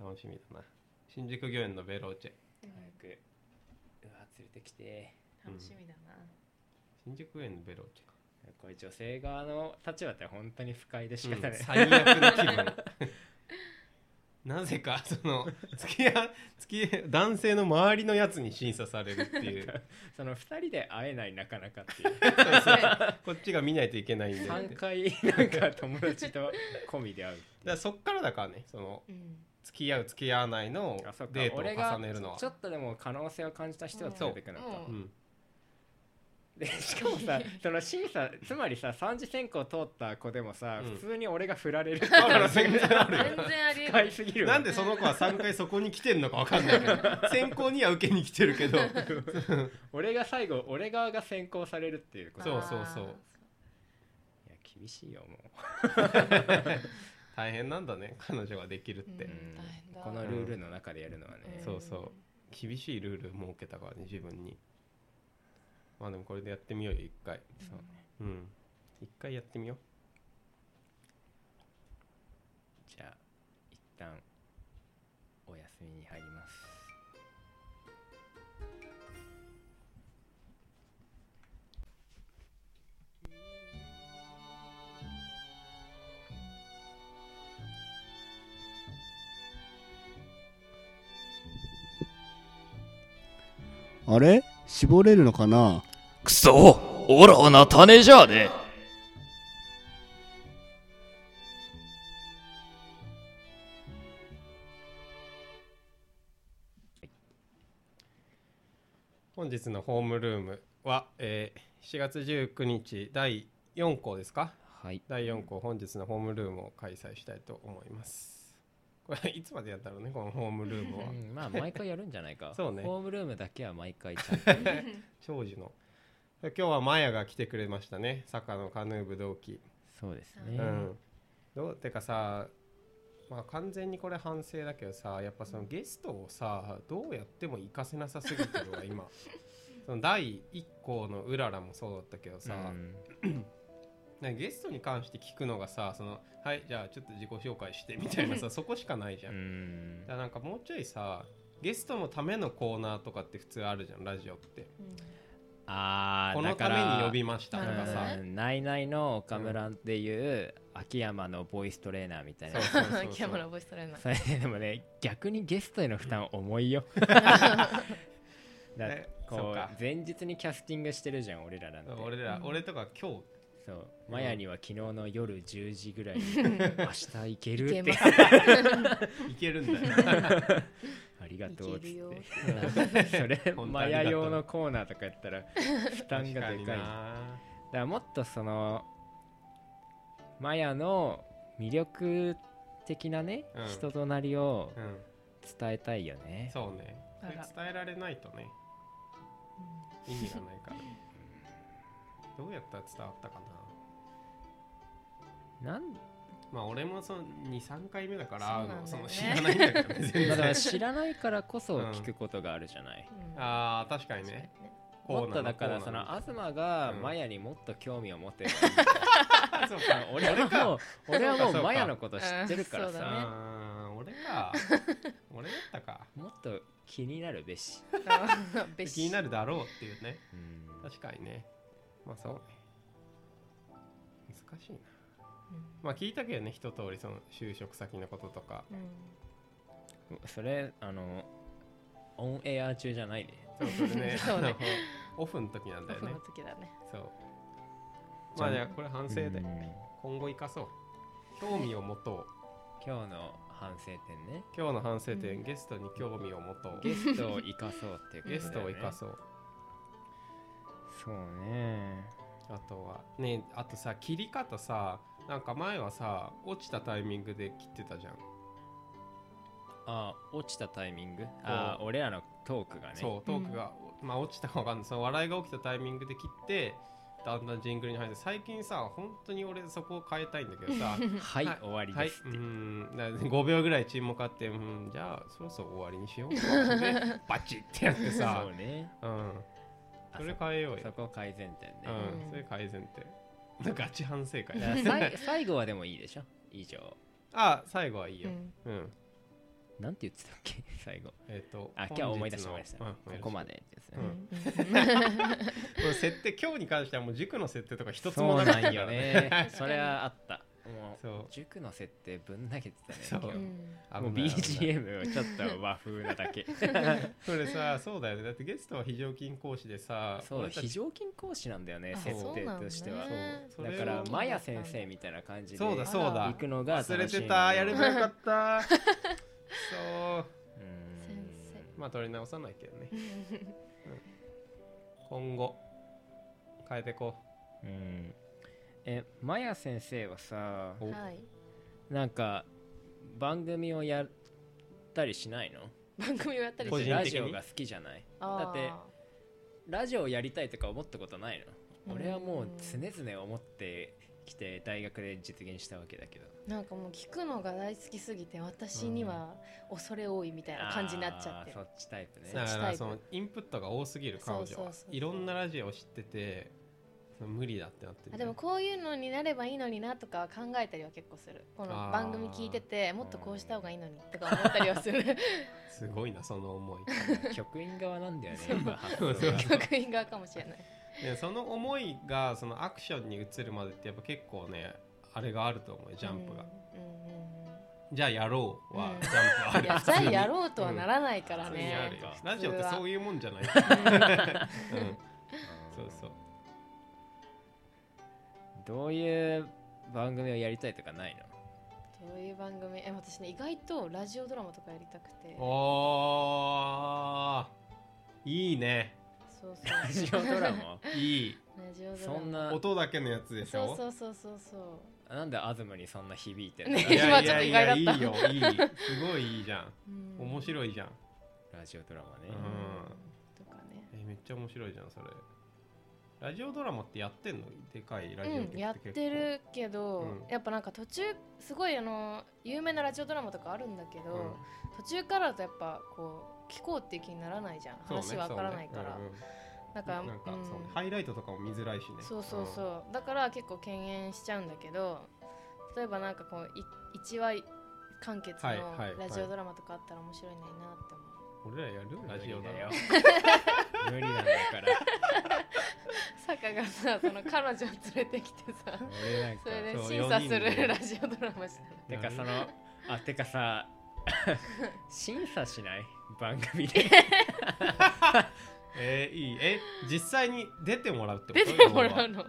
[SPEAKER 2] ー楽しみだな新宿御苑のベローチェ
[SPEAKER 3] うん
[SPEAKER 1] 早くうわ連れてきて
[SPEAKER 3] 楽しみだな
[SPEAKER 2] 新宿御苑のベローチェか
[SPEAKER 1] これ女性側の立場って本当に不快で仕方ない、
[SPEAKER 2] うん最悪の
[SPEAKER 1] [LAUGHS]
[SPEAKER 2] 気分なぜかその付き合付き合男性の周りのやつに審査されるって
[SPEAKER 1] [LAUGHS]
[SPEAKER 2] いう
[SPEAKER 1] その2人で会えないなかなかっていう
[SPEAKER 2] [LAUGHS] そうそうこっちが見ないといけないんで
[SPEAKER 1] 3回なんか友達と込みで会う
[SPEAKER 2] [LAUGHS] だからそっからだからねその
[SPEAKER 3] うん
[SPEAKER 2] 付き合う付き合わないの
[SPEAKER 1] あそっか
[SPEAKER 2] デー
[SPEAKER 1] 俺
[SPEAKER 2] トを
[SPEAKER 1] が
[SPEAKER 2] 重ねるのは
[SPEAKER 1] ちょっとでも可能性を感じた人を連れてくのか、
[SPEAKER 3] うん
[SPEAKER 2] うん、
[SPEAKER 1] でしかもさその審査つまりさ3次選考通った子でもさ、
[SPEAKER 2] うん
[SPEAKER 1] 普通に俺が振ら
[SPEAKER 2] [LAUGHS]
[SPEAKER 1] れる
[SPEAKER 2] ら全然ある
[SPEAKER 3] 全然ありえ
[SPEAKER 1] 深
[SPEAKER 3] ない
[SPEAKER 1] いすぎるわ
[SPEAKER 2] なんでその子は3回そこに来てんのかわかんないけ
[SPEAKER 1] [LAUGHS]
[SPEAKER 2] ど選考には受けに来てるけど
[SPEAKER 1] 俺が最後俺側が選考されるっていうこと
[SPEAKER 2] そ
[SPEAKER 1] いう
[SPEAKER 2] そうそう
[SPEAKER 3] あー
[SPEAKER 1] や厳しいよも
[SPEAKER 2] 大変なんだね彼女ができるっ
[SPEAKER 1] う、
[SPEAKER 2] て、
[SPEAKER 3] う
[SPEAKER 1] うん
[SPEAKER 3] ん大変だ
[SPEAKER 1] このルールの中でやるのはね、
[SPEAKER 3] ん
[SPEAKER 2] そうそう厳しいルール設けたからね自分にまあでもこれでやってみようよ一回
[SPEAKER 1] そう
[SPEAKER 2] うん一回やってみよ
[SPEAKER 1] じゃあ一旦お休みに入ります
[SPEAKER 4] あれ絞れるのかな
[SPEAKER 5] くそオラはなたねじゃあね
[SPEAKER 2] う本日のホームルームは、えー7月19日第4項ですか
[SPEAKER 1] はい
[SPEAKER 2] 第4項本日のホームルームを開催したいと思いますこれいつまでやったろうねこのホームルーム [LAUGHS] は
[SPEAKER 1] うんまあ毎回やるんじゃないか
[SPEAKER 2] そうね
[SPEAKER 1] ホームルームだけは毎回ちゃん
[SPEAKER 2] [LAUGHS]
[SPEAKER 1] と
[SPEAKER 2] 長寿の今日はマヤが来てくれましたね坂のカヌーブ同期
[SPEAKER 1] そうです
[SPEAKER 2] う
[SPEAKER 1] ね、
[SPEAKER 2] ん、どうてかさまあ完全にこれ反省だけどさやっぱそのゲストをさどうやっても活かせなさすぎてるわ今 [LAUGHS] その第1項のうららもそうだったけどさ、
[SPEAKER 1] うん
[SPEAKER 2] なんかゲストに関して聞くのがさそのはいじゃあちょっと自己紹介してみたいなさそこしかないじゃん、
[SPEAKER 1] うん
[SPEAKER 2] だからなんかもうちょいさゲストのためのコーナーとかって普通あるじゃんラジオって
[SPEAKER 1] ああ
[SPEAKER 2] このために呼びましたとか
[SPEAKER 3] なるほど
[SPEAKER 2] さ
[SPEAKER 3] ね
[SPEAKER 1] うんナイナイの岡村っていう秋山のボイストレーナーみたいな
[SPEAKER 2] そうそうそうそ
[SPEAKER 1] [LAUGHS]
[SPEAKER 2] う
[SPEAKER 3] [LAUGHS] 秋山のボイストレーナー
[SPEAKER 1] それで [LAUGHS] もね逆にゲストへの負担重
[SPEAKER 2] [LAUGHS]
[SPEAKER 1] いよだって
[SPEAKER 2] えそ
[SPEAKER 1] こ
[SPEAKER 2] うか
[SPEAKER 1] う前日にキャスティングしてるじゃん俺らなんて
[SPEAKER 2] 俺ら、
[SPEAKER 3] うん
[SPEAKER 2] 俺とか今日
[SPEAKER 1] そうマヤには昨日の夜10時ぐらいに明日行ける
[SPEAKER 3] いけ
[SPEAKER 1] って
[SPEAKER 3] ま
[SPEAKER 2] いけるんだよ
[SPEAKER 1] [LAUGHS]
[SPEAKER 2] [LAUGHS]
[SPEAKER 1] ありがとうっつ
[SPEAKER 3] いけるよ
[SPEAKER 1] って [LAUGHS] それ
[SPEAKER 2] 本当
[SPEAKER 1] マ
[SPEAKER 2] ありが
[SPEAKER 1] ヤ
[SPEAKER 2] とう
[SPEAKER 1] 用のコーナーとかやったら負担がで
[SPEAKER 2] 確
[SPEAKER 1] かい
[SPEAKER 2] に
[SPEAKER 1] だか
[SPEAKER 2] な
[SPEAKER 1] らもっとそのマヤの魅力的なね、
[SPEAKER 2] うん
[SPEAKER 1] 人となりを
[SPEAKER 2] う
[SPEAKER 1] 伝えたいよ
[SPEAKER 2] ん
[SPEAKER 1] ね
[SPEAKER 2] そうねそれ
[SPEAKER 3] あら
[SPEAKER 2] 伝えられないとね意味がない
[SPEAKER 1] [LAUGHS]
[SPEAKER 2] からねどうやったら伝わったかな
[SPEAKER 1] なん
[SPEAKER 2] まあ俺もその23回目だからそ
[SPEAKER 3] そ
[SPEAKER 2] う
[SPEAKER 3] なんだよ
[SPEAKER 2] の知らないんだ
[SPEAKER 3] ね
[SPEAKER 2] けどね全
[SPEAKER 1] まあ [LAUGHS] だから
[SPEAKER 2] [LAUGHS] 然
[SPEAKER 1] 知らないからこそ聞くことがあるじゃない、
[SPEAKER 3] うん
[SPEAKER 2] あー確かにね
[SPEAKER 1] もっとだからその東が
[SPEAKER 2] うん
[SPEAKER 1] マヤにもっと興味を持て
[SPEAKER 2] [LAUGHS]
[SPEAKER 1] る、
[SPEAKER 2] あそうか
[SPEAKER 1] 俺はもう俺はも
[SPEAKER 2] そううか
[SPEAKER 1] マヤのこと知ってるから
[SPEAKER 3] うんそう
[SPEAKER 1] さ、
[SPEAKER 3] だね
[SPEAKER 2] あー俺
[SPEAKER 1] [LAUGHS]
[SPEAKER 2] か俺だったか
[SPEAKER 1] もっと気になるべし、
[SPEAKER 3] うん別
[SPEAKER 2] 気になるだろうっていうね
[SPEAKER 1] うん
[SPEAKER 2] 確かにねまあそうね難しいな
[SPEAKER 3] うん
[SPEAKER 2] まあ聞いたけどね一通りその就職先のこととか
[SPEAKER 3] うん
[SPEAKER 1] それあのオンエア中じゃないで
[SPEAKER 2] そうそれね
[SPEAKER 3] [LAUGHS] そうね
[SPEAKER 2] あのオフの時なんだよ
[SPEAKER 3] オフ
[SPEAKER 2] ね
[SPEAKER 3] の時だね
[SPEAKER 2] そうまあじゃあこれ反省
[SPEAKER 1] う
[SPEAKER 2] で
[SPEAKER 1] ん
[SPEAKER 2] 今後生かそう興味を持とう
[SPEAKER 1] 今日の反省点ね
[SPEAKER 2] 今日の反省点、
[SPEAKER 3] うん
[SPEAKER 2] ゲストに興味を持とう
[SPEAKER 1] ゲストを生かそうっていうことだよね
[SPEAKER 2] [LAUGHS] ゲストを生かそう
[SPEAKER 1] そうね
[SPEAKER 2] あとはねあとさ切り方さなんか前はさ落ちたタイミングで切ってたじゃん、
[SPEAKER 1] あ落ちたタイミングあ俺らのトークがね
[SPEAKER 2] そうトークが、まあ落ちたかわかんないその笑いが起きたタイミングで切ってだんだんジングルに入って最近さ本当に俺そこを変えたいんだけどさ
[SPEAKER 1] はい、
[SPEAKER 2] はい
[SPEAKER 1] 終わり
[SPEAKER 2] は
[SPEAKER 1] で
[SPEAKER 2] い
[SPEAKER 1] す、
[SPEAKER 2] う
[SPEAKER 1] って、
[SPEAKER 2] んだ5秒ぐらい沈黙あって、うん、じゃあそろそろ終わりに
[SPEAKER 1] [LAUGHS]
[SPEAKER 2] しようかでバチってやってさ
[SPEAKER 1] そうね
[SPEAKER 2] う、ん、
[SPEAKER 1] あ
[SPEAKER 2] それ変えよう
[SPEAKER 1] そ
[SPEAKER 2] よ、
[SPEAKER 1] こ改善点ね、
[SPEAKER 2] うん
[SPEAKER 3] うん
[SPEAKER 2] それ改善点ガチ反省会
[SPEAKER 1] だ
[SPEAKER 2] [LAUGHS]
[SPEAKER 1] からさい [LAUGHS] 最後はでもいいでしょ以上
[SPEAKER 2] あ最後はいいよ、
[SPEAKER 3] うん
[SPEAKER 2] うん、
[SPEAKER 1] なんて言ってたっけ [LAUGHS] 最後
[SPEAKER 2] えっ、と
[SPEAKER 1] あ今日思い出しました、
[SPEAKER 2] 本日
[SPEAKER 1] こ
[SPEAKER 2] のうん
[SPEAKER 1] こまでですね、
[SPEAKER 2] うんこの設定今日に関してはもう塾の設定とか一つ
[SPEAKER 1] そ
[SPEAKER 2] も
[SPEAKER 1] う
[SPEAKER 2] な
[SPEAKER 1] な
[SPEAKER 2] かったから
[SPEAKER 1] んよ
[SPEAKER 2] ね
[SPEAKER 1] ね [LAUGHS] それはあったもう
[SPEAKER 2] そう
[SPEAKER 1] 塾の設定ぶん投げて
[SPEAKER 2] そ
[SPEAKER 1] た
[SPEAKER 2] う
[SPEAKER 1] ね今
[SPEAKER 3] う
[SPEAKER 2] [LAUGHS]
[SPEAKER 1] 日
[SPEAKER 3] ん
[SPEAKER 1] もう
[SPEAKER 2] 危ない危ない
[SPEAKER 1] BGM をちょっと和風なだけ
[SPEAKER 2] それさそうだよねだってゲストは非常勤講師でさ
[SPEAKER 1] [LAUGHS] そう
[SPEAKER 2] 俺たち
[SPEAKER 1] 非常勤講師なんだよね
[SPEAKER 3] あ
[SPEAKER 1] 設
[SPEAKER 3] そう
[SPEAKER 1] 定
[SPEAKER 3] なん
[SPEAKER 1] と
[SPEAKER 3] だ
[SPEAKER 1] しては
[SPEAKER 2] そう
[SPEAKER 3] ね
[SPEAKER 2] そ
[SPEAKER 1] だ
[SPEAKER 2] れを
[SPEAKER 1] からマヤ先生みたいな感じで
[SPEAKER 2] そうだ
[SPEAKER 1] 行
[SPEAKER 2] そう
[SPEAKER 3] あら
[SPEAKER 2] だ
[SPEAKER 1] くのが楽しい
[SPEAKER 2] 忘
[SPEAKER 1] の
[SPEAKER 2] れ
[SPEAKER 1] よ
[SPEAKER 2] てたやればよ
[SPEAKER 1] [LAUGHS]
[SPEAKER 2] かったくそう
[SPEAKER 3] 先
[SPEAKER 1] ん
[SPEAKER 2] うまあ取り直さないけどね、うん今後変えてこ
[SPEAKER 1] うんえマヤ先生はさ
[SPEAKER 2] うお
[SPEAKER 3] はい
[SPEAKER 1] なんか番組をやったりしないの
[SPEAKER 3] 番組をやったり
[SPEAKER 2] 個
[SPEAKER 3] す
[SPEAKER 2] 人
[SPEAKER 3] る
[SPEAKER 2] 的に
[SPEAKER 1] ラジオが好きじゃないだ
[SPEAKER 3] あ
[SPEAKER 1] っ
[SPEAKER 3] ー
[SPEAKER 1] てラジオやりたいとか思ったことないの
[SPEAKER 3] うん
[SPEAKER 1] 俺はもう常々思ってきて大学で実現したわけだけど
[SPEAKER 3] なんかもう聞くのが大好きすぎて私には恐れ多いみたいな感じになっちゃって
[SPEAKER 1] あーそ
[SPEAKER 3] る
[SPEAKER 1] っちタイプね
[SPEAKER 2] うだか
[SPEAKER 3] した
[SPEAKER 2] ら
[SPEAKER 3] い
[SPEAKER 2] そのインプットが多すぎる彼女は
[SPEAKER 3] そうそうそうそう
[SPEAKER 2] いろんなラジオを知っててその無理だってなってる
[SPEAKER 3] あでもこういうのになればいいのになとかは考えたりは結構するこの番組聞いててもっとこうした方がいいのにとか思ったりはする [LAUGHS]
[SPEAKER 2] すごいなその思い
[SPEAKER 1] 局員側なんだよね今発想
[SPEAKER 2] そうそう
[SPEAKER 1] が
[SPEAKER 3] 局員側かもしれない
[SPEAKER 2] ね、その思いがそのアクションに移るまでってやっぱ結構ねあれがあると思うよジャンプが、
[SPEAKER 3] うん
[SPEAKER 2] [LAUGHS]
[SPEAKER 3] うんうん
[SPEAKER 2] じゃあやろうは、
[SPEAKER 3] うん
[SPEAKER 2] ジャンプはあ
[SPEAKER 3] い
[SPEAKER 2] る
[SPEAKER 3] やじゃあや
[SPEAKER 2] う
[SPEAKER 3] ろうとはならないから
[SPEAKER 1] う
[SPEAKER 2] にある
[SPEAKER 3] ね
[SPEAKER 2] よ、
[SPEAKER 1] 普通
[SPEAKER 2] ラジオってそういうもんじゃ
[SPEAKER 3] [LAUGHS]
[SPEAKER 2] ない、うん、そうそう
[SPEAKER 1] どういう番組をやりたいとかないの
[SPEAKER 3] どういう番組え私ね意外とラジオドラマとかやりたくて
[SPEAKER 2] おーいいね
[SPEAKER 3] そうそう
[SPEAKER 1] ラジ
[SPEAKER 3] [LAUGHS]
[SPEAKER 1] オドラマ
[SPEAKER 2] いい
[SPEAKER 3] ラジオドラマ
[SPEAKER 1] そんな
[SPEAKER 2] 音だけのやつでし
[SPEAKER 3] そう
[SPEAKER 2] ょ
[SPEAKER 3] そうそうそうそう
[SPEAKER 1] なんで東にそんな響いてるの
[SPEAKER 3] ね
[SPEAKER 2] いやいやいや
[SPEAKER 3] 今
[SPEAKER 2] い
[SPEAKER 3] ち
[SPEAKER 2] い
[SPEAKER 3] ょっと意
[SPEAKER 2] よいいすごいいいじゃん、
[SPEAKER 3] うん
[SPEAKER 2] 面白いじゃん
[SPEAKER 1] ラジオドラマね
[SPEAKER 2] う
[SPEAKER 3] うん
[SPEAKER 2] ん
[SPEAKER 3] とかね
[SPEAKER 2] えめっちゃ面白いじゃんそれラジオドラマってやってんのでかいラジオ局って
[SPEAKER 3] うん、やってるけど、
[SPEAKER 2] うん
[SPEAKER 3] やっぱなんか途中すごいあの有名なラジオドラマとかあるんだけど、
[SPEAKER 2] うん
[SPEAKER 3] 途中からだとやっぱこう聞こうっていう気にならないじゃん、
[SPEAKER 2] そうね
[SPEAKER 3] 話わからないから、
[SPEAKER 2] そうねうんうん
[SPEAKER 3] だから
[SPEAKER 2] なんか
[SPEAKER 3] うん
[SPEAKER 2] そうねハイライトとかも見づらいしね
[SPEAKER 3] そうそうそうう、だから結構敬遠しちゃうんだけど例えばなんかこうい一話完結
[SPEAKER 2] はい
[SPEAKER 3] の
[SPEAKER 2] はい
[SPEAKER 3] ラジオドラマとかあったら面白いのになって思う、
[SPEAKER 2] [LAUGHS] ん俺らやるラジオだよ
[SPEAKER 1] 無理なんだから
[SPEAKER 3] 坂ががさその彼女を連れてきて
[SPEAKER 2] [LAUGHS]
[SPEAKER 1] 俺
[SPEAKER 3] さ
[SPEAKER 1] なんか
[SPEAKER 3] それで
[SPEAKER 2] そう
[SPEAKER 3] 審査す
[SPEAKER 2] 四人で
[SPEAKER 3] るラジオドラ
[SPEAKER 2] [LAUGHS]
[SPEAKER 3] マして
[SPEAKER 1] てかそ
[SPEAKER 2] な
[SPEAKER 1] のあてか
[SPEAKER 2] [LAUGHS]
[SPEAKER 1] さ審査しない番組
[SPEAKER 2] [LAUGHS]
[SPEAKER 1] で
[SPEAKER 2] えー、いいえ実際に出てもらうってこ
[SPEAKER 3] 出
[SPEAKER 2] と
[SPEAKER 3] てもら
[SPEAKER 2] 要
[SPEAKER 3] うのや
[SPEAKER 1] い
[SPEAKER 3] ば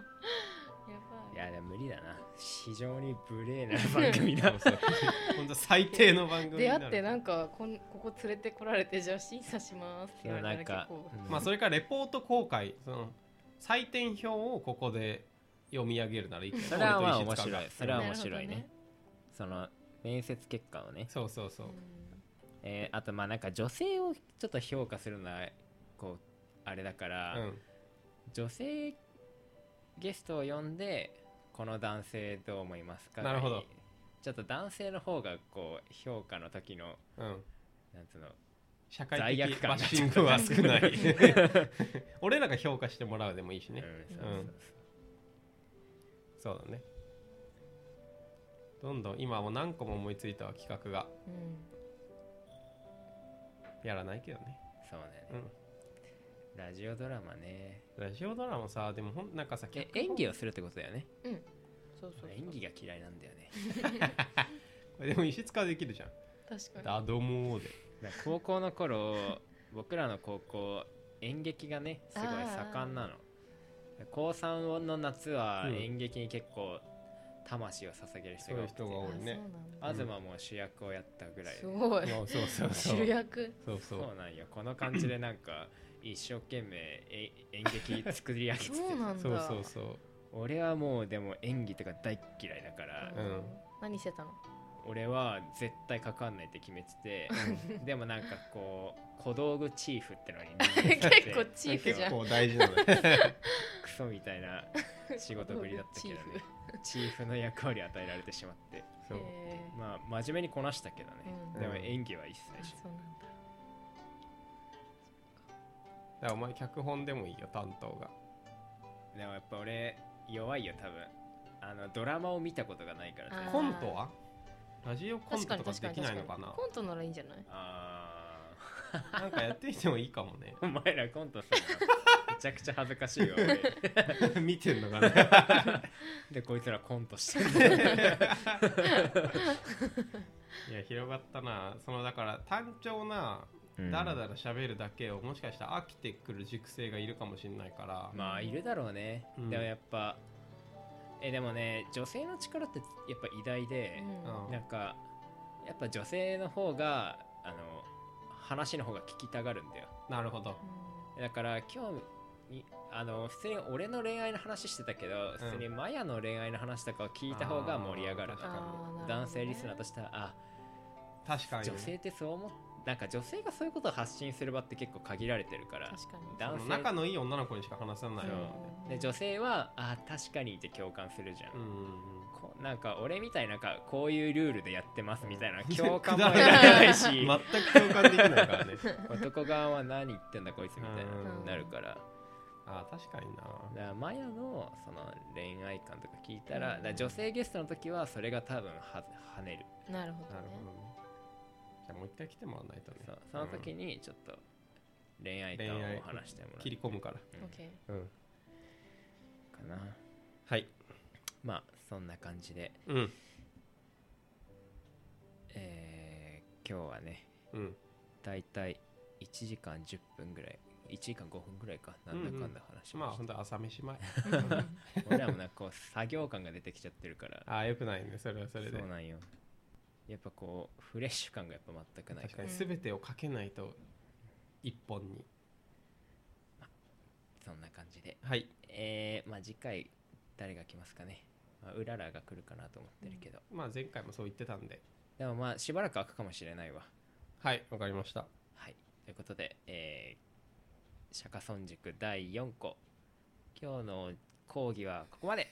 [SPEAKER 3] い
[SPEAKER 1] やでも無理だな非常に無礼
[SPEAKER 2] [LAUGHS]
[SPEAKER 1] な番組
[SPEAKER 2] は
[SPEAKER 1] だ
[SPEAKER 2] そうそう本当最低の番組に
[SPEAKER 3] 出
[SPEAKER 2] なる
[SPEAKER 3] 会ってなんかこんここ連れてこられてじゃあ審査しますって言わ
[SPEAKER 1] な
[SPEAKER 3] れ
[SPEAKER 1] ん
[SPEAKER 3] たら
[SPEAKER 1] か
[SPEAKER 3] 結構、
[SPEAKER 1] うん
[SPEAKER 2] まあそれからレポート公開その採点表をここで読み上げるならいいけど
[SPEAKER 1] それはまあ
[SPEAKER 2] 俺と
[SPEAKER 1] 面白
[SPEAKER 2] 石塚が
[SPEAKER 1] いそれは面白いね
[SPEAKER 3] なる
[SPEAKER 1] その面接結果をね、
[SPEAKER 2] そうそうそう
[SPEAKER 1] えーあとまあなんか女性をちょっと評価するのはこうあれだから、
[SPEAKER 2] うん
[SPEAKER 1] 女性ゲストを呼んでこの男性どう思いますか
[SPEAKER 2] なるほど
[SPEAKER 1] ちょっと男性の方がこう評価の時の
[SPEAKER 2] うん
[SPEAKER 1] なんつうの
[SPEAKER 2] 社会
[SPEAKER 1] 罪悪
[SPEAKER 2] 的
[SPEAKER 1] 感
[SPEAKER 2] バッシングは少ない
[SPEAKER 1] [LAUGHS]
[SPEAKER 2] 俺らが評価してもらうでもいいしね、
[SPEAKER 1] うん
[SPEAKER 2] うんそうだねどんどん今はもう何個も思いついたわ企画が
[SPEAKER 3] うん
[SPEAKER 2] やらないけどね
[SPEAKER 1] そうだよね、
[SPEAKER 2] うん
[SPEAKER 1] ラジオドラマね
[SPEAKER 2] ラジオドラマさでもほんなんかさ
[SPEAKER 1] え
[SPEAKER 2] 脚本
[SPEAKER 1] 演技をするってことだよね
[SPEAKER 3] そうそうそう
[SPEAKER 1] 演技が嫌いなんだよね
[SPEAKER 2] これでも石塚できるじゃん
[SPEAKER 3] 確か
[SPEAKER 2] ダド
[SPEAKER 1] [LAUGHS]
[SPEAKER 2] モーで
[SPEAKER 1] なんか高校の頃僕らの高校演劇がねすごい盛んなの高3の夏は
[SPEAKER 2] うん
[SPEAKER 1] 演劇に結構魂を捧げる人が多くて
[SPEAKER 2] そういう人が多い
[SPEAKER 3] に
[SPEAKER 2] ね
[SPEAKER 3] あ
[SPEAKER 1] 東も主役をやったぐらいで、
[SPEAKER 3] そうなんだすごい
[SPEAKER 2] そうそうそうそう
[SPEAKER 3] 主
[SPEAKER 1] [LAUGHS]
[SPEAKER 3] 役
[SPEAKER 2] そうそ
[SPEAKER 1] そううなんよこの感じでなんか一生懸命え演劇作り上げてて
[SPEAKER 3] そうなんだ
[SPEAKER 2] そうそうそう
[SPEAKER 1] 俺はもうでも演技とか大っ嫌いだから、
[SPEAKER 2] うん
[SPEAKER 3] 何してたの
[SPEAKER 1] 俺は絶対関わんないって決めててでもなんかこう小道具チーフっての
[SPEAKER 3] [LAUGHS]
[SPEAKER 1] に任命されて
[SPEAKER 3] 結構チーフじゃ
[SPEAKER 2] 結
[SPEAKER 3] ん
[SPEAKER 2] 構大事
[SPEAKER 1] [LAUGHS]
[SPEAKER 2] なのね
[SPEAKER 1] クソみたいな仕事ぶりだった
[SPEAKER 3] [LAUGHS]
[SPEAKER 1] けどね
[SPEAKER 3] 小道具
[SPEAKER 1] チーフの役割与えられてしまって
[SPEAKER 2] そう
[SPEAKER 3] へー
[SPEAKER 1] まあ真面目にこなしたけどね、
[SPEAKER 3] うん
[SPEAKER 1] でも演技は一
[SPEAKER 3] あ
[SPEAKER 1] 切し
[SPEAKER 3] そうなんだ
[SPEAKER 2] だからお前脚本でもいいよ担当が
[SPEAKER 1] ないでもやっぱ俺弱いよ多分あのドラマを見たことがないから
[SPEAKER 3] あー
[SPEAKER 2] コントはラジオコントとかできないのかな
[SPEAKER 3] コントならいいんじゃない
[SPEAKER 1] あ
[SPEAKER 2] なんかやってみてもいいかもね [LAUGHS]
[SPEAKER 1] ー [LAUGHS] お前らコントするのめちゃくちゃ恥ずかしいわ俺
[SPEAKER 2] 見てんのか [LAUGHS] な
[SPEAKER 1] でこいつらコントしてる
[SPEAKER 2] いや広がったなそのだから単調なダラダラ喋るだけをもしかしたら飽きてくる熟成がいるかもしれないから、
[SPEAKER 1] まあいるだろうね、
[SPEAKER 2] うん
[SPEAKER 1] でもやっぱえでもね女性の力ってやっぱ偉大で、
[SPEAKER 2] うん
[SPEAKER 1] なんかやっぱ女性の方があの話の方が聞きたがるんだよ
[SPEAKER 2] なるほど
[SPEAKER 1] だから今日にあの普通に俺の恋愛の話してたけど、
[SPEAKER 2] うん
[SPEAKER 1] 普通にマヤの恋愛の話とかを聞いた方が盛り上がる
[SPEAKER 2] あー
[SPEAKER 3] あー
[SPEAKER 1] 男性リスナー
[SPEAKER 3] なる
[SPEAKER 1] としてはあ
[SPEAKER 2] 確かに
[SPEAKER 1] 女性ってそう思っなんか女性がそういうことを発信する場って結構限られてるか
[SPEAKER 3] ほど
[SPEAKER 1] ら
[SPEAKER 3] ね確かに
[SPEAKER 1] 男
[SPEAKER 2] その
[SPEAKER 1] 性
[SPEAKER 2] 仲のいい女の子にしか話さないよ
[SPEAKER 3] うん
[SPEAKER 1] で女性はあ確かにって共感するじゃん、
[SPEAKER 2] う
[SPEAKER 1] こなんか俺みたいなかこういうルールでやってますみたいな
[SPEAKER 2] うん
[SPEAKER 1] 共感も
[SPEAKER 2] くだ
[SPEAKER 1] 得
[SPEAKER 2] ら
[SPEAKER 1] ら
[SPEAKER 2] ない
[SPEAKER 1] れないし
[SPEAKER 2] [LAUGHS] ん、全く共感できないから [LAUGHS] ね
[SPEAKER 1] 男側は何言ってんだこいつみたいな
[SPEAKER 2] うん
[SPEAKER 1] なるから
[SPEAKER 2] あー確かにな
[SPEAKER 1] だからマヤのその恋愛観とか聞いた
[SPEAKER 3] う
[SPEAKER 1] ら
[SPEAKER 3] ん
[SPEAKER 1] だから女性ゲストの時はそれが多分は跳ねる
[SPEAKER 3] なるほど
[SPEAKER 2] なる
[SPEAKER 3] ね
[SPEAKER 2] ほどねじゃあもう一回来てもらわないとね
[SPEAKER 1] そうその時にちょっと恋愛観
[SPEAKER 2] 恋愛
[SPEAKER 1] を話してもら
[SPEAKER 2] 切り込むから
[SPEAKER 1] うん
[SPEAKER 3] オッケー
[SPEAKER 2] うん
[SPEAKER 1] うかな
[SPEAKER 2] はい
[SPEAKER 1] まあそんな感じで
[SPEAKER 2] うん
[SPEAKER 1] えー今日はね
[SPEAKER 2] うん
[SPEAKER 1] だいたい1時間10分ぐらい1時間5分ぐらいかなんだかんだ話し
[SPEAKER 2] まあ
[SPEAKER 1] まし
[SPEAKER 2] 本当朝飯
[SPEAKER 1] [LAUGHS]
[SPEAKER 2] 前
[SPEAKER 1] た俺らもなんかこう作業感が出てきちゃってる
[SPEAKER 2] [LAUGHS]
[SPEAKER 1] から
[SPEAKER 2] ああよくないねそれはそれで
[SPEAKER 1] そうなんよやっぱこうフレッシュ感がやっぱ全くない
[SPEAKER 2] 確
[SPEAKER 1] か
[SPEAKER 2] からに
[SPEAKER 3] うん
[SPEAKER 2] 全てをかけないと一本に
[SPEAKER 1] そんな感じで
[SPEAKER 2] はい
[SPEAKER 1] えー、まあ次回誰が来ますかね、まあ、うららが来るかなと思ってるけど、
[SPEAKER 2] まあ前回もそう言ってたんで
[SPEAKER 1] でもまあしばらく開くかもしれないわ
[SPEAKER 2] はいわかりました
[SPEAKER 1] はいということで、えー、釈迦村塾第4個今日の講義はここまで